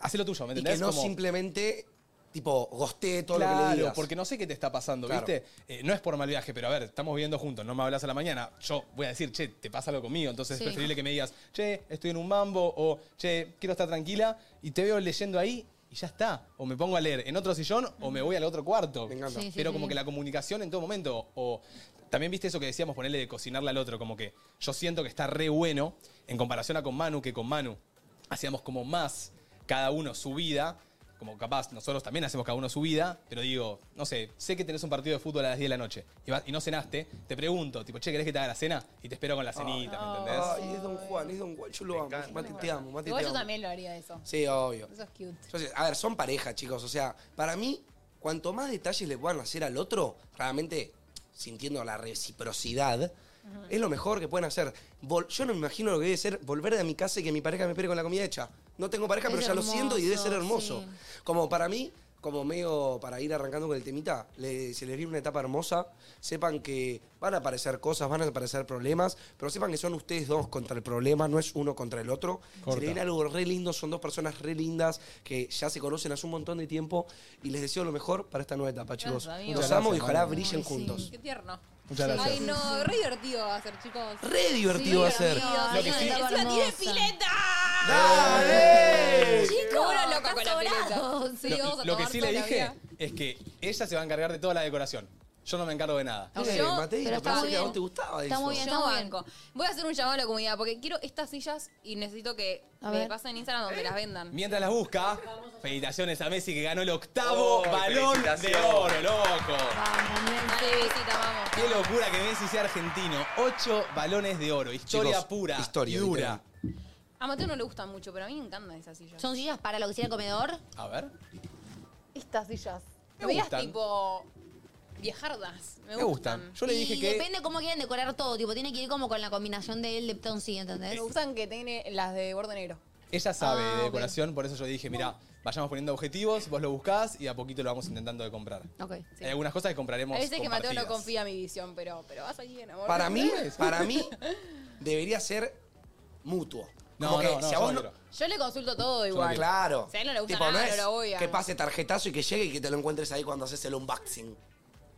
A: Hacé lo tuyo, ¿me
D: y
A: entendés?
D: que no
A: Como-
D: simplemente, tipo, gostee todo lo que
A: Claro,
D: le digas.
A: porque no sé qué te está pasando,
D: Claro.
A: ¿viste? Eh, no es por mal viaje, pero a ver, estamos viviendo juntos, no me hablas a la mañana. Yo voy a decir, che, te pasa algo conmigo, entonces
K: Sí.
A: es preferible que me digas, che, estoy en un mambo, o che, quiero estar tranquila, y te veo leyendo ahí. Y ya está. O me pongo a leer en otro sillón o me voy al otro cuarto.
D: encanta. Sí, sí,
A: Pero
D: sí.
A: como que la comunicación en todo momento. O también viste eso que decíamos, ponerle de cocinarle al otro. Como que yo siento que está re bueno en comparación a con Manu, que con Manu hacíamos como más cada uno su vida. Como capaz nosotros también hacemos cada uno su vida, pero digo, no sé, sé que tenés un partido de fútbol a las 10 de la noche y, vas- y no cenaste, te pregunto, tipo, che, ¿querés que te haga la cena? Y te espero con la cenita, ¿me entendés?
D: Ay, es Don Juan, es Don Juan, yo lo amo, Mati, te amo, Mati,
E: Igual
D: te
E: yo
D: amo.
E: también lo haría eso.
D: Sí, obvio.
E: Eso es cute.
D: Entonces, a ver, son pareja, chicos. O sea, para mí, cuanto más detalles le puedan hacer al otro, realmente sintiendo la reciprocidad, es lo mejor que pueden hacer. Vol- Yo no me imagino lo que debe ser volver de mi casa y que mi pareja me espere con la comida hecha. No tengo pareja,
K: Es
D: pero ya lo
K: hermoso,
D: siento y debe ser hermoso.
K: sí.
D: Como para mí, como medio para ir arrancando con el temita, le- se les viene una etapa hermosa. Sepan que van a aparecer cosas, van a aparecer problemas, pero sepan que son ustedes dos contra el problema, no es uno contra el otro.
A: Corta.
D: Se le viene algo re lindo, son dos personas re lindas que ya se conocen hace un montón de tiempo y les deseo lo mejor para esta nueva etapa, chicos.
E: Gracias, amigo.
D: Los
E: Muchas
D: amo y
A: gracias,
D: ojalá
A: hermano.
D: brillen juntos.
E: Qué tierno.
D: Muchas gracias.
E: Ay, no, re divertido va a ser, chicos.
D: Re divertido va a ser.
E: Lo que sí. Encima tiene pileta.
D: ¡Dale!
E: Chicos, uno loco con la pileta. Sí,
A: lo,
E: vamos a
A: lo que
E: tomar
A: sí
E: toda
A: le
E: la
A: dije
E: vida.
A: es que ella se va a encargar de toda la decoración. Yo no me encargo de nada.
E: Ok, Yo- Mateito,
H: pero está pensé muy que a vos bien.
D: te gustaba
H: Está eso. muy bien,
E: Yo
H: está muy
E: banco. Voy a hacer un llamado a la comunidad porque quiero estas sillas y necesito que
H: A
E: me
H: ver.
E: pasen Instagram donde las vendan.
A: Mientras las busca, felicitaciones a Messi que ganó el
I: Oh,
A: octavo balón de
I: felicitaciones.
A: oro, loco.
E: Dale, visita, vamos.
A: Qué locura que Messi sea argentino. Ocho balones de oro. Historia
D: Chicos,
A: pura.
D: historia,
A: y dura.
D: literal.
E: A Mateo no le gustan mucho, pero a mí me encantan esas sillas.
H: Son sillas para la cocina y comedor.
A: A ver.
E: Estas sillas.
A: Me
E: Me veías
A: gustan.
E: tipo viejardas. Me,
A: Me gustan. Yo le dije
H: y
A: que-
H: depende cómo quieren decorar todo. Tipo, tiene que ir como con la combinación del Lepton, sí, ¿entendés?
E: Me gustan que tiene las de borde negro.
A: Ella sabe
H: Ah,
A: de
H: ok.
A: decoración, por eso yo dije, mira, vayamos poniendo objetivos, vos lo buscás y a poquito lo vamos intentando de comprar.
H: Ok.
A: Hay algunas cosas que compraremos.
E: A veces que Mateo no
A: compartidas.
E: confía en mi visión, pero, pero vas ahí en amor.
D: Para mí, para mí, debería ser mutuo.
A: No,
D: Como que
A: no, no,
D: si a
A: yo
D: vos
A: no
D: no-
E: Yo le consulto todo igual.
D: Claro.
E: Si a él no le gusta
D: Tipo,
E: nada,
D: no
E: no,
D: es
E: lo voy a.
D: que pase tarjetazo y que llegue y que te lo encuentres ahí cuando haces el unboxing.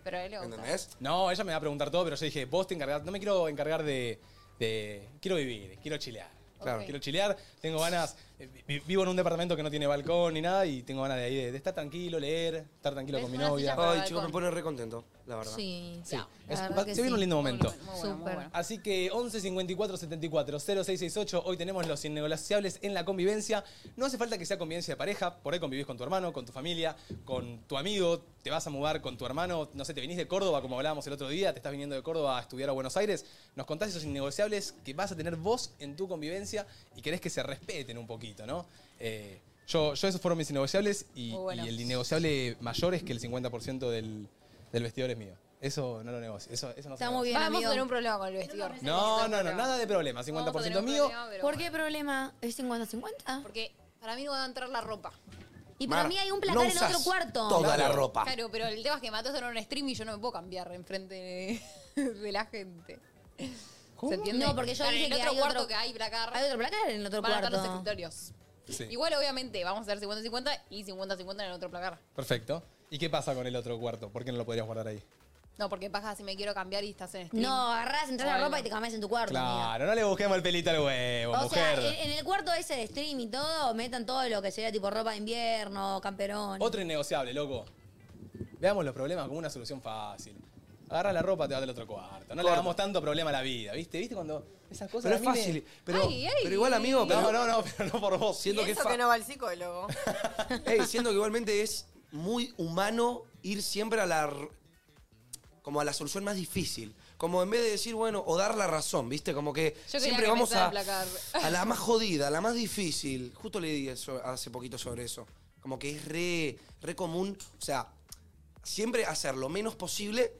E: Pero a él le gusta.
D: ¿Entendés?
A: No, ella me va a preguntar todo, pero yo dije, vos te encargás, no me quiero encargar de. de- quiero vivir, quiero chilear.
D: Claro.
A: Quiero chilear, tengo ganas. eh, vi- Vivo en un departamento que no tiene balcón ni nada y tengo ganas de ahí de, de estar tranquilo, leer, estar tranquilo
E: Es
A: con mi
E: una
A: novia.
E: silla para
D: Ay, chicos, me pone re contento, la verdad.
H: Sí.
A: Sí.
H: La
A: Es-
H: verdad
A: va-
H: que
A: se viene
H: sí.
A: un lindo momento.
E: bueno, muy
H: Súper.
E: bueno.
A: Así que 11 54 74 0668. Hoy tenemos los innegociables en la convivencia. No hace falta que sea convivencia de pareja. Por ahí convivís con tu hermano, con tu familia, con tu amigo. Te vas a mudar con tu hermano. No sé, te venís de Córdoba, como hablábamos el otro día. Te estás viniendo de Córdoba a estudiar a Buenos Aires. Nos contás esos innegociables que vas a tener vos en tu convivencia y querés que se respeten un poquito, ¿no? Eh, yo, yo esos fueron mis innegociables y,
E: Muy Oh, bueno.
A: y el innegociable mayor es que el 50% del, del vestidor es mío. Eso no lo negocio. Eso, eso no se
H: Está muy
A: negocia.
H: bien,
E: Vamos
H: amigo.
E: a tener un problema con el vestidor.
A: No, no, no, nada de problema. 50% mío.
H: ¿Por qué problema? ¿Es 50-50?
E: Porque para mí no va a entrar la ropa.
H: Y para
D: Mar,
H: mí hay un
D: no
H: placar en
D: usás
H: otro cuarto.
D: Toda la ropa.
E: Claro, pero el tema es que Mateo era un stream y yo no me puedo cambiar enfrente de, de la gente. ¿Se entiende?
H: No, porque yo
E: Claro,
H: dije
E: en
H: que
E: el otro
H: hay
E: cuarto
H: otro-
E: que hay placar.
H: Hay otro placar en el otro
E: van a estar los
H: cuarto.
E: escritorios. Igual, obviamente, vamos a hacer 50-50 y 50-50 en el otro placar.
A: Perfecto. ¿Y qué pasa con el otro cuarto? ¿Por qué no lo podrías guardar ahí?
E: No, porque pasa si me quiero cambiar y estás en stream.
H: No, agarrás, entras la
E: Bueno.
H: ropa y te cambias en tu cuarto. amiga.
A: Claro, no le busquemos el pelito al huevo,
H: O
A: mujer.
E: eh,
H: sea, en, en el cuarto ese de stream y todo, metan todo lo que sería tipo ropa de invierno, camperón.
E: eh.
A: Otro innegociable, loco. Veamos los problemas como una solución fácil. Agarra la ropa, te vas del otro cuarto. No le
D: Corta.
A: hagamos tanto problema a la vida, ¿viste? ¿Viste cuando esas cosas
D: Pero es
A: a mí me-
D: fácil. Pero, pero igual, amigo, pero,
A: No, no, no, pero no por vos.
D: Siento que, es
G: Eso
D: fa-
G: que no va al psicólogo.
D: Ey, siento que igualmente es muy humano ir siempre a la r- como a la solución más difícil. Como en vez de decir, bueno, o dar la razón, ¿viste? Como que
E: Yo
D: siempre
E: quería
D: vamos
E: que me
D: a,
E: aplacar.
D: a la más jodida, a la más difícil. Justo le di eso hace poquito sobre eso. Como que es re, re común, o sea, siempre hacer lo menos posible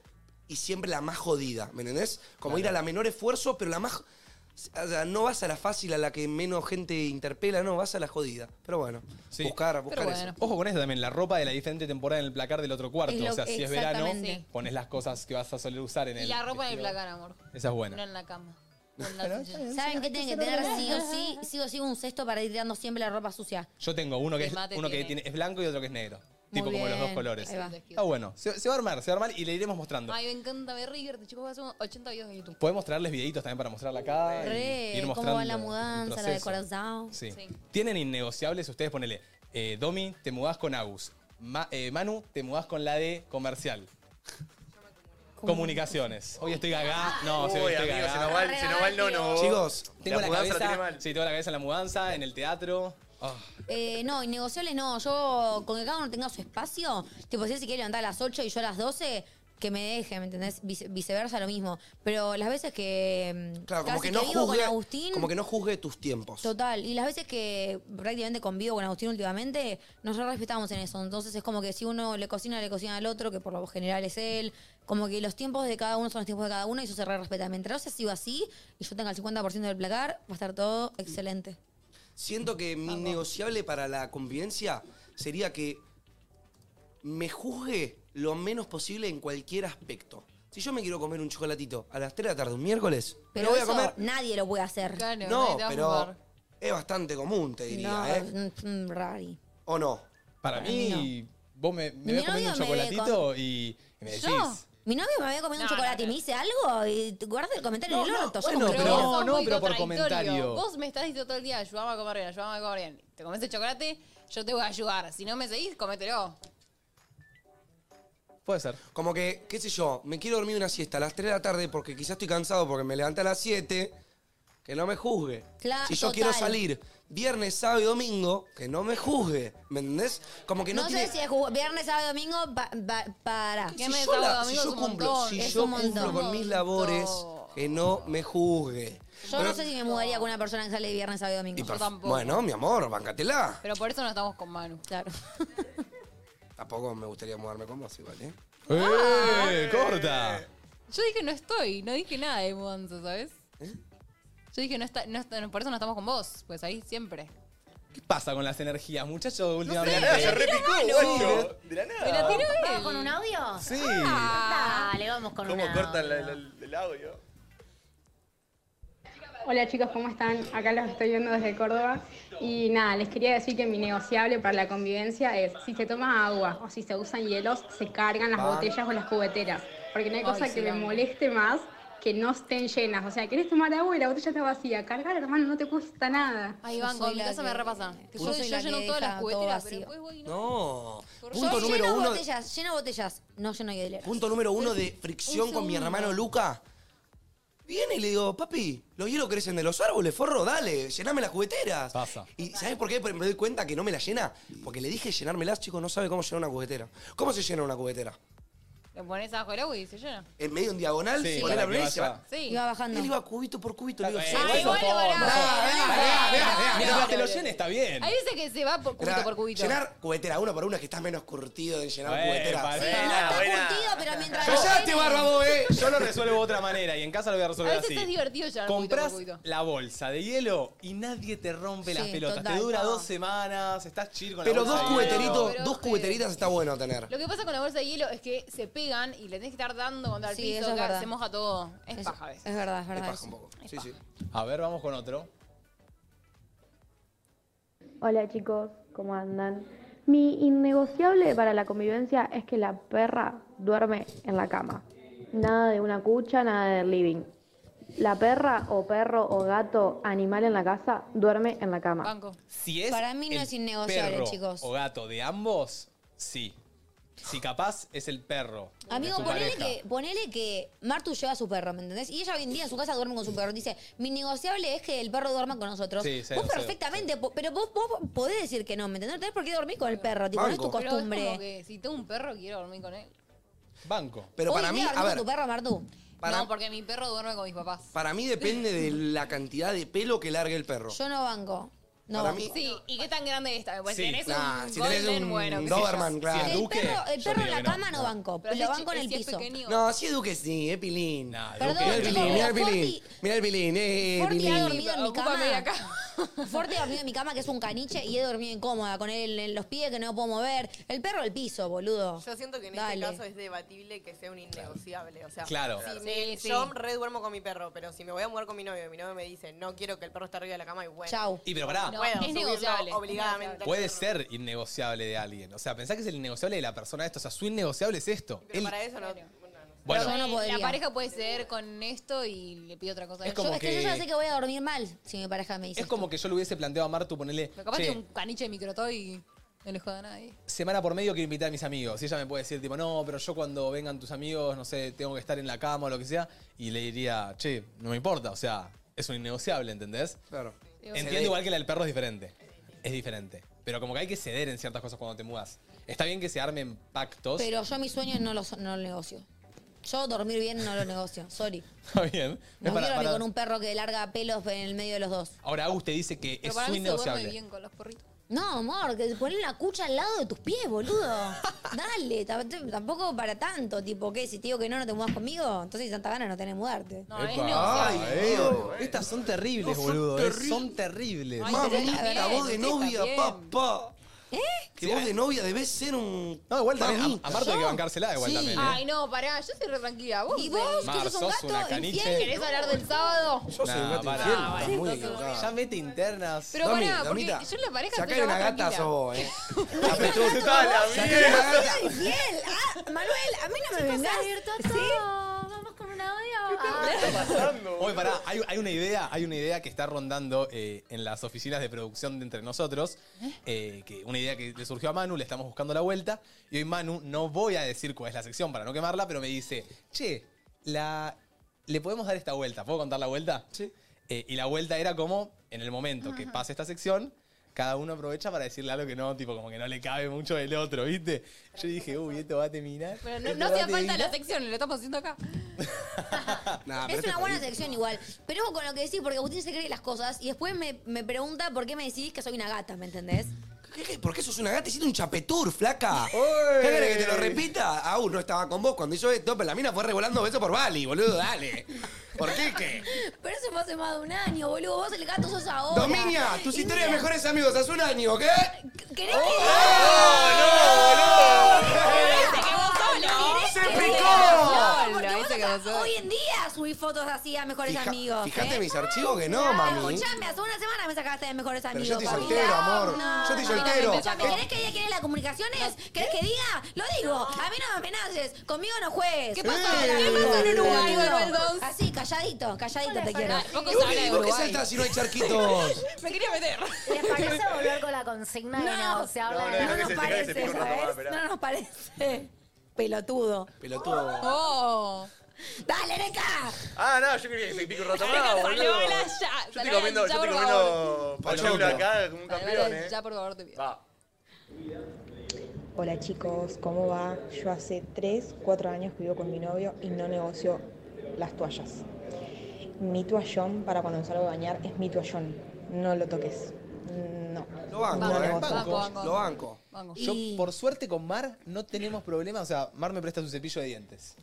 D: y siempre la más jodida, ¿me entendés? Como ir a la menor esfuerzo, pero la más... o sea, no vas a la fácil, a la que menos gente interpela, no, vas a la jodida. Pero bueno, buscar, buscar eso.
A: Ojo con eso también, la ropa de la diferente temporada en el placar del otro cuarto.
E: Es lo-
A: o sea, si es verano,
E: exactamente.
A: pones las cosas que vas a soler usar en el.
E: Y la ropa en el
A: vestido.
E: placar, amor.
A: Esa es buena.
E: No en la cama.
H: ¿Saben qué tienen que tener sí o sí? Sí o sí un cesto para ir tirando siempre la ropa sucia.
A: Yo tengo uno que,
H: El
A: es,
H: mate
A: uno que
H: tiene.
A: tiene, es blanco y otro que es negro.
H: Muy
A: tipo como los dos
H: bien,
A: colores.
H: ahí va.
A: Está bueno. Se, se va a armar, se va a armar y le iremos mostrando.
E: Ay, me encanta ver River. De chicos, hacemos 80 videos en YouTube.
A: Podemos traerles videitos también para mostrarla acá. y- y
H: Re,
A: ir
H: cómo va la
A: mostrando el
H: mudanza, la
A: proceso.
H: decoración.
A: Sí. ¿Tienen innegociables? Ustedes ponele, eh, Domi, te mudás con Agus. Ma- eh, Manu, te mudás con la de comercial. Comunicaciones. Hoy estoy
H: Ah.
A: gaga. No,
I: Uy,
A: sí, hoy estoy
I: amigo,
A: gaga.
I: se nos va el- se nos va el nono. Chicos,
A: tengo
I: la
A: la,
I: mudanza la
A: cabeza.
I: tiene mal.
A: sí, tengo la cabeza en la mudanza, en el teatro. Ah.
H: Eh, no, innegociables no. Yo, con que cada uno tenga su espacio, tipo, si él se quiere levantar a las 8 y yo a las 12, que me deje, ¿me entendés? Vice- viceversa, lo mismo. Pero las veces que. mm,
D: Claro, como
H: casi
D: que, no
H: vivo
D: juzgue,
H: con Agustín.
D: como que no juzgue tus tiempos.
H: Total, y las veces que prácticamente convivo con Agustín últimamente, nos re respetamos en eso. Entonces es como que si uno le cocina, le cocina al otro, que por lo general es él. Como que los tiempos de cada uno son los tiempos de cada uno y eso se re respeta. Mientras no se sigo así y yo tenga el 50% del placar, va a estar todo excelente.
D: Siento que mi negociable para la convivencia sería que me juzgue lo menos posible en cualquier aspecto. Si yo me quiero comer un chocolatito a las 3 de la tarde un miércoles, me
H: Pero
D: lo voy a
H: eso
D: comer.
H: nadie lo puede hacer.
D: No, pero es bastante común, te diría,
H: No,
D: ¿eh?
H: mm, mm, rari.
D: ¿O no?
A: Para,
H: Para
A: mí,
H: mí
A: vos me, me
H: Mi
A: ves comiendo
H: novio
A: un
H: me ve
A: chocolatito y, y me decís.
H: Yo, mi novio me había comido un
E: No,
H: chocolate
E: no,
H: y me dice algo y guarda el comentario en el orto. Yo
A: bueno,
H: como que
A: pero-
H: no.
A: No, no,
E: muy
A: pero por
E: contradictorio.
A: comentario.
E: Vos me estás diciendo todo el día, ayudame a comer bien, ayudame a comer bien. Te comes el chocolate, yo te voy a ayudar. Si no me seguís, comételo.
A: Puede ser.
D: Como que, qué sé yo, me quiero dormir una siesta a las 3 de la tarde porque quizás estoy cansado porque me levanté a las 7. Que no me juzgue.
H: Cla-
D: si yo
H: total.
D: quiero salir viernes, sábado y domingo, que no me juzgue. ¿Me entendés? Como que no,
H: no
D: tiene...
H: sé si es ju- viernes, sábado, domingo, pa- pa- para.
D: Si yo, la- si yo cumplo, si
H: Es
D: yo
H: un montón.
D: cumplo con mis labores, que no me juzgue.
H: Yo
D: Pero-
H: no sé si me mudaría con una persona que sale viernes, sábado y domingo.
D: y perf- Bueno, mi amor, bancatela.
E: Pero por eso no estamos con Manu.
H: Claro.
D: Tampoco me gustaría mudarme con vos igual, ¿eh?
H: Ah.
A: ¡Eh! ¡Corta!
E: Yo dije no estoy, no dije nada de mudanza, ¿sabes?
D: ¿Eh?
E: Yo dije, no está, no está- no- por eso no estamos con vos, pues ahí siempre.
A: ¿Qué pasa con las energías, muchachos? Últimamente.
I: me la repicó, guacho.
A: De la
E: Me la tiró
F: ¿Vamos
E: él.
F: con un audio? Ah,
A: Sí.
F: Dale, vamos con un
I: ¿Cómo
F: audio.
I: cortan la- la- el audio?
K: Hola chicos, ¿cómo están? Acá los estoy viendo desde Córdoba. Y nada, les quería decir que mi negociable para la convivencia es si se toma agua o si se usan hielos, se cargan las
L: Ah.
K: botellas o las cubeteras. Porque no hay
L: Ay,
K: cosa
L: sí,
K: que me
L: amo.
K: moleste más que no estén llenas. O sea, querés tomar agua y la botella está vacía. Cargar, hermano, no te cuesta nada.
E: Ahí van, con mi casa me repasa.
H: yo
E: Yo,
H: soy
E: yo
H: la
E: lleno
H: que
E: todas
H: deja
E: las
H: todo
E: cubeteras,
H: vacío.
E: pero después voy y no.
D: No.
H: Yo
D: Punto número
H: lleno
D: uno.
H: botellas, lleno botellas. No lleno hieleras.
D: Punto número uno de fricción
H: Un
D: con mi
H: segundo.
D: hermano Luca. Viene y le digo, papi, los hielos crecen de los árboles, forro, dale, llename las cubeteras. Pasa. ¿Y sabes por qué me doy cuenta que no me la llena? Porque le dije llenármelas, chicos, no sabe cómo llenar una cubetera. ¿Cómo se llena una cubetera?
E: Lo pones abajo del agua y se llena.
D: En medio, en diagonal,
A: Sí,
D: se pone la
A: para que
D: primera y se
A: vaya.
D: va.
E: Sí.
H: Iba bajando.
D: Él iba cubito por cubito, le digo,
A: Eh,
D: "Sos
A: igual
D: vos".
A: sos forro.
D: vea, vea, vea.
A: Mientras te lo llene está bien.
E: Ahí dice que se va por cubito
D: Era
E: por cubito.
D: Llenar cubetera uno por uno es que estás menos curtido en llenar
A: Eh,
D: cubeteras.
A: para-
D: Sí.
A: Buena,
H: está
A: buena.
H: curtido, pero mientras. lo
D: ¡Cállate,
H: llenen-
D: barba, vos, eh!
A: Yo lo resuelvo de otra manera y en casa lo voy a
E: A
A: resolver
E: veces es
A: así.
E: divertido llenar cubito por
A: Compras
E: cubito.
A: la bolsa de hielo y nadie te rompe las
H: Sí,
A: pelotas.
H: total.
A: te dura dos semanas, estás chill con
D: Pero
A: la
D: dos
A: bolsa de hielo.
D: cubeteritos,
E: pero
D: dos
E: que-
D: cubeteritas está bueno tener.
E: Lo que pasa con la bolsa de hielo es que se pegan y le tenés que estar dando contra el
H: Sí, eso
E: piso,
H: es
E: que
H: verdad.
E: se moja todo. Es
H: Es,
E: paja a veces.
H: es verdad, es
D: Te
H: verdad.
D: paja
H: eso.
D: un poco. Sí, sí.
A: A ver, vamos con otro.
L: Hola chicos, ¿cómo andan? Mi innegociable para la convivencia es que la perra duerme en la cama. Nada de una cucha, nada de living. La perra o perro o gato, animal en la casa, duerme en la cama.
E: Banco.
A: Si es
H: Para mí no
A: el
H: es innegociable,
A: perro
H: chicos.
A: O gato de ambos, sí. si capaz es el perro. de
H: Amigo,
A: tu
H: ponele
A: pareja.
H: que, ponele que Martu lleva a su perro, ¿me entendés? Y ella hoy en día en su casa duerme con su perro. Dice, mi negociable es que el perro duerma con nosotros.
A: Sí, sí,
H: vos
A: sí,
H: perfectamente, po- pero vos, vos podés decir que no, ¿me entendés? No tenés por qué dormir con el perro, tipo, no es tu
E: Pero es como
H: costumbre.
E: que si tengo un perro, quiero dormir con él.
A: Banco.
D: Pero
H: Hoy
D: para
H: en
D: mí,
H: día
D: a
H: dormís
D: ver,
H: con tu perro, Martu?
E: No, porque mi perro duerme con mis papás.
D: para mí depende de la cantidad de pelo que largue el perro.
H: Yo no banco. No
D: Para
H: banco.
D: mí-
E: Sí, ¿y qué tan grande es esta? Pues
D: Sí,
E: tenés
D: nah,
E: un
D: si tenés
E: golden,
D: un
E: bueno. qué sé yo.
D: Doberman, claro. Si es
H: el
D: Duque,
H: perro, el
D: yo
H: perro en
D: digo
H: la
D: que no.
H: cama no, banco,
E: Pero
H: lo
E: si es
H: banco en
E: chi-
H: el
E: si es
H: piso.
E: pequeño.
D: No, si es Duque sí, es Pilín.
H: Perdón,
D: Mira el
H: chicos,
D: Pilín, mira el
H: pero
D: Pilín. Mira el Pilín, eh,
H: Forti ha
D: Pilín.
H: dormido en mi
E: Ocúpame de
H: cama. Forti ha dormido en mi cama, que es un caniche, y he dormido incómoda, con él en los pies que no puedo mover. El perro al piso, boludo.
G: Yo siento que en
H: Dale.
G: este caso es debatible que sea un innegociable. O sea,
A: Claro.
G: si
A: Claro.
G: me-
H: Sí, sí.
G: yo re duermo con mi perro, pero si me voy a mudar con mi novio y mi novio me dice no quiero que el perro esté arriba de la cama y bueno.
H: Chau.
A: Y pero pará.
G: No puedo
E: es
G: subirlo
E: negociable.
G: Obligadamente.
A: Puede ser innegociable de alguien. O sea, pensá que es el innegociable de la persona esto. O sea, su innegociable es esto.
G: Pero
A: Él-
G: para eso no.
A: bueno,
H: Yo no podría.
E: La pareja puede ceder con esto y le pido otra cosa.
A: Es
H: Yo-
A: como
H: es que yo
A: que-
H: ya sé que voy a dormir mal si mi pareja me dice.
A: es como que yo le hubiese planteado a Martu ponerle.
E: Pero capaz tiene un caniche de microtoy y no le joda a nadie.
A: semana por medio quiero invitar a mis amigos. Y ella me puede decir, tipo, no, pero yo cuando vengan tus amigos, no sé, tengo que estar en la cama o lo que sea. Y le diría, che, no me importa. O sea, es un innegociable, ¿entendés?
D: Claro.
A: Entiendo igual que la del perro es diferente. Es diferente. Pero como que hay que ceder en ciertas cosas cuando te mudas. Está bien que se armen pactos.
H: Pero yo mis sueños no los no los negocio. Yo dormir bien no lo negocio, sorry.
A: Está bien.
H: No
A: Es para-
H: quiero dormir
A: para-
H: con un perro que larga pelos en el medio de los dos.
A: Ahora Agus te dice que
E: Pero
A: es
E: para
A: su
E: mí se duerme
A: innegociable.
E: bien con los perritos.
H: No, amor, que ponen la cucha al lado de tus pies, boludo. Dale, ta- t- tampoco para tanto, tipo, ¿qué? Si te digo que no, no te mudas conmigo, entonces tanta gana no tenés de mudarte.
E: No, es
A: Epa.
E: negociable.
A: Ay, Dios. Estas son terribles,
D: No, son
A: boludo. eh.
D: terribles.
A: Son terribles.
E: Ay,
D: Mamita,
E: sí, está bien,
D: vos de
E: sí,
D: novia,
E: está bien.
D: papá.
H: ¿Eh?
D: Que vos de novia debés ser un.
A: No, igual también. a-
D: Mamita.
A: A Marta hay que bancársela igual
D: Sí.
A: también. eh.
E: Ay, no, pará, yo soy re tranquila. ¿Vos?
H: ¿Y vos,
A: Mar,
H: que sos un
A: sos una
H: gato
A: caniche.
H: infiel?
E: ¿Querés hablar del sábado?
D: Yo soy
A: Nah,
D: un gato
A: pará.
D: infiel,
E: Ah,
D: estás
E: bueno,
D: muy
E: entonces no
D: equivocada.
A: Ya mete internas.
E: Pero
D: Dami,
E: pará, porque
D: Damita,
E: yo en la pareja
D: Sacale
E: estoy
D: una
E: re
D: gata
E: tranquila.
D: vos, eh. Sacale
I: Está la mierda.
D: una gata.
H: Infiel. Ah, Manuel, a mí no me
F: Chicos, se
H: vengas.
F: ha abierto todo. Vamos con un audio. Ah,
A: Oye, pará, hay, hay una idea, hay una idea que está rondando eh, en las oficinas de producción de entre nosotros. eh, que una idea que le surgió a Manu, le estamos buscando la vuelta. Y hoy Manu, no voy a decir cuál es la sección para no quemarla, pero me dice, che, la, le podemos dar esta vuelta. ¿Puedo contar la vuelta? Sí. y la vuelta era como, en el momento que pasa esta sección, cada uno aprovecha para decirle algo que no, tipo, como que no le cabe mucho del otro, ¿viste? Yo dije, uy, esto va a terminar.
E: Pero no,
A: esto
E: no
A: va a
E: hacía falta
A: terminar".
E: la sección, lo estamos haciendo acá.
A: Ah,
D: Nah, pero
H: Es
D: esto
H: una buena
D: terrible.
H: sección igual. Pero ojo con lo que decís, porque Agustín se cree las cosas y después me, me pregunta por qué me decís que soy una gata, ¿me entendés?
D: ¿Qué- qué? ¿Por qué sos una gata? Hiciste un chapetur, flaca. ¿Qué querés que te lo repita? Aún no estaba con vos cuando hizo esto, pero la mina fue revolando besos por Bali, boludo, dale. ¿Por qué qué?
H: Pero eso fue hace más de un año, boludo. Vos el gato sos ahora.
D: Dominia, tus
H: Y
D: historias de
H: mira,
D: mejores amigos hace un año, ¿qué?
H: ¿Querés que.?
E: ¡Ese que vos solo!
D: ¡Se
H: ¿Querés que- No,
D: picó!
H: porque
E: Hola,
H: vos
E: ese que
H: hasta
E: pasó.
H: Hoy en día subí fotos así a mejores
D: Fija-
H: amigos.
D: Fijate
H: ¿eh?
D: mis archivos que no,
H: Claro,
D: mami.
H: Escuchame, hace una semana me sacaste de mejores
D: Pero
H: amigos.
D: yo estoy
H: papi.
D: soltero, amor. Yo estoy
H: no, no,
D: soltero.
H: escuchame, ¿Querés que diga quién es la comunicaciones? ¿Querés que diga? Lo digo. A mí no me amenaces. Conmigo no juegues.
E: ¿Qué pasó?
D: Eh,
E: ¿Qué pasó en Uruguay,
H: Boludo.
E: Manuel Dons?
H: Así, calladito, calladito te quiero.
E: Ah, Poco
D: ¿Y
E: se
D: vos
E: habla
D: qué-
E: de
D: ¿Por qué
E: Uruguay.
D: saltás si no hay charquitos?
E: Me quería meter.
F: ¿Les parece volver con la consigna de
H: No.
F: negociable?
I: No, no,
F: de
I: no,
H: No
I: Déjale
H: nos
I: que se- déjale que se
H: parece,
I: pique una
H: ¿sabes?
I: pavada, esperá.
H: No nos parece. Pelotudo.
D: Pelotudo.
E: ¡Oh!
H: Dale, Neca.
I: Ah, no, yo quería que se pique un rato
E: Acá
I: más,
E: salió
I: boludo.
E: la ya,
I: Yo
E: salió
I: estoy
E: la
I: comiendo,
E: ya,
I: yo estoy
E: por
I: comiendo pachulo
D: Pachulo.
I: acá como un campeón, eh.
E: Ya, por favor, te pido.
I: Va.
M: Hola chicos, ¿cómo va? Yo hace 3, 4 años que vivo con mi novio y no negocio las toallas. Mi toallón para cuando salgo a bañar es mi toallón, no lo toques. No.
D: Lo banco,
M: No
D: eh.
M: negocio.
E: Banco, banco.
D: Lo banco.
E: Vamos.
A: Yo,
H: Y-
A: por suerte, con Mar no tenemos problema. O sea, Mar me presta su cepillo de dientes.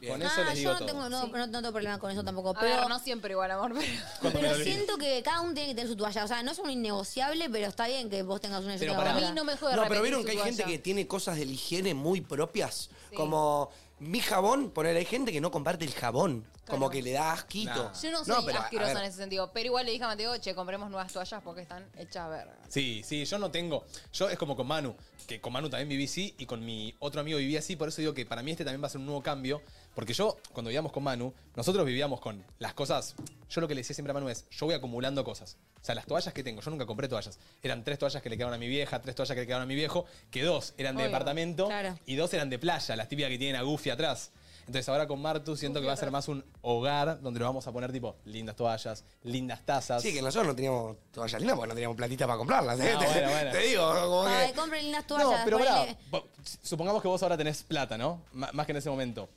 D: Bien.
A: Con eso
H: Ah,
A: les
H: yo
A: digo
H: no
A: todo. Mm.
H: tengo, no, no, no tengo problema con eso tampoco.
E: A ver,
H: Pero
E: no siempre igual, amor, pero...
A: Cuando me
H: Pero
A: lo olvido.
H: siento que cada uno tiene que tener su toalla. O sea, no es un innegociable, pero está bien que vos tengas una y yo
A: Pero
H: tenga
A: para
E: A
H: otra.
E: mí no me jode
D: No, pero
E: repetir
D: vieron
E: su
D: que hay gente
E: toalla.
D: que tiene cosas de la higiene muy propias. Como mi jabón, poner, hay gente que no comparte el jabón. Como que le da asquito.
A: Nah.
E: Yo no soy
D: pero, a
E: asquerosa
D: ver,
E: en ese sentido, pero igual le dije a Mateo, che, compremos nuevas toallas porque están hechas verga.
A: Sí, sí, yo no tengo. Yo es como con Manu, que con Manu también viví así y con mi otro amigo viví así, por eso digo que para mí este también va a ser un nuevo cambio, Porque yo, cuando vivíamos con Manu, nosotros vivíamos con las cosas. Yo lo que le decía siempre a Manu es: yo voy acumulando cosas. O sea, las toallas que tengo, yo nunca compré toallas. Eran tres toallas que le quedaron a mi vieja, tres toallas que le quedaron a mi viejo, que dos eran de
E: Obvio,
A: departamento
E: claro.
A: y dos eran de playa, las típicas que tienen a Goofy atrás. Entonces ahora con Martu siento que va a ser más un hogar donde nos vamos a poner tipo lindas toallas, lindas tazas.
D: Sí, que nosotros no teníamos toallas lindas porque no teníamos platita para comprarlas. ¿eh?
A: Ah,
D: te,
A: bueno, bueno.
D: te digo, como
H: Ay,
D: que.
H: compren lindas toallas.
A: No, pero
H: ponele-
A: pará, vo- supongamos que vos ahora tenés plata, ¿no? M- más que en ese momento.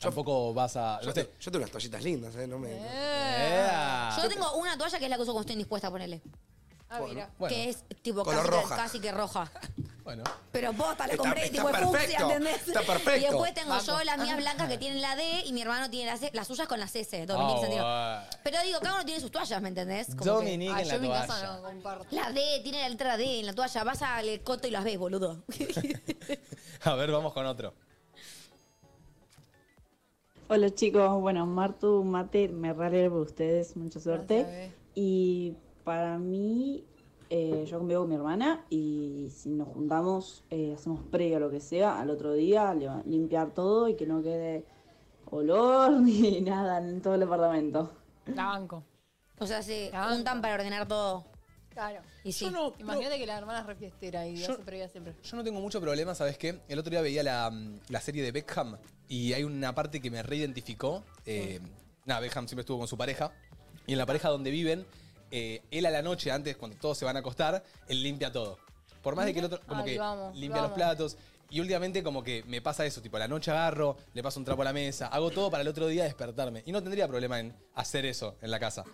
A: Tampoco vas a.
D: Yo, te- yo tengo unas toallitas lindas, ¿eh? No me.
A: Ea.
H: Yo tengo una toalla que es la que uso cuando estoy indispuesta, ponele.
E: Ah, mira.
A: Eh. Bueno.
H: Que es tipo
A: Color
H: casi,
A: roja.
H: Que, casi que roja.
A: Bueno.
H: Pero posta, la
A: Está-
H: compré
A: está
H: tipo de fucsia,
A: perfecto,
H: ¿entendés?
A: está perfecto.
H: Y después tengo
A: Vamos.
H: yo las mías blancas que tienen la D y mi hermano tiene las, C- las suyas con las S, Dominique
A: Ah,
H: Santino.
A: bueno.
H: Pero digo, cada uno tiene sus toallas, ¿me entendés?
A: Dominique
E: Ah,
A: en Ay, yo la en mi casa toalla.
E: no comparto.
H: La D, tiene la letra D en la toalla. Vas al coto y las ves, boludo.
A: A ver, vamos con otro.
N: Hola chicos, bueno, Martu, Mate, me ralé por ustedes, mucha suerte. Y para mí, eh, yo convivo con mi hermana y si nos juntamos, eh, hacemos previo a lo que sea, al otro día le- limpiar todo y que no quede olor ni nada en todo el departamento.
E: La banco.
H: O sea, se juntan para ordenar todo.
E: Claro.
H: Y sí.
E: Imagínate que la hermana es refiestera y hace previa siempre.
A: Yo no tengo mucho problema, ¿sabes qué? El otro día veía la, mm, la serie de Beckham y hay una parte que me reidentificó. Eh,
E: Mm.
A: Nada, Beckham siempre estuvo con su pareja y en la pareja donde viven, eh, él a la noche, antes, cuando todos se van a acostar, él limpia todo. Por más de que el otro, como
E: Ay,
A: que
E: lo amo, lo
A: limpia los
E: amo.
A: platos. Y últimamente como que me pasa eso, tipo, a la noche agarro, le paso un trapo a la mesa, hago todo para el otro día despertarme. Y no tendría problema en hacer eso en la casa.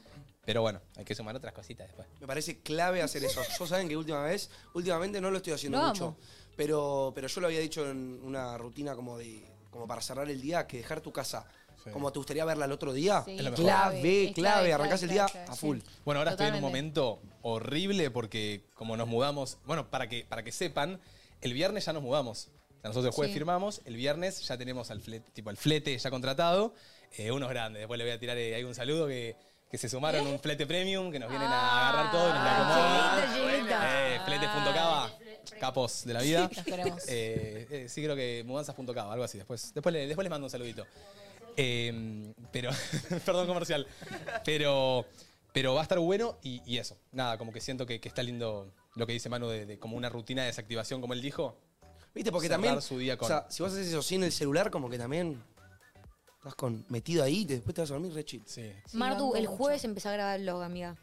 A: Pero bueno, hay que sumar otras cositas después.
D: Me parece clave hacer eso. Yo saben que última vez, últimamente no lo estoy haciendo
A: Lo amo.
D: mucho. Pero, pero yo lo había dicho en una rutina como de. como para cerrar el día, que dejar tu casa como te gustaría verla el otro día.
A: Sí, Es
D: clave,
A: lo mejor.
D: clave,
A: es clave,
D: Arrancás el día
A: clave, clave.
D: a full.
A: Bueno, ahora estoy en un
D: Totalmente.
A: momento horrible porque como nos mudamos, bueno, para que, para que sepan, el viernes ya nos mudamos. O sea, nosotros el jueves
E: Sí.
A: firmamos, el viernes ya tenemos al flete, tipo, el flete ya contratado, eh, unos grandes. Después le voy a tirar eh, ahí un saludo que, que se sumaron un flete premium, que nos vienen
C: Ah,
A: a
H: Ah,
A: agarrar todo y nos la acomodan.
E: Chivito, chivito.
A: Eh, fletes.cava, capos de la vida.
E: Sí, los queremos.
A: Eh, eh, sí, creo que mudanzas.cava, algo así. Después, después, le- después les mando un saludito. Eh, pero, perdón comercial. Pero, pero va a estar bueno y, y eso. Nada, como que siento que, que está lindo lo que dice Manu de, de como una rutina de desactivación, como él dijo.
D: ¿Viste? Porque
A: Cerrar
D: también.
A: su día con-
D: O sea, si vos haces eso sin el celular, como que también. Estás con, metido ahí y después te vas a dormir re chill.
A: Sí.
H: Martu, el jueves empezó a grabar el log, amiga.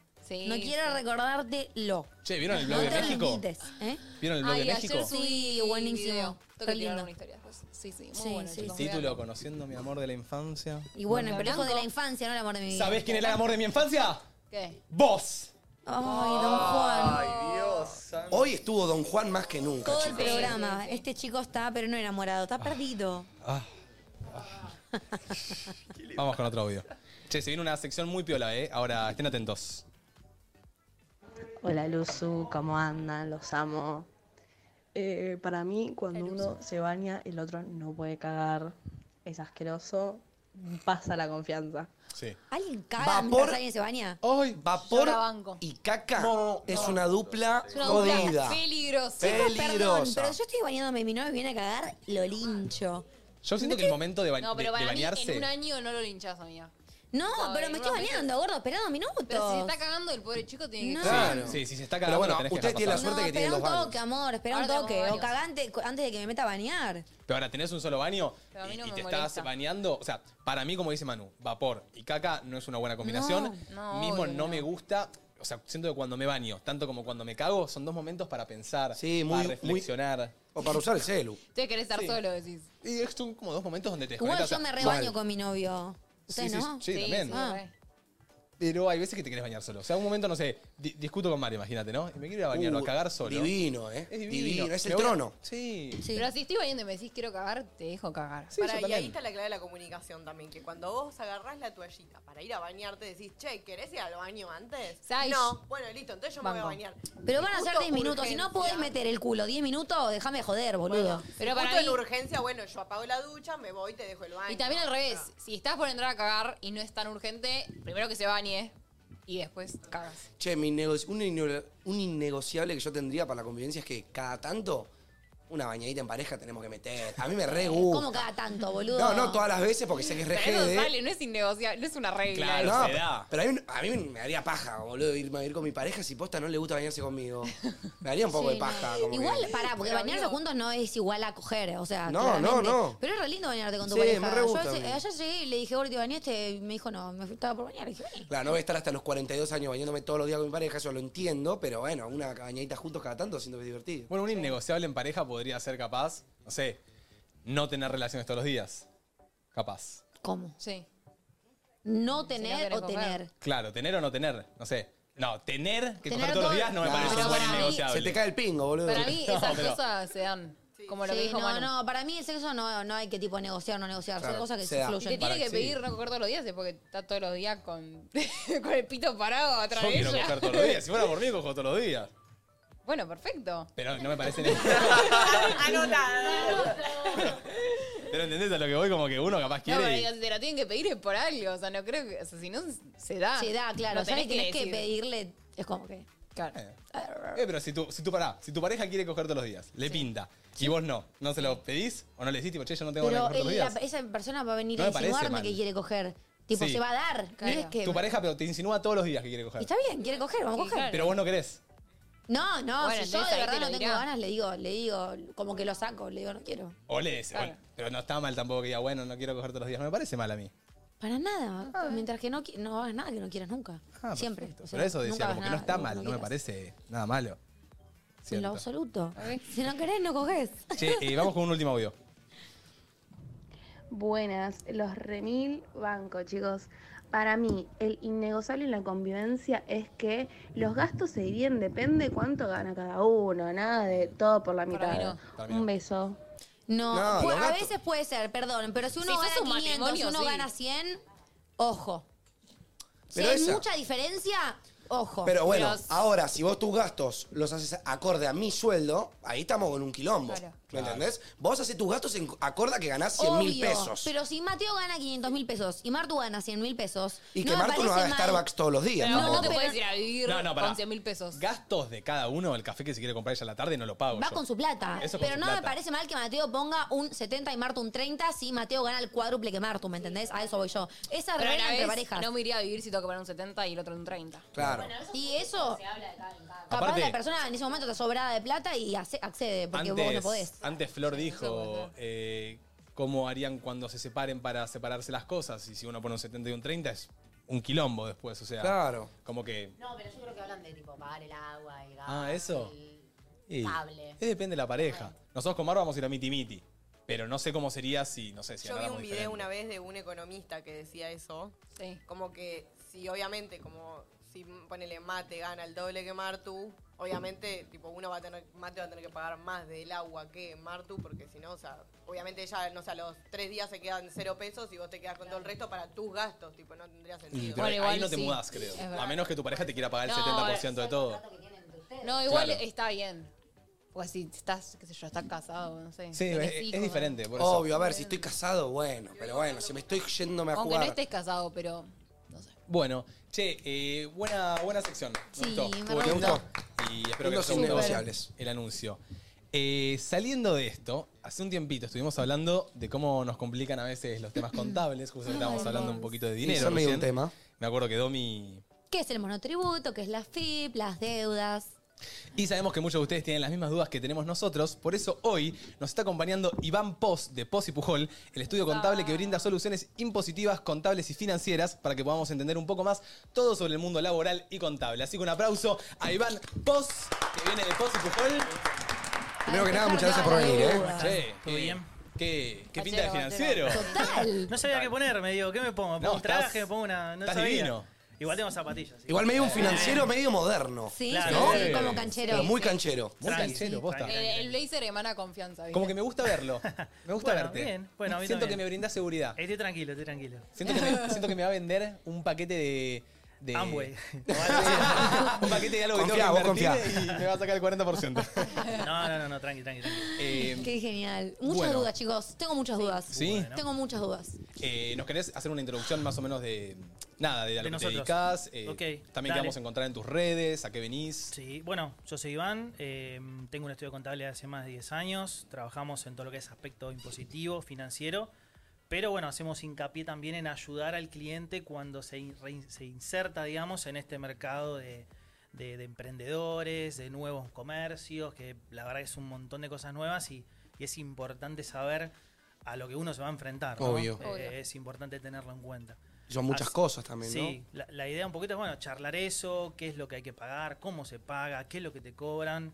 H: no quiero recordarte lo.
A: Che, ¿vieron el blog
H: no
A: de
H: te
A: México?
H: olvides, ¿eh?
A: ¿Vieron el blog de México?
H: Sí, buenísimo.
E: Tengo
H: Re
E: que tirar
H: lindo.
E: una historia después. Sí, sí, muy
H: Sí,
E: bueno.
H: sí,
E: chicos,
A: Título,
E: vean.
A: conociendo mi amor de la infancia.
H: Y bueno, pero
E: Blanco.
H: lejos de la infancia, no el amor de mi vida.
A: ¿Sabés quién era el amor de mi infancia?
E: ¿Qué?
A: ¡Vos!
H: Ay, don Juan.
D: Hoy estuvo Don Juan más que nunca,
H: Todo el
D: chicos.
H: programa. Este chico está, pero no enamorado, está perdido.
A: Vamos con otro audio. Che, se viene una sección muy piola, ¿eh? Ahora, estén atentos.
O: Hola Luzu, ¿cómo andan? Los amo. Eh, para mí, cuando uno se baña, el otro no puede cagar. Es asqueroso. Pasa la confianza.
A: Sí.
H: ¿Alguien caga
D: Vapor.
H: mientras alguien se baña?
A: Ay,
D: Vapor
H: Yo la banco.
D: y caca es una dupla
H: Es una
D: jodida.
H: dupla Peligrosa. Chicos, perdón,
D: Peligrosa.
H: pero yo estoy bañándome y mi novio viene a cagar, lo lincho.
A: Yo siento que el momento de, ba-
E: No,
A: de-
E: pero
A: de
E: para mí
A: bañarse.
E: en un año no lo linchás, amiga.
H: No,
E: No,
H: pero
E: en
H: me
E: una
H: estoy bañando, gordo, esperando minutos.
E: Pero si se está cagando, el pobre chico tiene que...
A: Claro. Sí, si se está
D: Pero
A: cagando,
D: bueno,
A: lo tenés que
D: ustedes
A: dejar
D: tienen la
A: pasar.
D: suerte que
H: Espera un toque, amor, espera un
E: Ahora tenemos
H: toque. O
E: baños.
H: cagante cu- antes de que me meta a bañar.
A: Pero ahora tenés un solo baño
H: Pero a mí
A: y,
H: no
A: y
H: me
A: te
H: molesta.
A: estás bañando. O sea, para mí, como dice Manu, vapor y caca no es una buena combinación.
E: No, no,
A: Mismo
E: obvio
A: no
E: que
A: me gusta. O sea, siento que cuando me baño, tanto como cuando me cago, son dos momentos para pensar,
D: muy-
A: para
D: muy-
A: reflexionar.
D: O para usar el celu.
E: Ustedes querés estar
A: Sí.
E: solo, decís.
A: Y son como dos momentos donde te
H: Igual
A: desconectas.
H: yo
A: o
H: me
A: sea,
H: rebaño con mi novio. ¿Ustedes
A: Sí, sí,
H: no?
A: sí, Sí, también. sí,
H: Ah.
A: re. Pero hay veces que te querés bañar solo. O sea, un momento, no sé, di- discuto con Mario, imagínate, ¿no? Y me quiero ir a bañar o a
D: Uh,
A: cagar solo.
D: divino, ¿eh?
A: Es divino.
D: Divino, es el
A: Me voy a-
D: trono.
A: Sí.
E: Pero si estoy bañando y me decís quiero cagar, te dejo cagar.
G: Pará, y ahí está la clave de la comunicación también, que cuando vos agarrás la toallita para ir a bañarte, decís, che, ¿querés ir al baño antes?
H: Ay,
G: No, bueno, listo, entonces yo me
H: Banco.
G: voy a bañar.
H: Pero van a ser
G: Justo
H: 10 minutos. Si no
G: urgencia.
H: podés meter el culo 10 minutos, déjame joder, boludo.
G: Pero para en urgencia, bueno, yo apago la ducha, me voy y te dejo el baño.
E: Y también al revés, si estás por entrar a cagar y no es tan urgente, primero que se bañe y después cagas.
D: Che, mi nego- un, inne- un innegociable que yo tendría para la convivencia es que cada tanto una bañadita en pareja tenemos que meter. A mí me
E: Eh,
D: re gusta.
H: ¿Cómo cada tanto, boludo?
D: No, no todas las veces porque sé que es re
E: Pero eso
D: jede.
E: sale, no es innegociable, no es una regla.
D: No,
E: eso.
D: pero- Pero hay un- a mí me haría paja, boludo, ir, ir con mi pareja si posta no le gusta bañarse conmigo. Me haría un poco
H: Sí,
D: de
H: no.
D: paja. como que-
H: Igual, pará, porque
E: Pero,
H: bañarse
E: amigo.
H: juntos no es igual a coger, o sea.
D: No,
H: claramente.
D: no, no.
H: Pero es re lindo bañarte con tu
D: Sí,
H: pareja.
D: me re gusta
H: Yo
D: a
H: hace-
D: mí.
H: ayer llegué y le dije, ahora te bañaste, y me dijo, no, me fui- estaba por bañar. Y dije, "Vení".
D: Claro, no voy a estar hasta los 42 años bañándome todos los días con mi pareja, eso lo entiendo, pero bueno, una bañadita juntos cada tanto siento que es divertido.
A: Bueno, un innegociable en pareja podría ser capaz, no sé, no tener relaciones todos los días. Capaz.
H: ¿Cómo?
E: Sí.
H: No tener
E: querés
H: o tener.
A: Claro, tener o no tener, no sé. No, tener que
H: Tener
A: coger todos los
H: todo-
A: días no me
D: Claro.
A: parece
D: Pero
A: un buen
D: para mí-
A: innegociable.
D: Se te cae el pingo, boludo.
E: Para mí esas
A: pero-
E: cosas se dan. Como lo que
H: Sí,
E: dijo
H: no,
E: Manu.
H: no, para mí el sexo no, no hay que tipo negociar o no negociar,
D: Claro,
H: son cosas que
D: se
H: se
D: da.
E: Y te
H: fluyen.
E: tiene que
D: sí.
E: pedir no coger todos los días es porque está todos los días con, con el pito parado atrás
A: Yo
E: de
A: quiero
E: ella.
A: coger todos los días. Si fuera por mí, cojo todos los días.
E: Bueno, perfecto.
A: Pero no me parece ni... Pero entendés a lo que voy, como que uno capaz
E: No, pero
A: quiere. y-
E: digo, si te lo tienen que pedir es por algo. O sea, no creo que. O sea, si no, se da.
H: Se da, claro,
E: Ah, No
H: ya que tenés que,
E: decir.
H: pedirle, es como que.
E: Claro.
A: Eh, pero si tu, si tu pará, si tu pareja quiere coger todos los días, le pinta, y vos no, ¿no se lo pedís? ¿O no le decís, tipo, che, yo no tengo
H: Pero
A: ganas de coger
H: él- la-
A: todos los días?
H: esa persona va a venir
A: No
H: a
A: me parece
H: insinuarme
A: mal.
H: que quiere coger. Tipo,
A: Sí.
H: se va a dar. No es que-
A: Tu pareja, pero te insinúa todos los días que quiere coger.
H: Está bien, quiere coger, vamos a coger.
A: Pero vos no querés.
H: No, no,
E: Bueno,
H: si yo
E: entonces
H: de
E: ahí te
H: verdad
E: lo
H: no tengo
E: dirá.
H: ganas, le digo, le digo, como que lo saco, le digo, no quiero.
A: O lees.
H: Claro.
A: o- Pero no está mal tampoco que diga, bueno, no quiero coger todos los días. No me parece mal a mí.
H: Para nada.
A: Ah.
H: Mientras que no, qui- no hagas nada que no quieras nunca. Siempre. o sea,
A: Pero Ah, eso
H: nunca
A: decía,
H: hagas
A: como que no
H: nada,
A: está
H: lo
A: mal, no me
H: quieras.
A: parece nada malo.
H: En lo
A: Cierto.
H: absoluto. Si no querés, no coges.
A: Che, eh, vamos con un último audio.
L: Buenas, los remil banco, chicos. Para mí, el innegociable en la convivencia es que los gastos se dividen, depende cuánto gana cada uno, nada de todo por la mitad.
E: mí no.
A: Para
L: Un beso.
H: No,
L: No,
H: pu-
L: los
H: a
L: gatos-
H: veces puede ser, perdón, pero si uno
E: Si sos
H: gana
E: un
H: 500, si
E: matrimonio,
H: uno
E: sí.
H: gana 100, ojo. Si
D: Pero
H: hay
D: esa-
H: mucha diferencia, ojo.
D: Pero bueno, ahora, si vos tus gastos los haces acorde a mi sueldo, ahí estamos con un quilombo.
H: Claro.
D: ¿Me entendés? Vos haces tus gastos en, acorde a que ganás 100 mil
H: obvio,
D: pesos.
H: Pero si Mateo gana 500 mil pesos y Martu gana 100 mil pesos.
D: y que
H: me
D: Marco no
H: parece
D: haga
H: mal.
D: Starbucks todos los días.
E: Pero no,
D: tampoco.
E: te puedes ir a vivir
A: No, no, pará.
E: con 100 mil pesos.
A: Gastos de cada uno, el café que se quiere comprar ella a la tarde, no lo pago.
H: Va
A: yo.
H: con su plata.
A: Eso con
H: pero
A: su
H: no me
A: plata.
H: parece mal que Mateo ponga un 70 y Martu un 30 si Mateo gana el cuádruple que Martu, ¿me entendés? A eso voy yo. Esa
E: Pero a
H: regla
E: la
H: entre
E: vez,
H: parejas.
E: no me iría a vivir si tengo que pagar un 70 y el otro un 30.
D: Claro.
H: Y eso, capaz
A: Aparte-
H: la persona en ese momento está sobrada de plata y ace- accede, porque vos no podés.
A: Antes Flor dijo eh, cómo harían cuando se separen para separarse las cosas. Y si uno pone un 70 y un 30 es un quilombo después. O sea,
D: Claro.
A: como que.
F: No, pero yo creo que hablan de tipo pagar el agua, el gas.
A: Ah, eso. Y-
F: cable.
A: eh, depende de la pareja. Nosotros con Mar vamos a ir a miti miti. Pero no sé cómo sería si, no sé, si
G: Yo vi
A: ganáramos
G: un video
A: diferente.
G: una vez de un economista que decía eso.
E: Sí.
G: Como que si obviamente, como si ponele mate gana el doble que Martu, obviamente, tipo, uno va a tener, mate va a tener que pagar más del agua que Martu, porque si no, o sea, obviamente ella, no sé, a los tres días se quedan cero pesos y vos te quedas con todo el resto para tus gastos, tipo, no tendría
A: Y,
G: sentido.
A: Mm, pero ahí no te mudás, creo. A menos que tu pareja te quiera pagar el
E: No,
A: 70% de todo.
E: No, igual
A: Claro.
E: está bien. Pues si estás, qué sé yo, estás casado, no sé.
A: Sí,
E: tenés
A: es- es
E: hijos.
A: diferente, por eso.
D: Obvio, a ver, si estoy casado, bueno. Pero bueno, si me estoy yéndome a
E: Aunque no
D: jugar.
E: estés casado, pero.
A: Bueno, che, eh, buena, buena sección. Me
E: Sí,
A: gustó.
E: me
A: Estuvo
E: re
A: linda.
E: gustó.
A: Y espero
D: Lindos
A: que les haya gustado
D: innegociables.
A: el anuncio. Eh, saliendo de esto, hace un tiempito estuvimos hablando de cómo nos complican a veces los temas contables. Justo que estábamos hablando un poquito de dinero.
D: Eso medio un
A: recién.
D: tema.
A: Me acuerdo que Domi.
H: ¿Qué es el monotributo? ¿Qué es la FIP? ¿Las deudas?
A: Y sabemos que muchos de ustedes tienen las mismas dudas que tenemos nosotros. Por eso hoy nos está acompañando Iván Pos de Pos y Pujol, el estudio contable que brinda soluciones impositivas, contables y financieras para que podamos entender un poco más todo sobre el mundo laboral y contable. Así que un aplauso a Iván Pos, que viene de Pos y Pujol.
D: Primero que nada, muchas gracias por venir, ¿eh?
A: Che,
P: ¿Todo
A: qué-
P: bien?
A: ¿Qué, qué
P: Bachero,
A: pinta de financiero?
P: No sabía qué ponerme, digo, ¿qué me pongo? ¿Me pongo
A: No,
P: un traje?
A: estás-
P: ¿Me pongo una.? No
A: estás
P: sabía.
A: divino.
P: Igual tengo zapatillas. sí.
D: Igual medio un financiero medio moderno.
P: Sí,
D: Claro.
P: sí, sí,
D: ¿no?
P: como canchero.
D: Pero muy canchero.
A: Muy
P: Tranqui,
A: canchero, posta.
E: El, eh, el blazer emana confianza. ¿viste?
A: Como que me gusta verlo. Me gusta
P: Bueno,
A: verte.
P: bien. Bueno, a mí
A: Siento
P: también.
A: que me brinda seguridad.
P: Estoy tranquilo, estoy tranquilo.
A: Siento que, me, siento que me va a vender un paquete de, de.
P: Amway.
A: Eh, un paquete de algo que
P: Confiá,
A: tengo que
P: vos
A: invertir y me va a sacar el 40%.
P: No, no, no, no, tranqui, tranqui, tranqui.
A: Eh,
H: Qué genial. Muchas
A: bueno.
H: dudas, chicos. Tengo muchas dudas.
A: Sí.
H: Tengo muchas dudas.
A: eh, ¿Nos querés hacer una introducción más o menos de. Nada, de a
P: De
A: lo que te
P: nosotros.
A: dedicás? eh,
P: Ok,
A: También
P: dale.
A: que vamos a encontrar en tus redes, a qué venís.
P: Sí, bueno, yo soy Iván, eh, tengo un estudio contable de hace más de 10 años, trabajamos en todo lo que es aspecto impositivo, financiero, pero bueno, hacemos hincapié también en ayudar al cliente cuando se, in- rein- se inserta, digamos, en este mercado de, de- de emprendedores, de nuevos comercios, que la verdad es un montón de cosas nuevas y, y es importante saber a lo que uno se va a enfrentar. ¿no?
D: Obvio.
P: Eh,
D: Obvio.
P: es importante tenerlo en cuenta.
D: Son muchas
P: Así-
D: cosas también, ¿no?
P: Sí, la, la idea un poquito es, bueno, charlar eso, qué es lo que hay que pagar, cómo se paga, qué es lo que te cobran,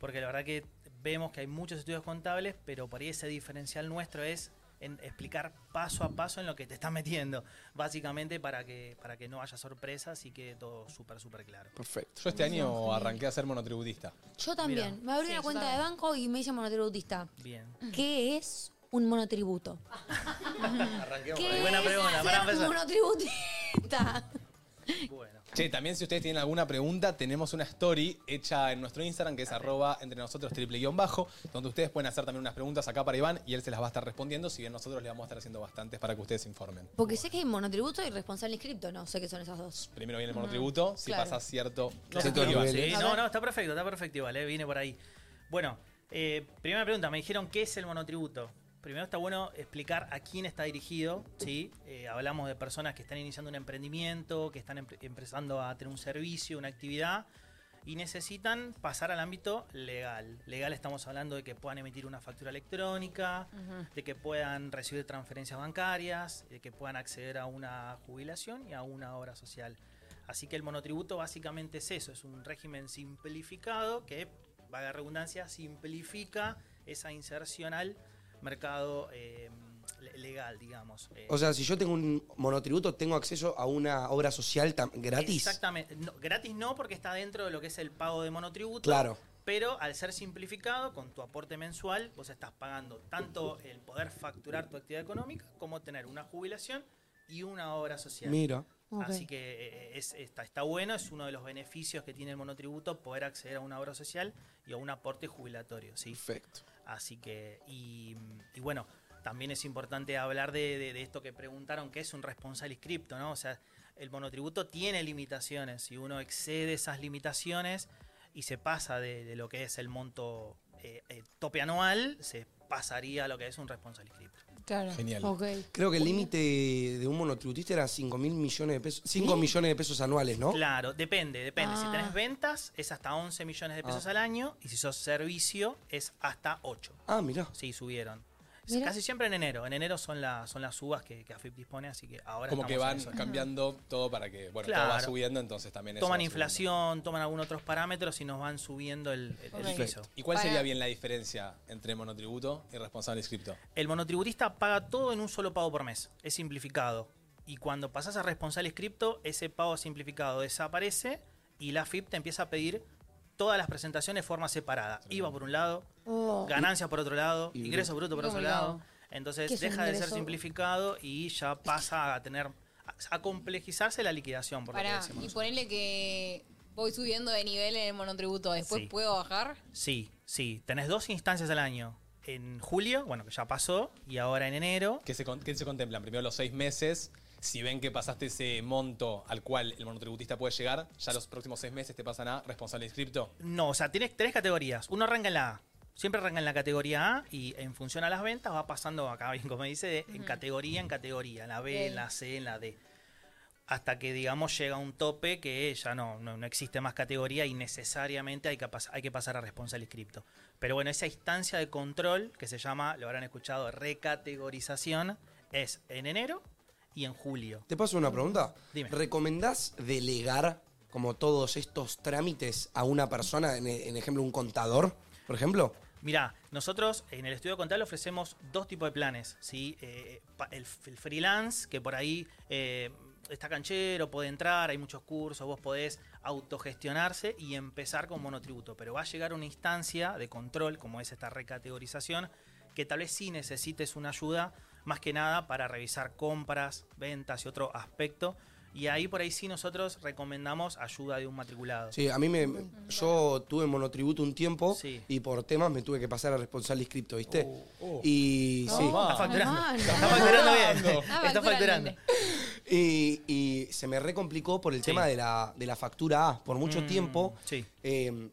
P: porque la verdad que vemos que hay muchos estudios contables, pero por ahí ese diferencial nuestro es en explicar paso a paso en lo que te estás metiendo, básicamente para que, para que no haya sorpresas y quede todo súper, súper claro.
D: Perfecto.
A: Yo este año arranqué a ser monotributista.
H: Yo también. Me abrí
P: Sí,
H: una
P: yo
H: cuenta
P: también.
H: de banco y me hice monotributista.
P: Bien.
H: ¿Qué es un monotributo?
I: Arranquemos
H: ¿Qué
P: Buena
H: es
P: pregunta, para
H: ser
P: empezar.
H: monotributista?
A: Che, también si ustedes tienen alguna pregunta, tenemos una story hecha en nuestro Instagram, que es arroba entre nosotros triple guión bajo, donde ustedes pueden hacer también unas preguntas acá para Iván y él se las va a estar respondiendo, si bien nosotros le vamos a estar haciendo bastantes para que ustedes se informen.
H: Porque sé que hay monotributo y responsable inscripto. No sé qué son esas dos.
A: Primero viene el monotributo, si
H: Claro.
A: pasa cierto...
P: No,
A: cierto
P: no,
A: nivel.
P: sí, no, no, está perfecto, está perfecto igual, eh, vine por ahí. Bueno, eh, primera pregunta, me dijeron qué es el monotributo. Primero está bueno explicar a quién está dirigido, ¿sí? Eh, hablamos de personas que están iniciando un emprendimiento, que están empe- empezando a tener un servicio, una actividad, y necesitan pasar al ámbito legal. Legal estamos hablando de que puedan emitir una factura electrónica, de que puedan recibir transferencias bancarias, de que puedan acceder a una jubilación y a una obra social. Así que el monotributo básicamente es eso, es un régimen simplificado que, vaga redundancia, simplifica esa inserción al mercado eh, le- legal, digamos. Eh,
D: O sea, si yo tengo un monotributo, tengo acceso a una obra social tam- gratis.
P: Exactamente. No, gratis no, porque está dentro de lo que es el pago de monotributo.
D: Claro.
P: Pero al ser simplificado, con tu aporte mensual, vos estás pagando tanto el poder facturar tu actividad económica como tener una jubilación y una obra social.
D: Mira.
H: Ok.
P: Así que eh, es- está, está bueno, es uno de los beneficios que tiene el monotributo poder acceder a una obra social y a un aporte jubilatorio. ¿sí?
D: Perfecto.
P: Así que, y, y bueno, también es importante hablar de, de- de esto que preguntaron, que es un responsable inscripto, ¿no? O sea, el monotributo tiene limitaciones. Si uno excede esas limitaciones y se pasa de, de lo que es el monto eh, eh, tope anual, se pasaría a lo que es un responsable inscripto.
H: Claro.
D: Genial. Creo que el límite de un monotributista era 5 mil millones de pesos. 5 millones de pesos anuales, ¿no?
P: Claro, depende, depende. Si
D: Ah.
P: tenés ventas, es hasta 11 millones de pesos
D: Ah.
P: al año. Y si sos servicio, es hasta 8.
D: Ah, mirá.
P: Sí, subieron.
A: Mirá.
P: Casi siempre en enero. En enero son, la- son las uvas que, que AFIP dispone, así que ahora
A: Como que
P: estamos
A: van
P: en eso.
A: cambiando todo para que, bueno,
P: Claro.
A: todo va subiendo, entonces también eso
P: Toman
A: va subiendo.
P: inflación, toman algunos otros parámetros y nos van subiendo el, el- el piso.
A: Perfecto. ¿Y cuál sería bien la diferencia entre monotributo y responsable inscripto?
P: El monotributista paga todo en un solo pago por mes. Es simplificado. Y cuando pasas a responsable cripto, ese pago simplificado desaparece y la AFIP te empieza a pedir todas las presentaciones de forma separada. IVA por un lado,
H: Oh.
P: ganancias por otro lado,
H: Y-
P: ingreso bruto por
H: Qué
P: otro
H: complicado.
P: lado.
H: ¿Qué
P: Entonces
H: es un
P: deja de ser
H: ingreso?
P: simplificado y ya pasa a tener a- a complejizarse la liquidación, por lo que
E: Pará,
P: decimos
E: y
P: nosotros.
E: ponele que voy subiendo de nivel en el monotributo. ¿Después
P: Sí.
E: puedo bajar?
P: Sí, sí. Tenés dos instancias al año. En julio, bueno, que ya pasó, y ahora en enero.
A: ¿Qué se, con- qué se contemplan? Primero los seis meses. Si ven que pasaste ese monto al cual el monotributista puede llegar, ya los próximos seis meses te pasan a responsable inscripto.
P: No, o sea, tienes tres categorías. Uno arranca en la A. Siempre arranca en la categoría A y en función a las ventas va pasando acá, bien como dice, de- en
Q: Ujú.
P: categoría en categoría, en la B, en
Q: Ok.
P: la C, en la D. Hasta que, digamos, llega un tope que ya no, no, no existe más categoría y necesariamente hay que, pas- hay que pasar a responsable cripto. Pero bueno, esa instancia de control que se llama, lo habrán escuchado, recategorización, es en enero y en julio.
D: ¿Te paso una pregunta?
P: Dime.
D: ¿Recomendás delegar como todos estos trámites a una persona, en, en ejemplo, un contador, por ejemplo?
P: Mirá, nosotros en el estudio contable ofrecemos dos tipos de planes. ¿sí? Eh, pa- el, f- el freelance, que por ahí eh, está canchero, puede entrar, hay muchos cursos, vos podés autogestionarse y empezar con monotributo. Pero va a llegar una instancia de control, como es esta recategorización, que tal vez sí necesites una ayuda, más que nada para revisar compras, ventas y otro aspecto. Y ahí por ahí sí nosotros recomendamos ayuda de un matriculado.
D: Sí, a mí me. Yo tuve monotributo un tiempo y por temas me tuve que pasar a responsable inscripto, ¿viste?
P: oh.
D: Y
P: No,
D: sí.
P: está facturando. Hermano. Está facturando bien. Está Está facturando.
D: Y, y se me recomplicó por el tema de la, de la factura A. Por mucho
P: Mm,
D: tiempo.
P: Sí.
D: eh,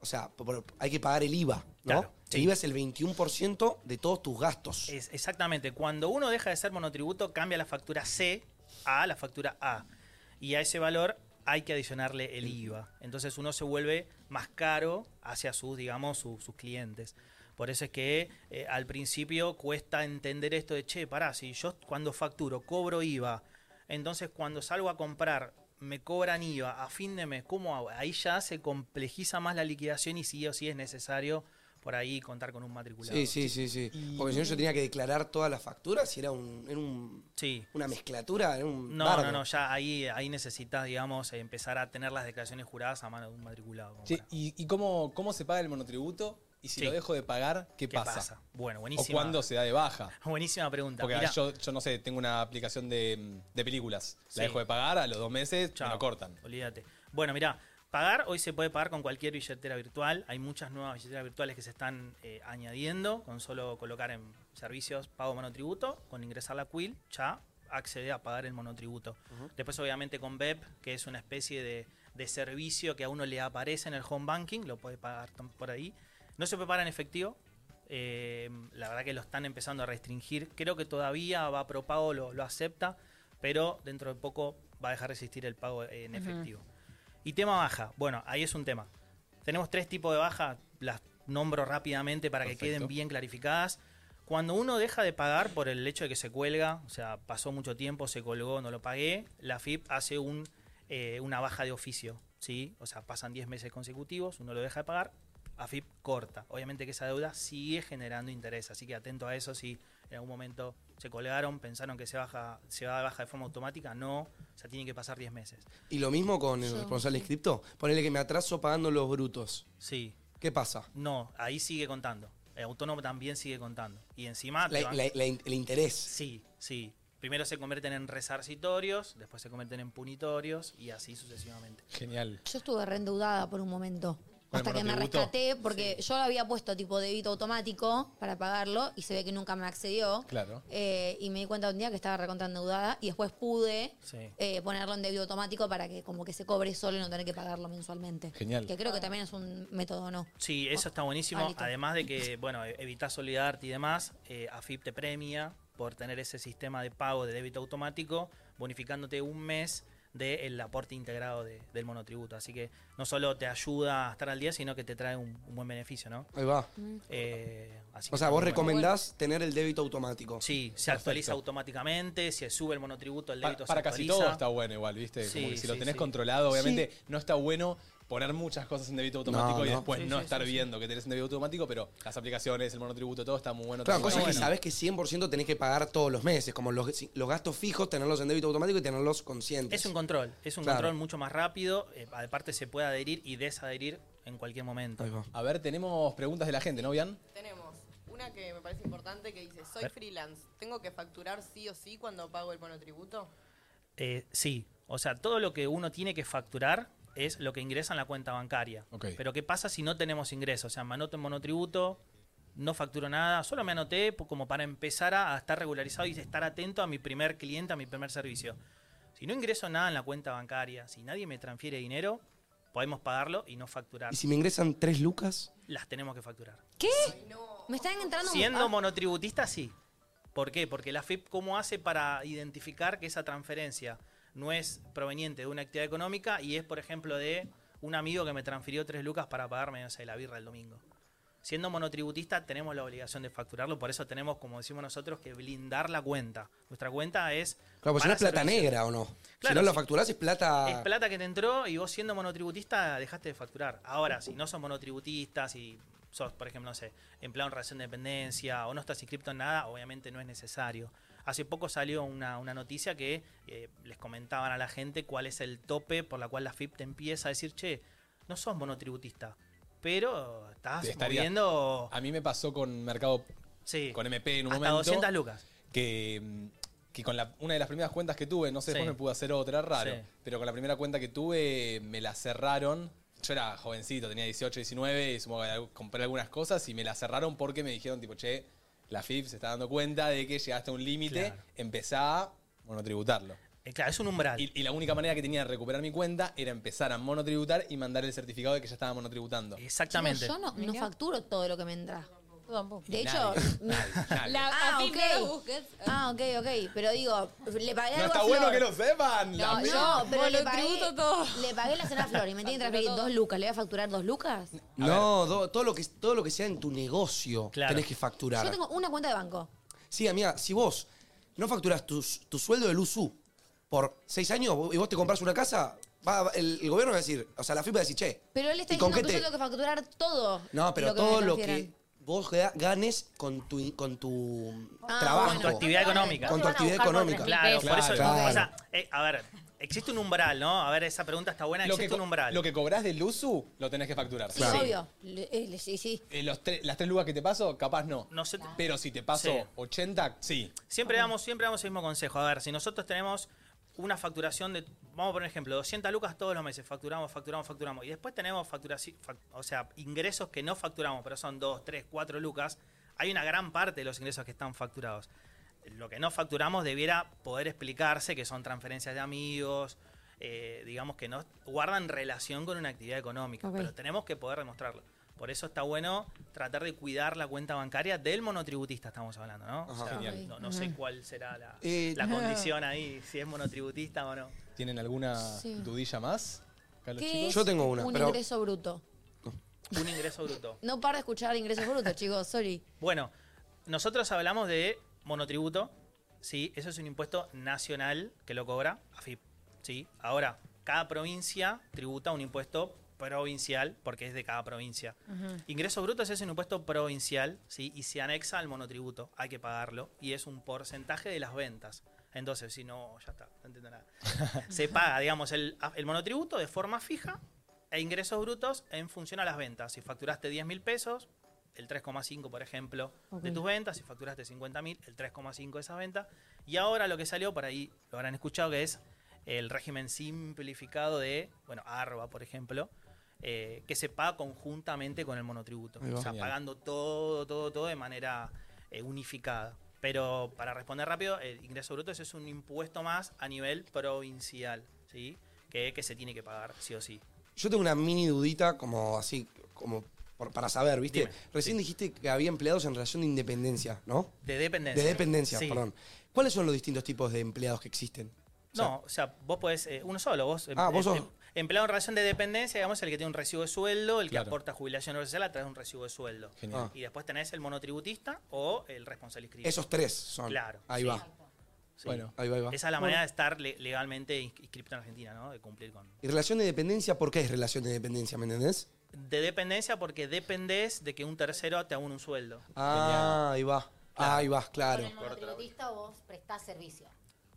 D: o sea, por- por- hay que pagar el IVA, ¿no?
P: Claro, Eh,
D: El IVA es el 21% de todos tus gastos.
P: Es- exactamente. Cuando uno deja de ser monotributo, cambia la factura C a la factura A. Y a ese valor hay que adicionarle el IVA. Entonces uno se vuelve más caro hacia sus, digamos, su- sus clientes. Por eso es que eh, al principio cuesta entender esto de, che, pará, si yo cuando facturo cobro IVA, entonces cuando salgo a comprar me cobran IVA a fin de mes, ¿cómo hago? Ahí ya se complejiza más la liquidación y sí o sí es necesario por ahí contar con un matriculado.
D: Sí, sí, sí, sí. Porque si no yo tenía que declarar todas las facturas y era un, era un-
P: Sí.
D: una mezclatura, era un
P: No,
D: bardo.
P: no, no, ya ahí, ahí necesitas, digamos, eh, empezar a tener las declaraciones juradas a mano de un matriculado.
A: Che, ¿Y, y cómo, cómo se paga el monotributo? Y si
P: Sí.
A: lo dejo de pagar, ¿qué,
P: ¿Qué
A: pasa?
P: pasa? Bueno,
A: ¿O
P: buenísima-
A: cuándo se da de baja?
P: Buenísima pregunta.
A: Porque
P: Mirá.
A: yo, yo no sé, tengo una aplicación de, mm, de películas. La
P: Sí.
A: dejo de pagar, a los dos meses me lo cortan.
P: Olvídate. Bueno, mirá, pagar hoy se puede pagar con cualquier billetera virtual. Hay muchas nuevas billeteras virtuales que se están eh, añadiendo. Con solo colocar en servicios pago monotributo, con ingresar la Quill, ya accede a pagar el monotributo. Después, obviamente, con BEP, que es una especie de, de servicio que a uno le aparece en el home banking, lo puede pagar tam- por ahí. No se prepara en efectivo. eh, la verdad que lo están empezando a restringir. Creo que todavía va propago, lo, lo acepta, pero dentro de poco va a dejar de existir el pago en
Q: Ujú.
P: efectivo. Y tema baja. Bueno, ahí es un tema. Tenemos tres tipos de baja, las nombro rápidamente para que
Q: Perfecto.
P: queden bien clarificadas. Cuando uno deja de pagar por el hecho de que se cuelga, o sea, pasó mucho tiempo, se colgó, no lo pagué, la FIP hace un, eh, una baja de oficio, ¿sí? O sea, pasan 10 meses consecutivos, uno lo deja de pagar, AFIP corta. Obviamente que esa deuda sigue generando interés, así que atento a eso si en algún momento se colgaron, pensaron que se, baja, se va de baja de forma automática, no, o sea, tienen que pasar 10 meses.
D: Y lo mismo con el
P: Yo,
D: responsable
P: sí.
D: inscripto. Ponele que me atraso pagando los brutos.
P: Sí.
D: ¿Qué pasa?
P: No, ahí sigue contando. El autónomo también sigue contando. Y encima. te
D: La-
P: van-
D: la- la in- el interés.
P: Sí, sí. Primero se convierten en resarcitorios, después se convierten en punitorios y así sucesivamente.
A: Genial.
H: Yo estuve reendudada por un momento. Hasta que me
P: monotributo.
H: rescaté, porque yo lo había puesto tipo débito automático para pagarlo y se ve que nunca me accedió.
A: Claro.
H: Eh, y me di cuenta un día que estaba recontra endeudada y después pude
P: Sí.
H: eh, ponerlo en débito automático para que como que se cobre solo y no tener que pagarlo mensualmente.
P: Genial.
H: Que creo que también es un método, ¿no?
P: Sí, eso está buenísimo.
H: Alito.
P: Además de que, bueno, e- evitás olvidarte y demás, eh, AFIP te premia por tener ese sistema de pago de débito automático, bonificándote un mes del aporte integrado de- del monotributo. Así que no solo te ayuda a estar al día, sino que te trae un, un buen beneficio, ¿no?
D: Ahí va.
P: Eh, así
D: O
P: que
D: sea,
P: está
D: vos
P: muy bueno.
D: recomendás tener el débito automático.
P: Sí, se actualiza automáticamente, se sube el monotributo, el
A: Para,
P: débito
A: para
P: se
A: casi
P: actualiza.
A: todo está bueno igual, ¿viste?
P: Sí,
A: Como que si lo
P: sí,
A: tenés
P: sí.
A: controlado, obviamente no está bueno poner muchas cosas en débito automático
D: No,
A: y
D: no.
A: después
D: Sí,
A: no
D: sí,
A: estar
D: sí, sí.
A: viendo que tenés en débito automático, pero las aplicaciones, el monotributo, todo está muy bueno.
D: Claro,
A: todo
D: cosas
A: muy
D: que
A: bueno.
D: sabés que 100% tenés que pagar todos los meses, como los, los gastos fijos, tenerlos en débito automático y tenerlos conscientes.
P: Es un control, es un
D: Claro.
P: control mucho más rápido, eh, aparte se puede adherir y desadherir en cualquier momento.
A: A ver, tenemos preguntas de la gente, ¿no, Bian?
G: Tenemos una que me parece importante que dice, soy
A: ver.
G: freelance, ¿tengo que facturar sí o sí cuando pago el monotributo?
P: Eh, sí, o sea, todo lo que uno tiene que facturar es lo que ingresa en la cuenta bancaria.
A: Ok.
P: Pero ¿qué pasa si no tenemos ingresos? O sea, me anoto en monotributo, no facturo nada, solo me anoté po- como para empezar a, a estar regularizado y estar atento a mi primer cliente, a mi primer servicio. Si no ingreso nada en la cuenta bancaria, si nadie me transfiere dinero, podemos pagarlo y no facturar.
D: Y si me ingresan tres lucas,
P: Las tenemos que facturar.
H: ¿Qué? Me están entrando...
P: Siendo
H: Ah,
P: monotributista, sí. ¿Por qué? Porque la FIP, ¿cómo hace para identificar que esa transferencia no es proveniente de una actividad económica y es, por ejemplo, de un amigo que me transfirió tres lucas para pagarme, no sé, la birra el domingo? Siendo monotributista, tenemos la obligación de facturarlo, por eso tenemos, como decimos nosotros, que blindar la cuenta. Nuestra cuenta es.
D: claro, pues si
P: para
D: no es plata
P: servicios.
D: negra o no. si
P: Claro,
D: no la
P: sí.
D: facturás es plata...
P: Es plata que te entró y vos siendo monotributista dejaste de facturar. Ahora, si no sos monotributista, si sos, por ejemplo, no sé, empleado en relación de dependencia o no estás inscripto en nada, obviamente no es necesario. Hace poco salió una, una noticia que eh, les comentaban a la gente cuál es el tope por la cual la FIP te empieza a decir, che, no sos monotributista, pero estás
A: Te estaría-
P: moviendo
A: A mí me pasó con Mercado,
P: sí,
A: con MP en un
P: hasta
A: momento.
P: 200 lucas.
A: que mm, que con la- una de las primeras cuentas que tuve, no sé, después
P: Sí.
A: me pude hacer otra, raro,
P: Sí.
A: pero con la primera cuenta que tuve me la cerraron. Yo era jovencito, tenía 18, 19, y supongo que al- compré algunas cosas y me la cerraron porque me dijeron, tipo, che, la FIP se está dando cuenta de que llegaste a un límite,
P: Claro. Eh,
A: empezá a monotributarlo.
P: claro, es un umbral.
A: Y, y la única manera que tenía de recuperar mi cuenta era empezar a monotributar y mandar el certificado de que ya estaba monotributando.
P: Exactamente.
H: Yo no, no facturo todo lo que me entra. De
A: Nadie,
H: hecho,
A: nadie.
E: La-
H: ah,
E: a ti no lo
H: ok. Ah, ok, ok. Pero digo, le pagué
A: No
H: algo
A: está
H: a
A: bueno
H: Flor.
A: que lo sepan. la
H: No,
A: mil-
H: no, pero le
E: Monotributo
H: pagué,
E: todo.
H: le pagué la cena a Flor y me tiene que transferir dos lucas. ¿Le voy a facturar dos lucas?
D: No, do- todo, lo que, todo lo que sea en tu negocio tenés que facturar.
H: Yo tengo una cuenta de banco.
D: Sí, amiga, si vos no facturás tu, tu sueldo del USU por seis años vos- y vos te compras una casa, va, el, el gobierno va a decir, o sea, la FIP va a decir, che,
H: Pero él está
D: ¿Y con
H: diciendo
D: qué
H: que yo
D: te-
H: tengo que facturar todo.
D: no, pero
H: lo que me
D: todo lo que
H: transfieran.
D: vos ga- ganes con tu, con tu
H: Ah,
D: trabajo.
P: Con tu actividad económica.
D: Con tu actividad económica.
P: Claro, por eso.
D: Claro.
P: o sea, eh, a ver, existe un umbral, ¿no? A ver, esa pregunta está buena.
A: Lo
P: Existe
A: que
P: Ah, un
A: co-
P: umbral.
A: Lo que cobrás del USU lo tenés que facturar.
H: Sí, obvio. Le- eh, le- sí, sí.
A: Eh, los tre- las tres lugas que te paso, capaz no. Pero si te paso
P: Sí.
A: 80, sí.
P: Siempre damos, siempre damos el mismo consejo. A ver, si nosotros tenemos una facturación de, vamos a poner un ejemplo, 200 lucas todos los meses, facturamos, facturamos, facturamos. Y después tenemos facturaci- fac- o sea, ingresos que no facturamos, pero son 2, 3, 4 lucas. Hay una gran parte de los ingresos que están facturados. Lo que no facturamos debiera poder explicarse que son transferencias de amigos, eh, digamos que no guardan relación con una actividad económica,
Q: Ok.
P: pero tenemos que poder demostrarlo. Por eso está bueno tratar de cuidar la cuenta bancaria del monotributista, estamos hablando, ¿no? O
A: Ajá.
P: sea,
A: Genial.
P: no, no sé cuál será la,
A: Eh,
P: la
A: ah.
P: condición ahí, si es monotributista o no.
A: ¿Tienen alguna
H: Sí.
A: dudilla más? acá los
H: ¿Qué
A: chicos?
H: es un ingreso bruto?
P: Un ingreso bruto.
H: No para de escuchar ingresos brutos, chicos, sorry.
P: Bueno, nosotros hablamos de monotributo, ¿sí? Eso es un impuesto nacional que lo cobra AFIP, ¿sí? Ahora, cada provincia tributa un impuesto provincial porque es de cada provincia.
C: Mm.
P: Ingresos brutos es un impuesto provincial, ¿sí? Y se anexa al monotributo, hay que pagarlo, y es un porcentaje de las ventas. Entonces, si no, ya está, no entiendo nada. se paga, digamos, el, el monotributo de forma fija e ingresos brutos en función a las ventas. Si facturaste 10 mil pesos, el 3,5, por ejemplo, de
Q: Ok.
P: tus ventas. Si facturaste 50 mil, el 3,5 de esas ventas. Y ahora lo que salió, por ahí lo habrán escuchado, que es el régimen simplificado de, bueno, ARBA, por ejemplo, eh, que se paga conjuntamente con el monotributo.
D: Ahí va.
P: O sea,
D: Genial.
P: pagando todo, todo, todo de manera eh, unificada. Pero para responder rápido, el ingreso bruto ese es un impuesto más a nivel provincial, ¿sí? Que, que se tiene que pagar, sí o sí.
D: Yo tengo una mini dudita, como así, como por- para saber, ¿viste?
P: Dime,
D: Recién dijiste que había empleados en relación de independencia, ¿no?
P: De dependencia.
D: De dependencia,
P: Sí.
D: perdón. ¿Cuáles son los distintos tipos de empleados que existen?
P: No, o sea, vos podés, eh, uno solo, vos. em-
D: Ah, vos
P: em-
D: sos-
P: Empleado en relación de dependencia, digamos, el que tiene un recibo de sueldo, el
D: Claro.
P: que aporta jubilación universal, atrae un recibo de sueldo.
D: Genial. Ah.
P: Y después tenés el monotributista o el responsable inscrito.
D: Esos tres son.
P: Claro.
D: Ahí
P: sí,
D: va.
P: sí.
D: Bueno, ahí va, ahí va.
P: Esa es la
D: Bueno.
P: manera de estar le- legalmente ins- inscripto en Argentina, ¿no? De cumplir con.
D: ¿Y relación de dependencia? ¿Por qué es relación de dependencia? ¿Me entendés?
P: De dependencia porque dependés de que un tercero te abone un sueldo.
D: Ah, ahí va. Ahí va, claro.
F: Con el monotributista vos prestás servicio.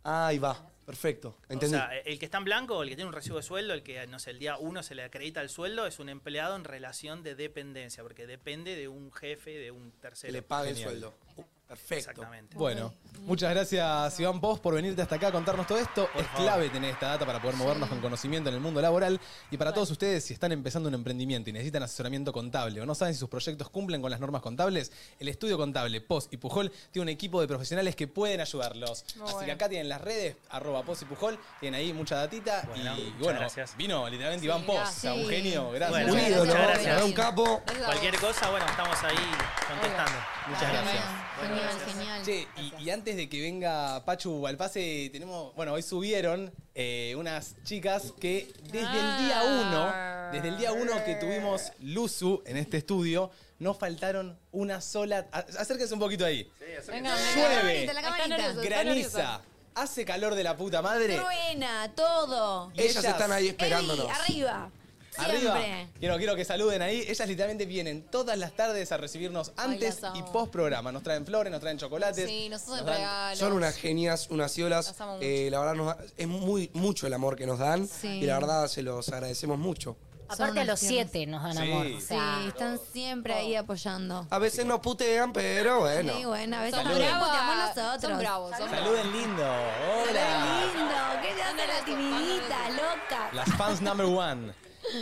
D: Ahí va. Perfecto. Entendí.
P: O sea, el que está en blanco, el que tiene un recibo de sueldo, el que, no sé, el día uno se le acredita el sueldo, es un empleado en relación de dependencia, porque depende de un jefe, de un tercero.
D: Que le pague el
P: Genial.
D: sueldo. Uh, Perfecto.
P: Exactamente.
A: Bueno, muchas gracias Iván Pos por venirte hasta acá a contarnos todo esto. es clave tener esta data para poder movernos con conocimiento en el mundo laboral. Y para todos ustedes, si están empezando un emprendimiento y necesitan asesoramiento contable o no saben si sus proyectos cumplen con las normas contables, el estudio contable Pos y Pujol tiene un equipo de profesionales que pueden ayudarlos.
P: Muy
A: Así que
P: bueno.
A: acá tienen las redes, arroba Pos y Pujol, tienen ahí mucha datita. y
P: muchas
A: bueno,
P: gracias.
A: vino literalmente Iván Pos, o sea, un
P: Sí.
A: genio, gracias.
P: Bueno, muchas gracias.
D: capo.
P: Cualquier cosa, bueno, estamos ahí contestando. Muchas gracias. Bueno, gracias.
H: genial.
A: Che, y- y, antes de que venga Pachu al pase, tenemos. Bueno, hoy subieron eh, unas chicas que desde el día uno, desde el día uno que tuvimos Luzu en este estudio, no faltaron una sola. a- Acérquense un poquito ahí.
H: Venga,
A: Llueve,
H: la camarita, la camarita.
A: graniza, hace calor de la puta madre.
H: Truena, todo.
A: Y Ellas ellas- están ahí esperándonos.
H: Ey, arriba. Siempre.
A: Arriba, quiero, quiero que saluden ahí. Ellas literalmente vienen todas las tardes a recibirnos antes
E: las
A: y
E: amo.
A: post programa. Nos traen flores, nos traen chocolates.
E: Sí, nos hacen
A: dan-
E: regalos.
D: Son unas genias, unas ciolas.
E: Las amo mucho.
D: Eh, la verdad, nos da- es muy mucho el amor que nos dan.
E: Sí.
D: Y la verdad, se los agradecemos mucho.
F: Aparte a los siete nos dan amor.
D: Sí.
F: o sea,
H: Sí, están siempre ahí apoyando.
D: A veces nos putean, pero bueno.
H: Sí, bueno, a veces
D: Son
H: nos bravos,
E: bravos,
H: nosotros.
E: son bravos, son
H: Saluden
A: Saluden lindo. Hola.
H: lindo. ¿Qué te hace la timidita, loca?
A: Las fans number one.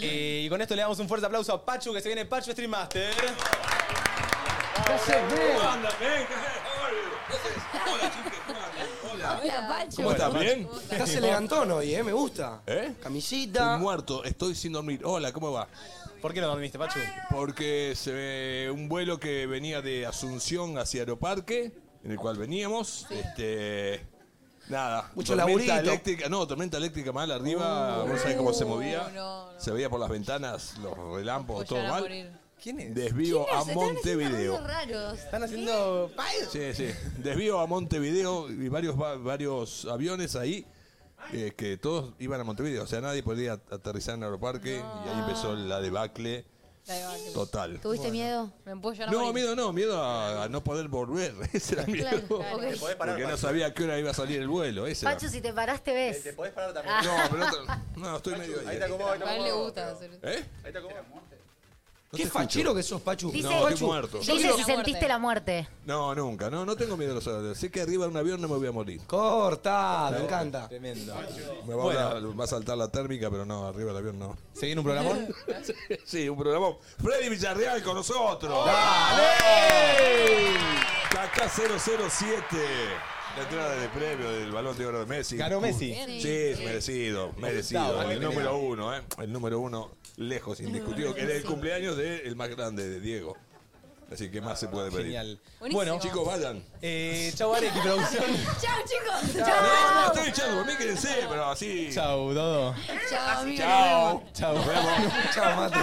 A: Eh, y con esto le damos un fuerte aplauso a Pachu, que se viene Pachu Stream Master.
B: ¿Cómo andan,
A: men?
H: Hola, Pacho.
B: ¿Cómo estás,
Q: ¿Bien?
B: Pachu? Estás elegantón hoy, ¿eh? Me gusta.
Q: ¿Eh?
D: Camisita.
Q: Estoy muerto, estoy sin dormir. Hola, ¿cómo va?
A: ¿Por qué no dormiste, Pachu?
Q: Porque se ve un vuelo que venía de Asunción hacia Aeroparque, en el cual veníamos. Este. Nada.
D: Mucho
Q: tormenta
D: laburito.
Q: eléctrica. No, tormenta eléctrica mal arriba.
D: Uh.
Q: no sabés cómo se
D: Uh,
Q: movía. Se veía por las ventanas, los relámpagos,
A: Pues
Q: todo mal.
A: ¿Quién es?
Q: Desvío a Montevideo.
H: raros.
A: Están haciendo.
Q: Sí, sí. Desvío a Montevideo y varios, va- varios aviones ahí eh, que todos iban a Montevideo. O sea, nadie podía aterrizar en Aeroparque y ahí empezó la debacle total.
H: ¿Tuviste miedo?
E: Me puedo llorar.
Q: No, miedo no, miedo a, a no poder volver. Ese era el miedo.
H: Claro, claro. Te podés
E: parar,
Q: Porque no
I: Pacho.
Q: sabía a qué hora iba a salir el vuelo. Ese era.
F: Pachu, si te parás, te ves. Te,
I: podés parar
F: también.
Q: No, pero no, no, estoy medio ahí.
I: Ahí te acomodo, ahí te
E: A él le
I: acomodo.
E: gusta hacer
Q: ¿Eh?
I: Ahí te acomodo.
Q: No te
D: Qué
Q: escucho.
D: fachero que sos, Pachu.
Q: Dice-
D: no,
Q: No,
D: Pachu.
Q: estoy muerto.
D: Yo
F: Dice
D: creo-
F: si sentiste la muerte.
Q: No, nunca. No, no tengo miedo a los aviones. Sé que arriba de un avión no me voy a morir.
A: Ah,
D: Corta, me encanta.
A: Tremendo.
Q: Me va, a, va a saltar la térmica, pero no, arriba del avión no.
A: ¿Se viene un programón?
Q: sí, un programón. Freddy Villarreal con nosotros.
A: ¡Oh!
B: ¡Dale!
Q: Kaká 007. La entrada de premio del balón de oro de Messi.
A: Ganó Messi.
Q: Sí,
A: Bien.
Q: es merecido, merecido.
A: Gustavo,
Q: El
A: ¿no?
Q: número uno, ¿eh? El número uno, lejos, indiscutido, que es el cumpleaños del más grande, de Diego. Así que más se puede pedir.
A: Genial.
E: Buenísimo.
Q: Bueno, chicos, vayan.
A: Eh, chau, Areki Producción.
H: Chao, chicos.
Q: No, no
H: Chao.
Q: estoy echando, por mí quédense, pero así.
A: Chau, Dodo.
H: Chao, amigo.
Q: Chao.
A: Chau.
Q: Nos vemos.
D: Chao, Mate.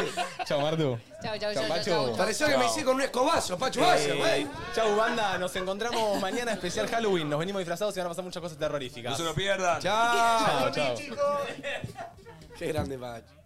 A: Chau, Martu.
E: Chao, chao,
A: Chau,
E: chao,
A: Pacho.
E: chao, chao.
D: Pareció que me hice con un escobazo, Pachu. Vaya,
A: Eh,
D: güey.
A: Chau, banda. Nos encontramos mañana especial Halloween. Nos venimos disfrazados y van a pasar muchas cosas terroríficas.
Q: No se lo pierdan.
A: Chao, chao.
D: Qué grande, Pachu.